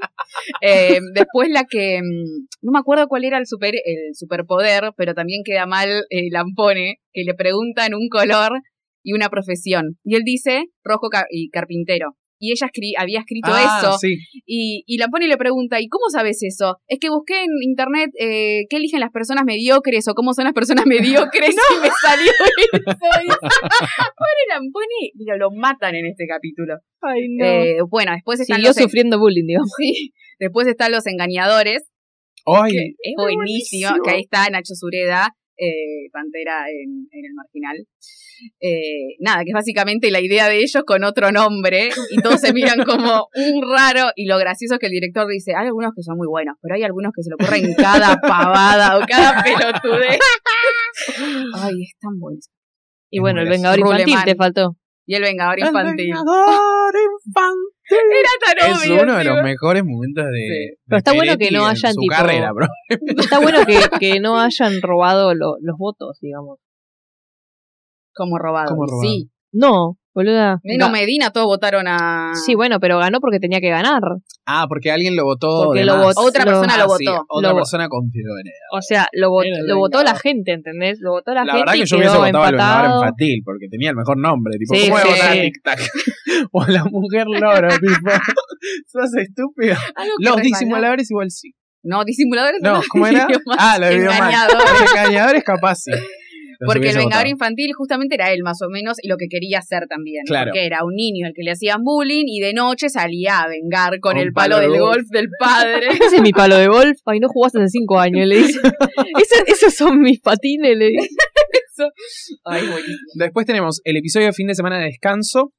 Speaker 2: Eh, después la que mm, no me acuerdo cuál era el super el superpoder, pero también queda mal eh, Lampone, que le preguntan un color y una profesión. Y él dice rojo ca- y carpintero. Y ella escri- había escrito
Speaker 1: Ah,
Speaker 2: eso.
Speaker 1: sí.
Speaker 2: Y, y la pone y le pregunta, ¿y cómo sabes eso? Es que busqué en internet eh, qué eligen las personas mediocres o cómo son las personas mediocres y me salió eso. Pobre Lampone, lo, lo matan en este capítulo.
Speaker 4: Ay, no.
Speaker 2: Eh, bueno, después están
Speaker 3: Siguió
Speaker 2: los en-
Speaker 3: sufriendo bullying, digamos.
Speaker 2: sí, después están los engañadores,
Speaker 1: Ay,
Speaker 2: que es buenísimo, que ahí está Nacho Sureda, eh, Pantera en, en el marginal. Eh, nada, que es básicamente la idea de ellos con otro nombre y todos se miran como un raro y lo gracioso es que el director dice, hay algunos que son muy buenos, pero hay algunos que se le ocurren cada pavada o cada pelotudez. Ay, es tan bueno.
Speaker 3: Y
Speaker 1: Es
Speaker 3: bueno,
Speaker 1: muy
Speaker 3: el Vengador
Speaker 2: gracioso.
Speaker 3: Infantil
Speaker 2: Ruleman.
Speaker 3: te faltó.
Speaker 2: Y el Vengador Infantil.
Speaker 4: Vengador infantil.
Speaker 2: Era tan
Speaker 1: es
Speaker 2: obvio,
Speaker 1: uno de
Speaker 2: tío.
Speaker 1: los mejores momentos de.
Speaker 2: Sí.
Speaker 1: de
Speaker 3: Pero está bueno
Speaker 1: Peretti
Speaker 3: que no
Speaker 1: en
Speaker 3: hayan,
Speaker 1: su
Speaker 3: tipo-
Speaker 1: carrera, bro.
Speaker 3: Está bueno que, que no hayan robado lo- los votos, digamos.
Speaker 2: Como robado.
Speaker 1: Como
Speaker 2: y
Speaker 1: robado.
Speaker 2: Sí.
Speaker 3: No, boluda.
Speaker 2: Menos
Speaker 3: Ga-
Speaker 2: Medina, todos votaron a...
Speaker 3: Sí, bueno, pero ganó porque tenía que ganar.
Speaker 1: Ah, porque alguien lo votó.
Speaker 3: Porque
Speaker 1: de
Speaker 3: lo
Speaker 1: más.
Speaker 3: votó-
Speaker 2: Otra
Speaker 3: lo-
Speaker 2: persona
Speaker 1: Ah,
Speaker 2: lo
Speaker 1: sí,
Speaker 2: votó.
Speaker 1: otra
Speaker 3: Lo-
Speaker 1: persona confió en él.
Speaker 3: O sea, lo, vo-
Speaker 1: Era el
Speaker 3: lo votó la
Speaker 1: Vengador.
Speaker 3: gente, ¿entendés? Lo votó la,
Speaker 1: La
Speaker 3: gente
Speaker 1: verdad
Speaker 3: y
Speaker 1: que yo
Speaker 3: quedó
Speaker 1: hubiese votado al Vengador
Speaker 3: empatado.
Speaker 1: Infantil, porque tenía el mejor nombre. Tipo,
Speaker 3: Sí,
Speaker 1: ¿cómo voy a
Speaker 3: sí,
Speaker 1: votar a
Speaker 3: sí.
Speaker 1: Tic Tac? o a la mujer loro, tipo. Sos estúpido.
Speaker 2: Algo que
Speaker 1: Los
Speaker 2: resbaló.
Speaker 1: disimuladores igual sí.
Speaker 2: No, disimuladores
Speaker 1: No, ¿cómo era?
Speaker 2: idiomas.
Speaker 1: Ah, lo de Bioman.
Speaker 2: Engañador.
Speaker 1: Los engañadores capaz sí. Los
Speaker 2: Porque el
Speaker 1: hubiese
Speaker 2: Vengador
Speaker 1: votado.
Speaker 2: Infantil justamente era él, más o menos, y lo que quería hacer también.
Speaker 1: Claro.
Speaker 2: Porque era un niño al que le hacían bullying y de noche salía a vengar con
Speaker 1: Con
Speaker 2: el palo,
Speaker 1: palo de
Speaker 2: del
Speaker 1: golf.
Speaker 2: golf del padre.
Speaker 3: Ese es mi palo de golf. Ay, no jugaste hace cinco años, le dice. Ese- esos son mis patines, le dice.
Speaker 2: Ay, buenísimo.
Speaker 1: Después tenemos el episodio de fin de semana de descanso,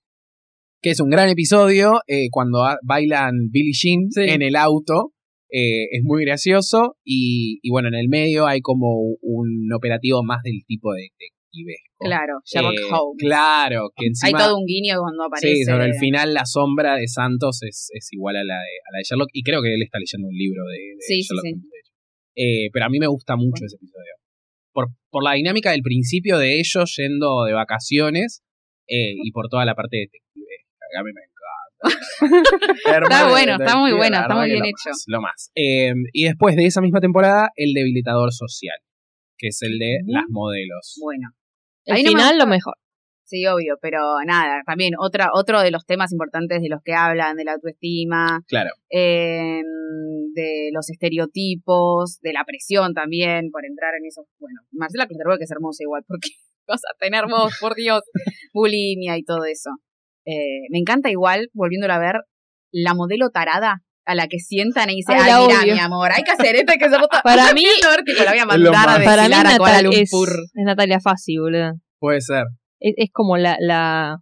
Speaker 1: que es un gran episodio eh, cuando a- bailan Billie Jean
Speaker 3: Sí.
Speaker 1: en el auto. Eh, es muy gracioso. Y, y bueno, en el medio hay como un operativo más del tipo de detectivesco.
Speaker 2: Claro, Sherlock
Speaker 1: Eh,
Speaker 2: Holmes.
Speaker 1: Claro, que
Speaker 2: Hay
Speaker 1: encima.
Speaker 2: todo un guiño cuando aparece.
Speaker 1: Sí, sobre el final la sombra de Santos es, es igual a la, de, a la de Sherlock. Y creo que él está leyendo un libro de, de
Speaker 2: Sí, sí,
Speaker 1: Sherlock.
Speaker 2: sí.
Speaker 1: Holmes, de hecho. Eh, pero a mí me gusta mucho ese episodio. Por, por la dinámica del principio de ellos yendo de vacaciones eh, y por toda la parte de detective. A mí me encanta. Hermano,
Speaker 2: bueno, está
Speaker 1: detective,
Speaker 2: muy
Speaker 1: la
Speaker 2: bueno, está
Speaker 1: verdad
Speaker 2: muy
Speaker 1: que
Speaker 2: bien
Speaker 1: lo
Speaker 2: hecho.
Speaker 1: más, lo más. Eh, y después de esa misma temporada, el debilitador social, que es el de las modelos.
Speaker 2: Bueno,
Speaker 3: Al
Speaker 2: Ahí no me
Speaker 3: final, lo
Speaker 2: gusta.
Speaker 3: mejor.
Speaker 2: sí, obvio, pero nada, también otra, otro de los temas importantes de los que hablan, de la autoestima,
Speaker 1: Claro.
Speaker 2: eh, de los estereotipos, de la presión también por entrar en esos. Bueno, Marcela Clusterbuck es hermosa igual, porque vas a tener vos, por Dios, bulimia y todo eso. Eh, me encanta igual, volviéndola a ver, la modelo tarada a la que sientan y dice,
Speaker 3: Ay,
Speaker 2: ay,
Speaker 3: la
Speaker 2: mira,
Speaker 3: odio.
Speaker 2: mi amor, hay que hacer esto, hay que hacer esto.
Speaker 3: Para
Speaker 2: Yo
Speaker 3: mí-
Speaker 2: pienso, a ver, tipo, la voy a
Speaker 1: Es lo
Speaker 2: mandar a
Speaker 1: más.
Speaker 3: Para
Speaker 2: desfilar
Speaker 3: mí,
Speaker 2: a Kuala
Speaker 3: Natal es,
Speaker 2: Lumpur.
Speaker 3: es Natalia Fassi, boluda.
Speaker 1: Puede ser.
Speaker 3: Es, es como la, la,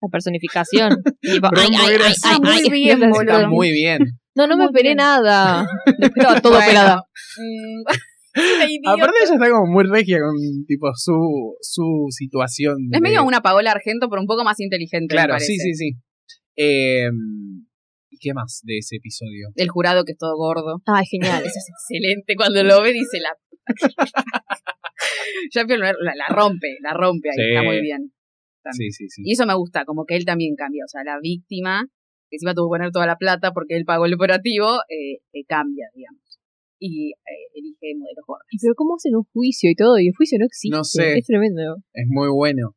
Speaker 3: la personificación. Tipo,
Speaker 1: Pero
Speaker 3: ay,
Speaker 1: es muy
Speaker 3: ay, ay,
Speaker 1: gracioso.
Speaker 3: ay,
Speaker 2: Muy
Speaker 3: ay.
Speaker 2: bien,
Speaker 3: Esa es
Speaker 2: boludo.
Speaker 3: la-
Speaker 1: Está muy bien.
Speaker 3: No, no me
Speaker 2: Muy
Speaker 3: operé
Speaker 2: bien.
Speaker 3: nada. Después estaba todo
Speaker 2: Bueno,
Speaker 3: operada.
Speaker 2: mm, la idiota.
Speaker 1: Aparte ella está como muy regia con tipo su, su situación. de-
Speaker 2: Es medio una Paola Argento, pero un poco más inteligente. me
Speaker 1: Claro, sí, sí,
Speaker 2: parece.
Speaker 1: sí. Eh, ¿Y qué más de ese episodio?
Speaker 2: El jurado que es todo gordo.
Speaker 3: Ay, genial.
Speaker 2: Eso es excelente. Cuando lo ve, dice la. ya Pierre Lemaire la, la rompe, la rompe ahí,
Speaker 1: Sí.
Speaker 2: está muy bien.
Speaker 1: Sí, sí, sí.
Speaker 2: Y eso me gusta, como que él también cambia. O sea, la víctima, que encima tuvo que poner toda la plata porque él pagó el operativo, eh, eh, cambia, digamos. Y eh, elige modelos gordos.
Speaker 3: Y Pero ¿cómo hacen un juicio y todo? Y el juicio no existe.
Speaker 1: No sé.
Speaker 3: Es tremendo.
Speaker 1: Es muy bueno.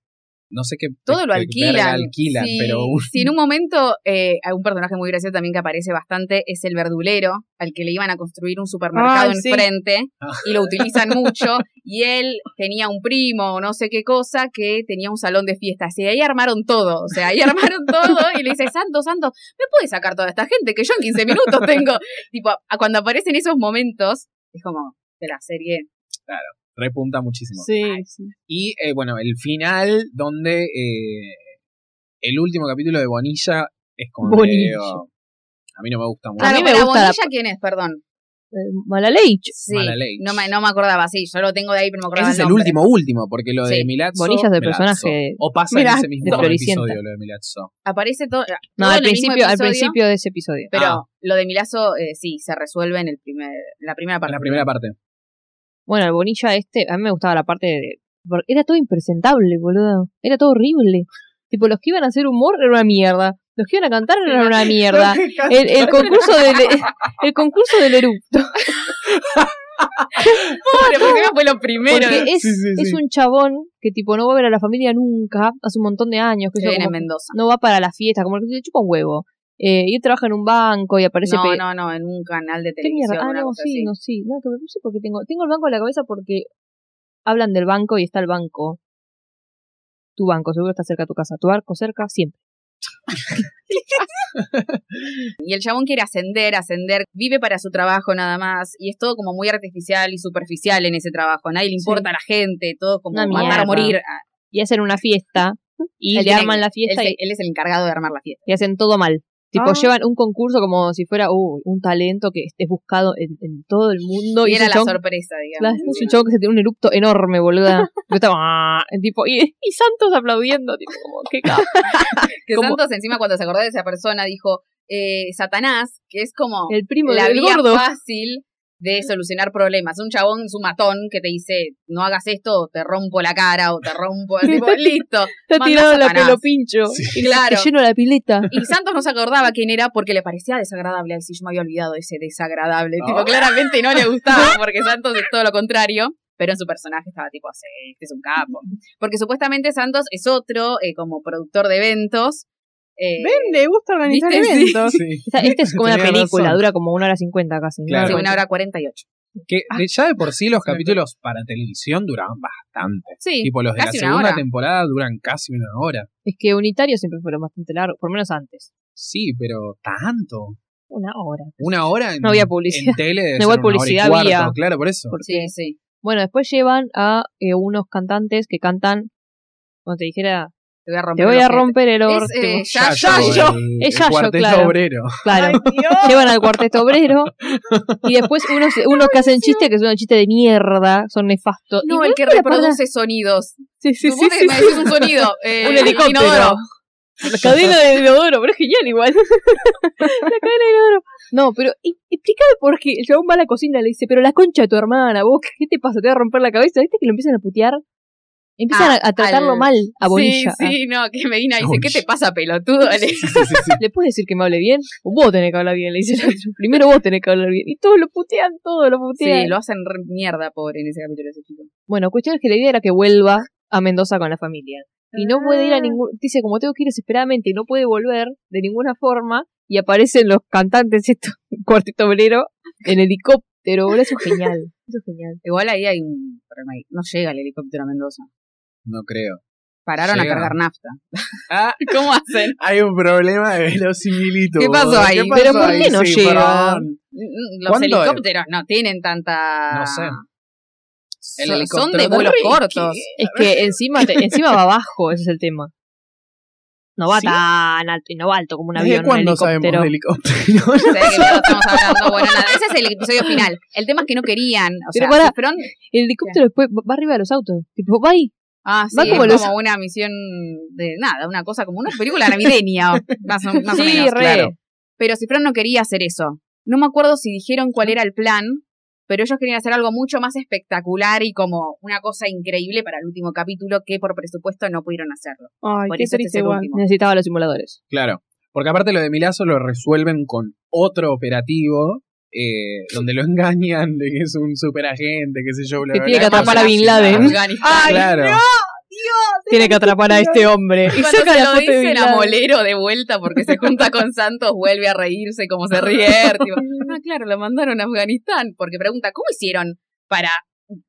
Speaker 1: No sé qué.
Speaker 2: Todo lo
Speaker 1: qué verga
Speaker 2: alquilan.
Speaker 1: alquilan,
Speaker 2: Sí,
Speaker 1: pero un-
Speaker 2: sí, en un momento, eh, hay un personaje muy gracioso también que aparece bastante es el verdulero, al que le iban a construir un supermercado
Speaker 4: Ay, sí.
Speaker 2: enfrente
Speaker 1: Ah.
Speaker 2: y lo utilizan mucho. Y él tenía un primo o no sé qué cosa que tenía un salón de fiestas. Y ahí armaron todo. O sea, ahí armaron todo y le dice, Santo, Santo, ¿me puedes sacar toda esta gente? Que yo en 15 minutos tengo. tipo, a- cuando aparecen esos momentos, es como de la serie.
Speaker 1: repunta muchísimo.
Speaker 4: Sí, sí.
Speaker 1: Y eh, bueno, el final donde eh, el último capítulo de Bonilla es como
Speaker 3: Bonilla.
Speaker 1: medio- A mí no me gusta mucho.
Speaker 2: Claro,
Speaker 3: mí me
Speaker 2: pero
Speaker 3: gusta la-
Speaker 2: Bonilla, ¿quién es? Perdón.
Speaker 3: Eh, Mala ley.
Speaker 2: Sí,
Speaker 1: Malalich.
Speaker 2: no me, no me acordaba, sí, yo lo tengo de ahí, pero no me acordaba.
Speaker 1: Ese es el
Speaker 2: nombre.
Speaker 1: último, último, porque lo de
Speaker 2: Sí.
Speaker 1: Milazzo.
Speaker 3: Bonilla es del
Speaker 1: Milazzo.
Speaker 3: personaje
Speaker 1: O pasa en
Speaker 4: Milazzo.
Speaker 1: ese mismo
Speaker 3: de Floricienta.
Speaker 1: episodio lo de Milazzo.
Speaker 2: Aparece todo.
Speaker 3: No,
Speaker 2: todo
Speaker 3: al
Speaker 2: en el mismo
Speaker 3: principio, al
Speaker 2: episodio,
Speaker 3: principio de ese episodio.
Speaker 2: Pero
Speaker 1: Ah.
Speaker 2: lo de Milazo, eh, sí, se resuelve en el primer, en la primera
Speaker 1: En
Speaker 2: parte.
Speaker 1: la primera parte.
Speaker 3: Bueno, el Bonilla este, a mí me gustaba la parte de... porque Era todo impresentable, boludo. Era todo horrible. Tipo, los que iban a hacer humor era una mierda. Los que iban a cantar era una mierda. El, el concurso del el concurso del eructo.
Speaker 2: Pobre, porque encima fue lo primero.
Speaker 3: Porque es,
Speaker 1: Sí, sí,
Speaker 3: es
Speaker 1: sí.
Speaker 3: un chabón que tipo no va a ver a la familia nunca, hace un montón de años, que
Speaker 2: Que
Speaker 3: yo
Speaker 2: viene en
Speaker 3: como
Speaker 2: Mendoza.
Speaker 3: no va para la fiesta, como que le chupa un huevo. Eh, y él trabaja en un banco y aparece
Speaker 2: No,
Speaker 3: pe-
Speaker 2: no, no, en un canal de
Speaker 3: ¿Qué mierda?
Speaker 2: televisión.
Speaker 3: Ah,
Speaker 2: una
Speaker 3: no,
Speaker 2: cosa
Speaker 3: sí,
Speaker 2: así.
Speaker 3: no, sí. No, que no sé por qué tengo. Tengo el banco en la cabeza porque hablan del banco y está el banco. Tu banco, seguro está cerca de tu casa. Tu banco cerca, siempre.
Speaker 2: Y el chabón quiere ascender, ascender, vive para su trabajo nada más, y es todo como muy artificial y superficial en ese trabajo, a nadie le importa a la gente, todo como
Speaker 3: Una
Speaker 2: matar
Speaker 3: mierda.
Speaker 2: o morir. Ah,
Speaker 3: Y hacen una fiesta y
Speaker 2: él
Speaker 3: le
Speaker 2: tiene-
Speaker 3: arman la fiesta
Speaker 2: él,
Speaker 3: y,
Speaker 2: él es el encargado de armar la fiesta.
Speaker 3: y hacen todo mal. Tipo,
Speaker 4: Ah.
Speaker 3: llevan un concurso como si fuera uy, un talento que esté buscado en, en todo el mundo.
Speaker 2: y
Speaker 3: Y,
Speaker 2: era
Speaker 3: ese
Speaker 2: la
Speaker 3: chabón-
Speaker 2: sorpresa,
Speaker 3: claro,
Speaker 2: digamos.
Speaker 3: es un chavo que se tiene un erupto enorme, boluda. Yo estaba, "Ah", tipo, y, y Santos aplaudiendo, tipo, como, qué capo.
Speaker 2: que
Speaker 3: como-
Speaker 2: Santos encima cuando se acordó de esa persona dijo, eh, Satanás, que es como
Speaker 3: El primo
Speaker 2: la
Speaker 3: del
Speaker 2: vía
Speaker 3: gordo.
Speaker 2: fácil de solucionar problemas. Un chabón, es un matón, que te dice, no hagas esto, o te rompo la cara, o te rompo, tipo, listo.
Speaker 3: Está
Speaker 2: manda
Speaker 3: tirado en la
Speaker 2: Satanás.
Speaker 3: pelo pincho.
Speaker 1: Sí.
Speaker 3: Y
Speaker 2: Claro.
Speaker 3: Te lleno la pileta.
Speaker 2: Y Santos no se acordaba quién era porque le parecía desagradable. Ay, sí, yo me había olvidado ese desagradable. Tipo,
Speaker 1: Ah.
Speaker 2: claramente no le gustaba porque Santos es todo lo contrario. Pero en su personaje estaba tipo, sí, este es un capo. Porque supuestamente Santos es otro, eh, como productor de eventos. eh,
Speaker 4: Ven, le gusta organizar
Speaker 2: ¿Viste? Sí.
Speaker 4: eventos.
Speaker 1: Sí.
Speaker 3: Esta, esta este es como una
Speaker 1: Tenía
Speaker 3: película,
Speaker 1: razón.
Speaker 3: dura como una hora cincuenta casi.
Speaker 1: Claro.
Speaker 2: sí,
Speaker 3: Una
Speaker 2: una
Speaker 3: hora cincuenta.
Speaker 2: hora 48.
Speaker 1: Que
Speaker 3: Ah.
Speaker 1: de- ya de por sí los
Speaker 2: Sí, me
Speaker 1: capítulos para televisión duraban bastante.
Speaker 2: Sí,
Speaker 1: tipo, los de la
Speaker 2: casi una
Speaker 1: segunda
Speaker 2: hora.
Speaker 1: temporada duran casi una hora.
Speaker 3: Es que unitarios siempre fueron bastante largos, por lo menos antes.
Speaker 1: Sí, pero tanto.
Speaker 3: Una hora.
Speaker 1: Una hora en,
Speaker 3: No había publicidad.
Speaker 1: en tele. debe
Speaker 3: No, igual
Speaker 1: ser una hora y
Speaker 3: publicidad
Speaker 1: cuarto,
Speaker 3: había.
Speaker 1: Claro, por eso.
Speaker 3: Porque-
Speaker 2: sí, sí.
Speaker 3: Bueno, después llevan a eh, unos cantantes que cantan, como te dijera,
Speaker 2: Te voy a
Speaker 3: te
Speaker 2: romper.
Speaker 3: voy
Speaker 2: el
Speaker 3: a
Speaker 2: ojete.
Speaker 3: romper el
Speaker 2: Es,
Speaker 3: orto.
Speaker 2: eh, Yayo,
Speaker 3: Yayo.
Speaker 1: el-
Speaker 3: Es
Speaker 1: el
Speaker 3: Yayo,
Speaker 1: cuarteto
Speaker 3: claro.
Speaker 1: obrero.
Speaker 3: Claro.
Speaker 4: Ay, Dios.
Speaker 3: Llevan al cuarteto obrero y después unos, unos que hacen chistes que son chistes de mierda, son nefastos.
Speaker 2: No,
Speaker 3: Igual
Speaker 2: el que
Speaker 3: la parada-
Speaker 2: reproduce sonidos.
Speaker 3: Sí, sí,
Speaker 2: Vos
Speaker 3: sí,
Speaker 2: te-
Speaker 3: sí,
Speaker 2: me
Speaker 3: sí.
Speaker 2: decís un sonido. eh,
Speaker 3: Un helicóptero.
Speaker 2: inodoro.
Speaker 3: La cadena de inodoro, pero es genial igual. la cadena de inodoro. No, pero i- explícame por qué. El chabón va a la cocina y le dice, pero la concha de tu hermana, vos, ¿qué te pasa? Te va a romper la cabeza. ¿Viste que lo empiezan a putear? Empiezan
Speaker 2: Ah,
Speaker 3: a, a tratarlo
Speaker 2: al-
Speaker 3: mal, a Bonilla.
Speaker 2: Sí, sí, no, que Medina dice,
Speaker 1: Bonilla.
Speaker 2: ¿qué te pasa, pelotudo? Le-
Speaker 1: Sí, sí, sí, sí.
Speaker 3: Ah, ¿Le puedes decir que me hable bien? O vos tenés que hablar bien, le dice el otro. Primero vos tenés que hablar bien. Y todos lo putean, todos lo putean.
Speaker 2: Sí, lo hacen re mierda, pobre, en ese capítulo ese chico.
Speaker 3: Bueno, cuestión es que la idea era que vuelva a Mendoza con la familia. Y no puede ir a ningún... Dice, como tengo que ir desesperadamente y no puede volver de ninguna forma. Y aparecen los cantantes, estos cuarteto obrero, en helicóptero. boludo, Eso es genial. Eso es genial.
Speaker 2: Igual ahí hay un problema ahí. No llega el helicóptero a Mendoza.
Speaker 1: No creo.
Speaker 2: Pararon
Speaker 1: Llega.
Speaker 2: a cargar nafta.
Speaker 1: Ah,
Speaker 2: ¿Cómo hacen?
Speaker 1: hay un problema de verosimilitud.
Speaker 2: ¿Qué pasó ahí?
Speaker 1: pasó
Speaker 3: Pero ¿por qué no llega?
Speaker 1: perdón.
Speaker 2: mm, Los
Speaker 1: ¿Cuándo Ah. es?
Speaker 2: helicópteros no tienen tanta...
Speaker 1: No sé.
Speaker 2: El
Speaker 1: So-
Speaker 2: helicóptero son de
Speaker 1: corto.
Speaker 2: vuelos cortos.
Speaker 3: Es que encima, te- encima va abajo, ese es el tema. No va
Speaker 1: ¿Sí?
Speaker 3: tan alto y no va alto como un avión,
Speaker 1: ¿Desde
Speaker 3: un
Speaker 1: cuándo sabemos
Speaker 3: helicóptero.
Speaker 1: de helicóptero?
Speaker 2: No sé de qué mierda estamos hablando. Bueno, nada, ese es el episodio final. El tema es que no querían. O
Speaker 3: Pero
Speaker 2: sea,
Speaker 3: pará.
Speaker 2: Cifrón-
Speaker 3: El helicóptero después va va arriba de los autos. Tipo, va ahí.
Speaker 2: Ah, sí,
Speaker 3: Va
Speaker 2: es
Speaker 3: como
Speaker 2: como,
Speaker 3: los-
Speaker 2: una misión de nada, una cosa como una película navideña, más o, más o
Speaker 3: sí,
Speaker 2: menos.
Speaker 3: re.
Speaker 1: claro.
Speaker 2: Pero Cifrón no quería hacer eso. No me acuerdo si dijeron cuál era el plan, pero ellos querían hacer algo mucho más espectacular y como una cosa increíble para el último capítulo que por presupuesto no pudieron hacerlo.
Speaker 4: Ay,
Speaker 2: Por
Speaker 4: qué
Speaker 2: eso este es
Speaker 4: triste
Speaker 2: el
Speaker 4: igual.
Speaker 2: último.
Speaker 3: Necesitaba los simuladores.
Speaker 1: Claro. Porque aparte lo de Milazo lo resuelven con otro operativo, eh, donde lo engañan de que es un superagente, qué sé yo, bla,
Speaker 3: Que
Speaker 1: bla,
Speaker 3: tiene
Speaker 1: bla.
Speaker 3: que atrapar a Bin Laden. Ah,
Speaker 2: Afganistán.
Speaker 1: Claro. Ah,
Speaker 3: Tiene que atrapar a este hombre. Y
Speaker 2: Cuando
Speaker 3: saca
Speaker 2: se
Speaker 3: la
Speaker 2: lo
Speaker 3: foto de Bin
Speaker 2: dicen a
Speaker 3: Laden.
Speaker 2: Molero de vuelta porque se junta con Santos, vuelve a reírse como se ríe. él, tipo, ah, claro, lo mandaron a Afganistán. Porque pregunta, ¿cómo hicieron para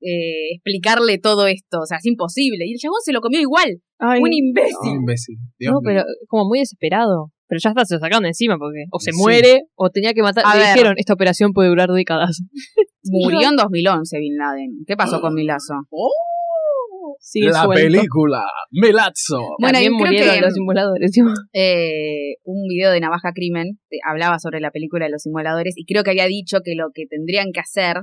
Speaker 2: eh, explicarle todo esto? O sea, es imposible. Y el chabón se lo comió igual.
Speaker 4: Ay,
Speaker 2: Un imbécil.
Speaker 1: Sí, imbécil. Dios
Speaker 3: No,
Speaker 1: mío.
Speaker 3: pero eh, como muy desesperado. Pero ya está, se lo sacaron de encima porque o se
Speaker 1: Sí.
Speaker 3: muere o tenía que matar.
Speaker 2: A
Speaker 3: Le
Speaker 2: ver.
Speaker 3: dijeron, esta operación puede durar décadas.
Speaker 2: Murió en 2011 Bin Laden. ¿Qué pasó con Milazo?
Speaker 4: sigue
Speaker 1: la
Speaker 4: suelto.
Speaker 1: película, Melazzo.
Speaker 2: Bueno,
Speaker 3: También
Speaker 2: y creo
Speaker 3: murieron
Speaker 2: que-
Speaker 3: los simuladores. tipo.
Speaker 2: eh, un video de Navaja Crimen, eh, hablaba sobre la película de los simuladores y creo que había dicho que lo que tendrían que hacer,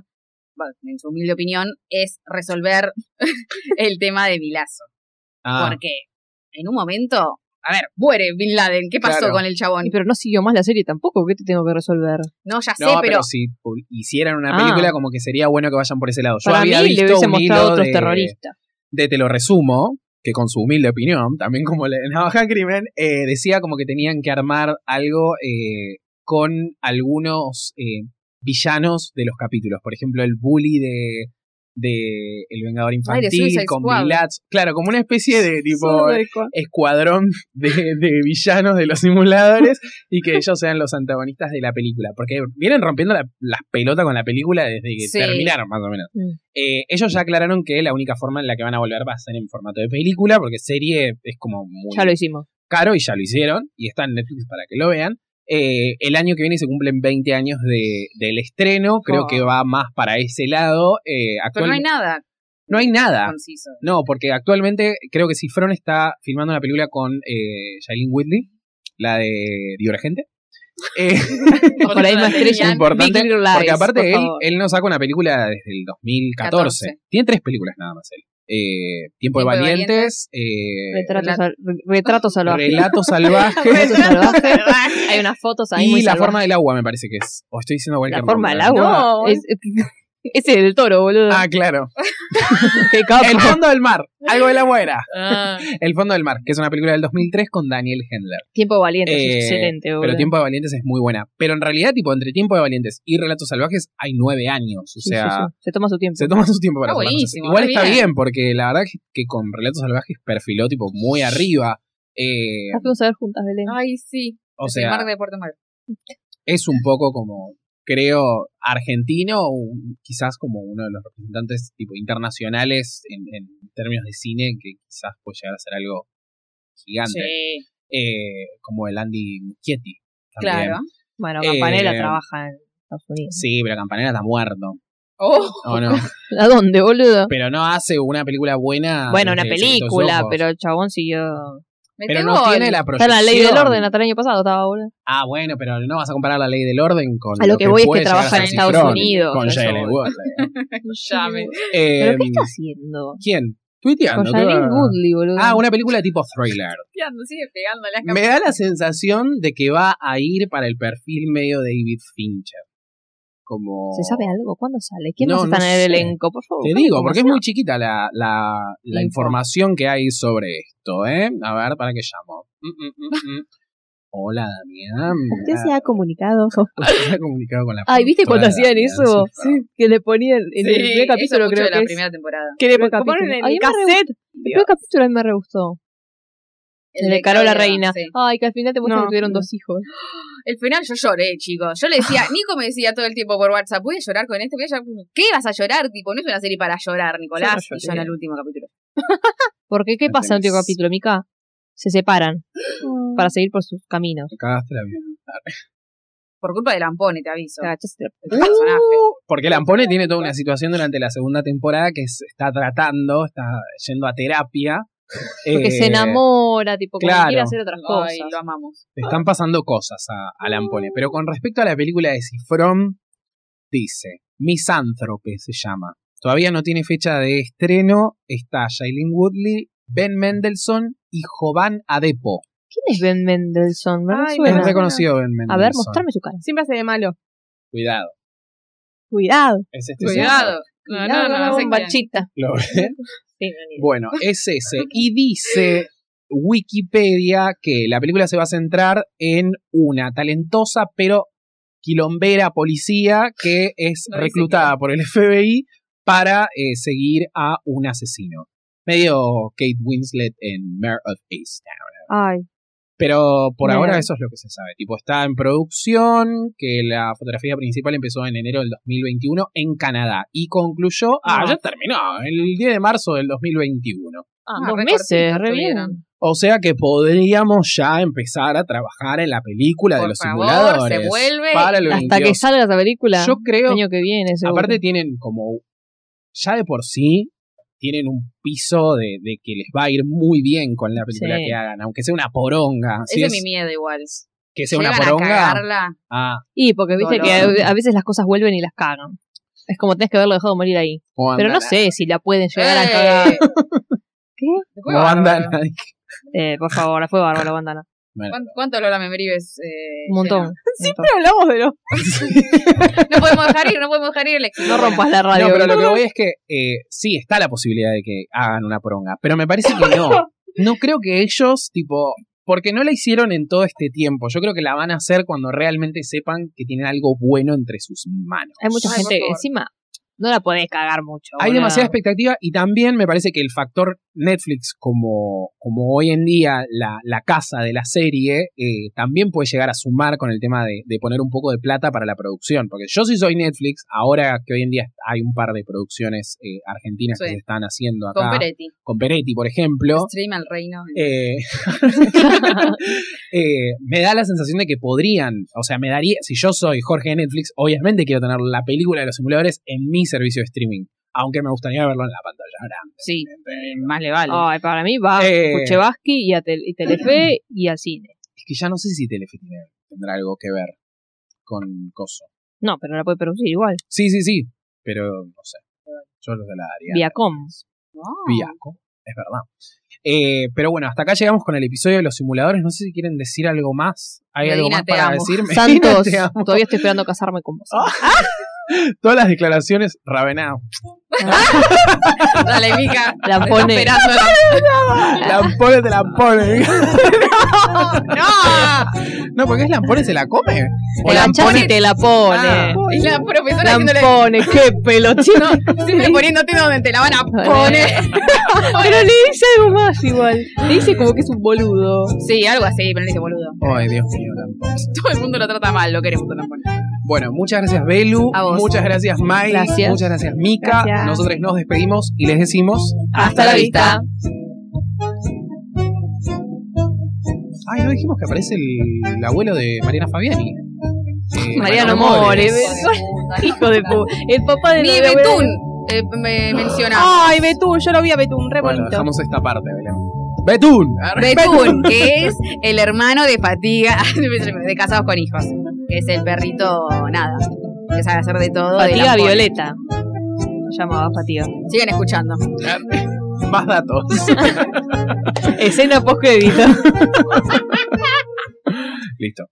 Speaker 2: bueno, en su humilde opinión, es resolver el tema de Milazo.
Speaker 1: Ah,
Speaker 2: Porque en un momento, a ver, muere Bin Laden, ¿qué pasó
Speaker 1: Claro.
Speaker 2: con el chabón?
Speaker 3: Y Pero no siguió más la serie tampoco. ¿Qué te tengo que resolver?
Speaker 2: No, ya sé,
Speaker 1: no, pero,
Speaker 2: pero...
Speaker 1: si pu- hicieran una
Speaker 3: Ah.
Speaker 1: película, como que sería bueno que vayan por ese lado. Yo
Speaker 3: Para mí
Speaker 1: había visto
Speaker 3: le hubiese
Speaker 1: un
Speaker 3: mostrado
Speaker 1: hilo
Speaker 3: a otros
Speaker 1: de-
Speaker 3: terroristas.
Speaker 1: de Te lo resumo, que con su humilde opinión, también como la de Navaja Crimen, eh, decía como que tenían que armar algo eh, con algunos eh, villanos de los capítulos. Por ejemplo, el bully de, de El Vengador Infantil
Speaker 2: Suicide
Speaker 1: con
Speaker 2: Squad.
Speaker 1: Milats. Claro, como una especie de tipo eh,
Speaker 4: Solo de co-
Speaker 1: escuadrón de, de villanos de los simuladores y que ellos sean los antagonistas de la película. Porque vienen rompiendo la- las pelotas con la película desde que
Speaker 2: Sí.
Speaker 1: terminaron, más o menos.
Speaker 3: Mm.
Speaker 1: Eh, ellos ya aclararon que la única forma en la que van a volver va a ser en formato de película, porque serie es como muy
Speaker 3: Ya lo hicimos.
Speaker 1: caro y ya lo hicieron y está en Netflix para que lo vean. Eh, el año que viene se cumplen 20 años de, del estreno, creo
Speaker 3: Oh.
Speaker 1: que va más para ese lado. Eh,
Speaker 2: Pero no hay
Speaker 1: actualmente
Speaker 2: nada
Speaker 1: no hay nada.
Speaker 2: conciso.
Speaker 1: No, porque actualmente creo que Cifrón está filmando una película con eh, Shailene Whitley, la de Divergente. Eh,
Speaker 3: Por la misma estrella.
Speaker 1: Big Importante,
Speaker 3: Big Little Lies,
Speaker 1: porque
Speaker 3: por
Speaker 1: aparte él,
Speaker 3: favor.
Speaker 1: él no saca una película desde el 2014.
Speaker 2: 14.
Speaker 1: Tiene tres películas nada más él. Eh, Tiempo, de
Speaker 2: Tiempo de
Speaker 1: Valientes, eh,
Speaker 3: Retratos al- re- Retratos salvajes.
Speaker 1: Relatos Salvajes
Speaker 3: Retratos salvajes. Hay unas fotos ahí muy
Speaker 1: y La
Speaker 3: salvajes.
Speaker 1: Forma del Agua, me parece que es. O estoy diciendo cualquier
Speaker 3: La forma del
Speaker 1: nombre.
Speaker 3: agua.
Speaker 4: No,
Speaker 3: Es-
Speaker 2: eh.
Speaker 3: ese del toro, boludo.
Speaker 1: Ah, claro.
Speaker 3: Qué capo.
Speaker 1: El Fondo del Mar. Algo de la buena.
Speaker 3: Ah.
Speaker 1: El Fondo del Mar, que es una película del 2003 con Daniel Hendler.
Speaker 3: Tiempo valiente,
Speaker 1: Eh,
Speaker 3: es excelente, boludo.
Speaker 1: Pero Tiempo de Valientes es muy buena. Pero en realidad, tipo, entre Tiempo de Valientes y Relatos Salvajes hay nueve años. O
Speaker 3: Sí, sí,
Speaker 1: sea,
Speaker 3: sí. Se toma su tiempo.
Speaker 1: se toma su tiempo para
Speaker 2: Está
Speaker 1: hacer las cosas.
Speaker 2: buenísimo,
Speaker 1: Igual
Speaker 2: re
Speaker 1: está bien.
Speaker 2: bien.
Speaker 1: porque la verdad que, que con Relatos Salvajes perfiló, tipo, muy arriba. Eh,
Speaker 3: Las Ah, fuimos a ver juntas, Belén.
Speaker 1: Ah,
Speaker 2: Ay, sí.
Speaker 1: o
Speaker 2: el
Speaker 1: sea,
Speaker 2: mar de Puerto Madero.
Speaker 1: es un poco como, creo, argentino, o un- quizás como uno de los representantes tipo internacionales en, en términos de cine, que quizás puede llegar a ser algo gigante.
Speaker 2: Sí,
Speaker 1: Eh, como el Andy Muschietti. también.
Speaker 2: claro.
Speaker 3: Bueno,
Speaker 1: Eh,
Speaker 3: Campanella trabaja en Estados Unidos.
Speaker 1: Sí, pero Campanella está muerto.
Speaker 2: Oh,
Speaker 1: ¿o no?
Speaker 3: ¿A dónde, boludo?
Speaker 1: Pero no hace una película buena.
Speaker 3: bueno, una
Speaker 1: desde Secretos
Speaker 3: película,
Speaker 1: Ojos.
Speaker 3: pero el chabón siguió.
Speaker 2: mete
Speaker 1: Pero no
Speaker 2: gol.
Speaker 1: tiene la
Speaker 3: Está en
Speaker 1: proyección.
Speaker 3: la ley del orden hasta el año pasado, estaba, boludo.
Speaker 1: Ah, bueno, pero no vas a comparar la ley del orden con.
Speaker 3: A lo que voy es que
Speaker 1: puede llegar a
Speaker 3: trabaja
Speaker 1: ser
Speaker 3: en Estados
Speaker 1: Cifrón,
Speaker 3: Unidos,
Speaker 1: Con
Speaker 3: a eso
Speaker 1: Jalen
Speaker 3: voy.
Speaker 1: Wood.
Speaker 2: Ya me-
Speaker 1: Eh,
Speaker 3: ¿Pero qué está haciendo?
Speaker 1: ¿Quién? Tuiteando.
Speaker 3: Con
Speaker 1: creo.
Speaker 3: Shailene Woodley, boludo.
Speaker 1: Ah, una película tipo thriller.
Speaker 2: Piando, sigue pegando la
Speaker 1: Me da la sensación de que va a ir para el perfil medio David Fincher. Como...
Speaker 3: ¿Se sabe algo? ¿Cuándo sale? ¿Quién
Speaker 1: No,
Speaker 3: más está
Speaker 1: no
Speaker 3: en el
Speaker 1: sé.
Speaker 3: elenco? Por favor.
Speaker 1: Te
Speaker 3: buscame
Speaker 1: digo, porque es
Speaker 3: información.
Speaker 1: muy chiquita la, la, la
Speaker 3: Info.
Speaker 1: información que hay sobre esto, ¿eh? A ver, ¿para qué llamo? Mm, mm, mm, mm. Hola, Damián.
Speaker 4: Usted
Speaker 1: ah.
Speaker 4: se ha comunicado.
Speaker 1: Usted se ha comunicado con la
Speaker 3: Ay, ¿viste
Speaker 1: productora
Speaker 3: cuando hacían
Speaker 1: de Damián
Speaker 3: eso?
Speaker 1: Cifrón.
Speaker 3: Que le ponían en el
Speaker 2: Sí,
Speaker 3: primer capítulo,
Speaker 2: eso mucho
Speaker 3: creo
Speaker 2: de
Speaker 3: que
Speaker 2: la
Speaker 3: es.
Speaker 2: primera temporada.
Speaker 4: Que le
Speaker 3: Primer
Speaker 4: ponen en
Speaker 3: capítulo. Ay,
Speaker 4: el
Speaker 3: me re
Speaker 4: cassette.
Speaker 3: El primer capítulo a mí me re gustó. El de Carola Reina.
Speaker 2: sí.
Speaker 3: Ay, que al final te muestran
Speaker 4: No,
Speaker 3: que tuvieron
Speaker 4: no.
Speaker 3: dos hijos.
Speaker 2: El final yo lloré, chicos. Yo le decía, Nico me decía todo el tiempo por WhatsApp, voy a llorar con esto, voy a llorar con- este". ¿Qué vas a llorar? Tipo, no es una serie para llorar, Nicolás.
Speaker 1: Yo no
Speaker 2: y yo en
Speaker 1: lloré.
Speaker 2: el último capítulo.
Speaker 3: Porque, ¿qué
Speaker 1: No
Speaker 3: pasa en el último
Speaker 1: tenés-
Speaker 3: capítulo, Mica? Se separan
Speaker 4: Ah.
Speaker 3: para seguir por sus caminos.
Speaker 1: Me cagaste la vida.
Speaker 2: Por culpa de Lampone, te aviso.
Speaker 3: Ah, ya se te-
Speaker 2: El
Speaker 1: Este
Speaker 2: personaje.
Speaker 1: Uh, Porque Lampone tiene toda una situación durante la segunda temporada que se está tratando, está yendo a terapia.
Speaker 3: Porque
Speaker 1: Eh,
Speaker 3: se enamora, tipo, como que quiere
Speaker 1: claro.
Speaker 3: hacer otras cosas.
Speaker 2: Ay, lo amamos.
Speaker 1: Le están pasando cosas a, a Lampone. Pero con respecto a la película de Cifrón, dice, Misántrope se llama. Todavía no tiene fecha de estreno. Está Shailene Woodley, Ben Mendelssohn y Jovan Adepo.
Speaker 3: ¿Quién es Ben Mendelssohn? No me
Speaker 4: Ay,
Speaker 1: Es
Speaker 3: suena.
Speaker 4: me reconozco.
Speaker 1: reconocido Ben Mendelssohn.
Speaker 3: A ver, mostrame su cara.
Speaker 4: Siempre hace de malo.
Speaker 1: Cuidado.
Speaker 4: Cuidado.
Speaker 1: Es este señor.
Speaker 2: Cuidado. No, no, no, no,
Speaker 3: Con
Speaker 2: sé quién.
Speaker 3: bachita.
Speaker 1: Lo ve.
Speaker 3: Sí, no, ni idea.
Speaker 1: Bueno, es ese. Y dice Wikipedia que la película se va a centrar en una talentosa pero quilombera policía que es
Speaker 2: No dice
Speaker 1: reclutada por el FBI para eh, seguir a un asesino. Medio Kate Winslet en Mare of Easttown.
Speaker 3: Ay,
Speaker 1: Pero por
Speaker 3: Mira.
Speaker 1: ahora eso es lo que se sabe. Tipo, está en producción, que la fotografía principal empezó en enero del 2021 en Canadá y concluyó, ah,
Speaker 3: Ah.
Speaker 1: ya terminó, el 10 de marzo del 2021.
Speaker 3: ah,
Speaker 2: Ah,
Speaker 3: dos
Speaker 2: re
Speaker 3: meses,
Speaker 2: cortito
Speaker 3: re bien.
Speaker 2: estuvieron.
Speaker 1: O sea que podríamos ya empezar a trabajar en la película de
Speaker 2: Por
Speaker 1: los
Speaker 2: favor,
Speaker 1: simuladores.
Speaker 2: se vuelve
Speaker 1: para el
Speaker 3: Hasta que
Speaker 1: 22.
Speaker 3: salga esa película,
Speaker 1: Yo creo,
Speaker 3: el año que viene, seguro.
Speaker 1: aparte tienen como, ya de por sí, tienen un piso de, de que les va a ir muy bien con la película
Speaker 3: Sí.
Speaker 1: que hagan, aunque sea una poronga. Si
Speaker 2: Ese
Speaker 1: es
Speaker 2: es mi miedo igual.
Speaker 1: que sea una
Speaker 2: Llegan a
Speaker 1: poronga,
Speaker 2: cagarla.
Speaker 1: ah,
Speaker 3: Y porque viste
Speaker 2: Dolor.
Speaker 3: que a- a veces las cosas vuelven y las cagan. Es como tenés que haberlo dejado morir ahí.
Speaker 1: ¿cómo
Speaker 3: Pero no
Speaker 1: andará?
Speaker 3: sé si la pueden llegar a
Speaker 2: Eh.
Speaker 3: cagar. ¿Qué?
Speaker 1: ¿Cómo andan?
Speaker 3: Eh, por favor, fue bárbaro, bandana.
Speaker 2: ¿Cuán- ¿Cuánto Lola Membrives? Eh,
Speaker 3: Un montón.
Speaker 2: llena?
Speaker 3: un montón.
Speaker 4: Siempre hablamos de los.
Speaker 2: No podemos dejar ir, no podemos dejar ir. Lex.
Speaker 3: No
Speaker 2: Bueno,
Speaker 3: rompas la radio.
Speaker 1: No, pero lo que voy es que eh, sí, está la posibilidad de que hagan una poronga, pero me parece que no. No creo que ellos, tipo, Porque no la hicieron en todo este tiempo. Yo creo que la van a hacer cuando realmente sepan que tienen algo bueno entre sus manos.
Speaker 3: Hay mucha
Speaker 4: Ay,
Speaker 3: gente
Speaker 4: por
Speaker 3: que
Speaker 4: favor.
Speaker 3: encima no la podés cagar mucho.
Speaker 1: Hay
Speaker 3: boludo.
Speaker 1: demasiada expectativa y también me parece que el factor Netflix, como, como hoy en día la, la casa de la serie, eh, también puede llegar a sumar con el tema de, de poner un poco de plata para la producción. Porque yo sí soy Netflix, ahora que hoy en día hay un par de producciones eh, argentinas que
Speaker 2: Sí.
Speaker 1: se están haciendo acá,
Speaker 2: Con
Speaker 1: con Peretti,
Speaker 2: Peretti.
Speaker 1: por ejemplo.
Speaker 2: Stream al reino.
Speaker 1: eh, eh, me da la sensación de que podrían, o sea, me daría, si yo soy Jorge de Netflix, obviamente quiero tener la película de los simuladores en mi servicio de streaming, aunque me gustaría verlo en la pantalla grande.
Speaker 2: Sí, más le vale.
Speaker 3: Ay, para mí va
Speaker 1: Eh.
Speaker 3: a Kuchevaski y a Tel- y Telefe y al cine.
Speaker 1: Es que ya no sé si Telefe tiene- tendrá algo que ver con Coso.
Speaker 3: No, pero la puede producir igual.
Speaker 1: Sí, sí, sí, pero no sé. Yo lo se la daría.
Speaker 3: Viacom.
Speaker 2: Wow.
Speaker 1: Viaco, es verdad. Eh, pero bueno, hasta acá llegamos con el episodio de los simuladores. No sé si quieren decir algo más. ¿Hay algo
Speaker 2: Medina,
Speaker 1: más
Speaker 2: te
Speaker 1: para
Speaker 2: amo.
Speaker 1: decirme?
Speaker 3: Santos,
Speaker 1: Te amo.
Speaker 3: todavía estoy esperando casarme con vos.
Speaker 1: Todas las declaraciones, Ravenao.
Speaker 2: Dale, Mica.
Speaker 3: La
Speaker 2: Te
Speaker 3: pone.
Speaker 2: está esperando.
Speaker 1: Lampones te la pone.
Speaker 2: ¡No!
Speaker 1: No, porque es Lampones se la come.
Speaker 3: Te la
Speaker 1: Lampones-
Speaker 3: chapa y te la pone.
Speaker 1: Ah,
Speaker 2: Y la profesora haciéndole.
Speaker 3: Lampone, qué pelochino.
Speaker 2: Siempre poniéndote donde te la van a poner.
Speaker 3: Pero le dice algo más igual. Le dice como que es un boludo.
Speaker 2: Sí, algo así, pero no dice boludo.
Speaker 1: Ay, Dios mío, Lampones.
Speaker 2: Todo el mundo lo trata mal, lo queremos, lo pone.
Speaker 1: Bueno, muchas gracias, Belu.
Speaker 2: A vos.
Speaker 1: Muchas gracias, Mai.
Speaker 3: Gracias.
Speaker 1: Muchas gracias, Mika.
Speaker 4: Gracias.
Speaker 1: Nosotros nos despedimos y les decimos.
Speaker 3: Hasta la vista.
Speaker 1: Ay, no dijimos que aparece el, el abuelo de Mariana Fabiani. Eh,
Speaker 3: Mariano More. Hijo de puta. El papá de
Speaker 2: Ni
Speaker 3: la-
Speaker 2: Betún eh, me mencionaba.
Speaker 4: Ay, Betún, yo lo vi a Betún, re
Speaker 1: Bueno,
Speaker 4: bonito.
Speaker 1: dejamos esta parte, Belén. ¡Betún!
Speaker 2: Betún, que es el hermano de Fatiga de Casados con Hijos. Que es el perrito, nada. Que sabe hacer de todo. de
Speaker 3: Fatiga
Speaker 2: lampón.
Speaker 3: Violeta. Llamaba Fatiga.
Speaker 2: Sigan escuchando.
Speaker 1: Más datos.
Speaker 3: Escena post crédito.
Speaker 1: Listo.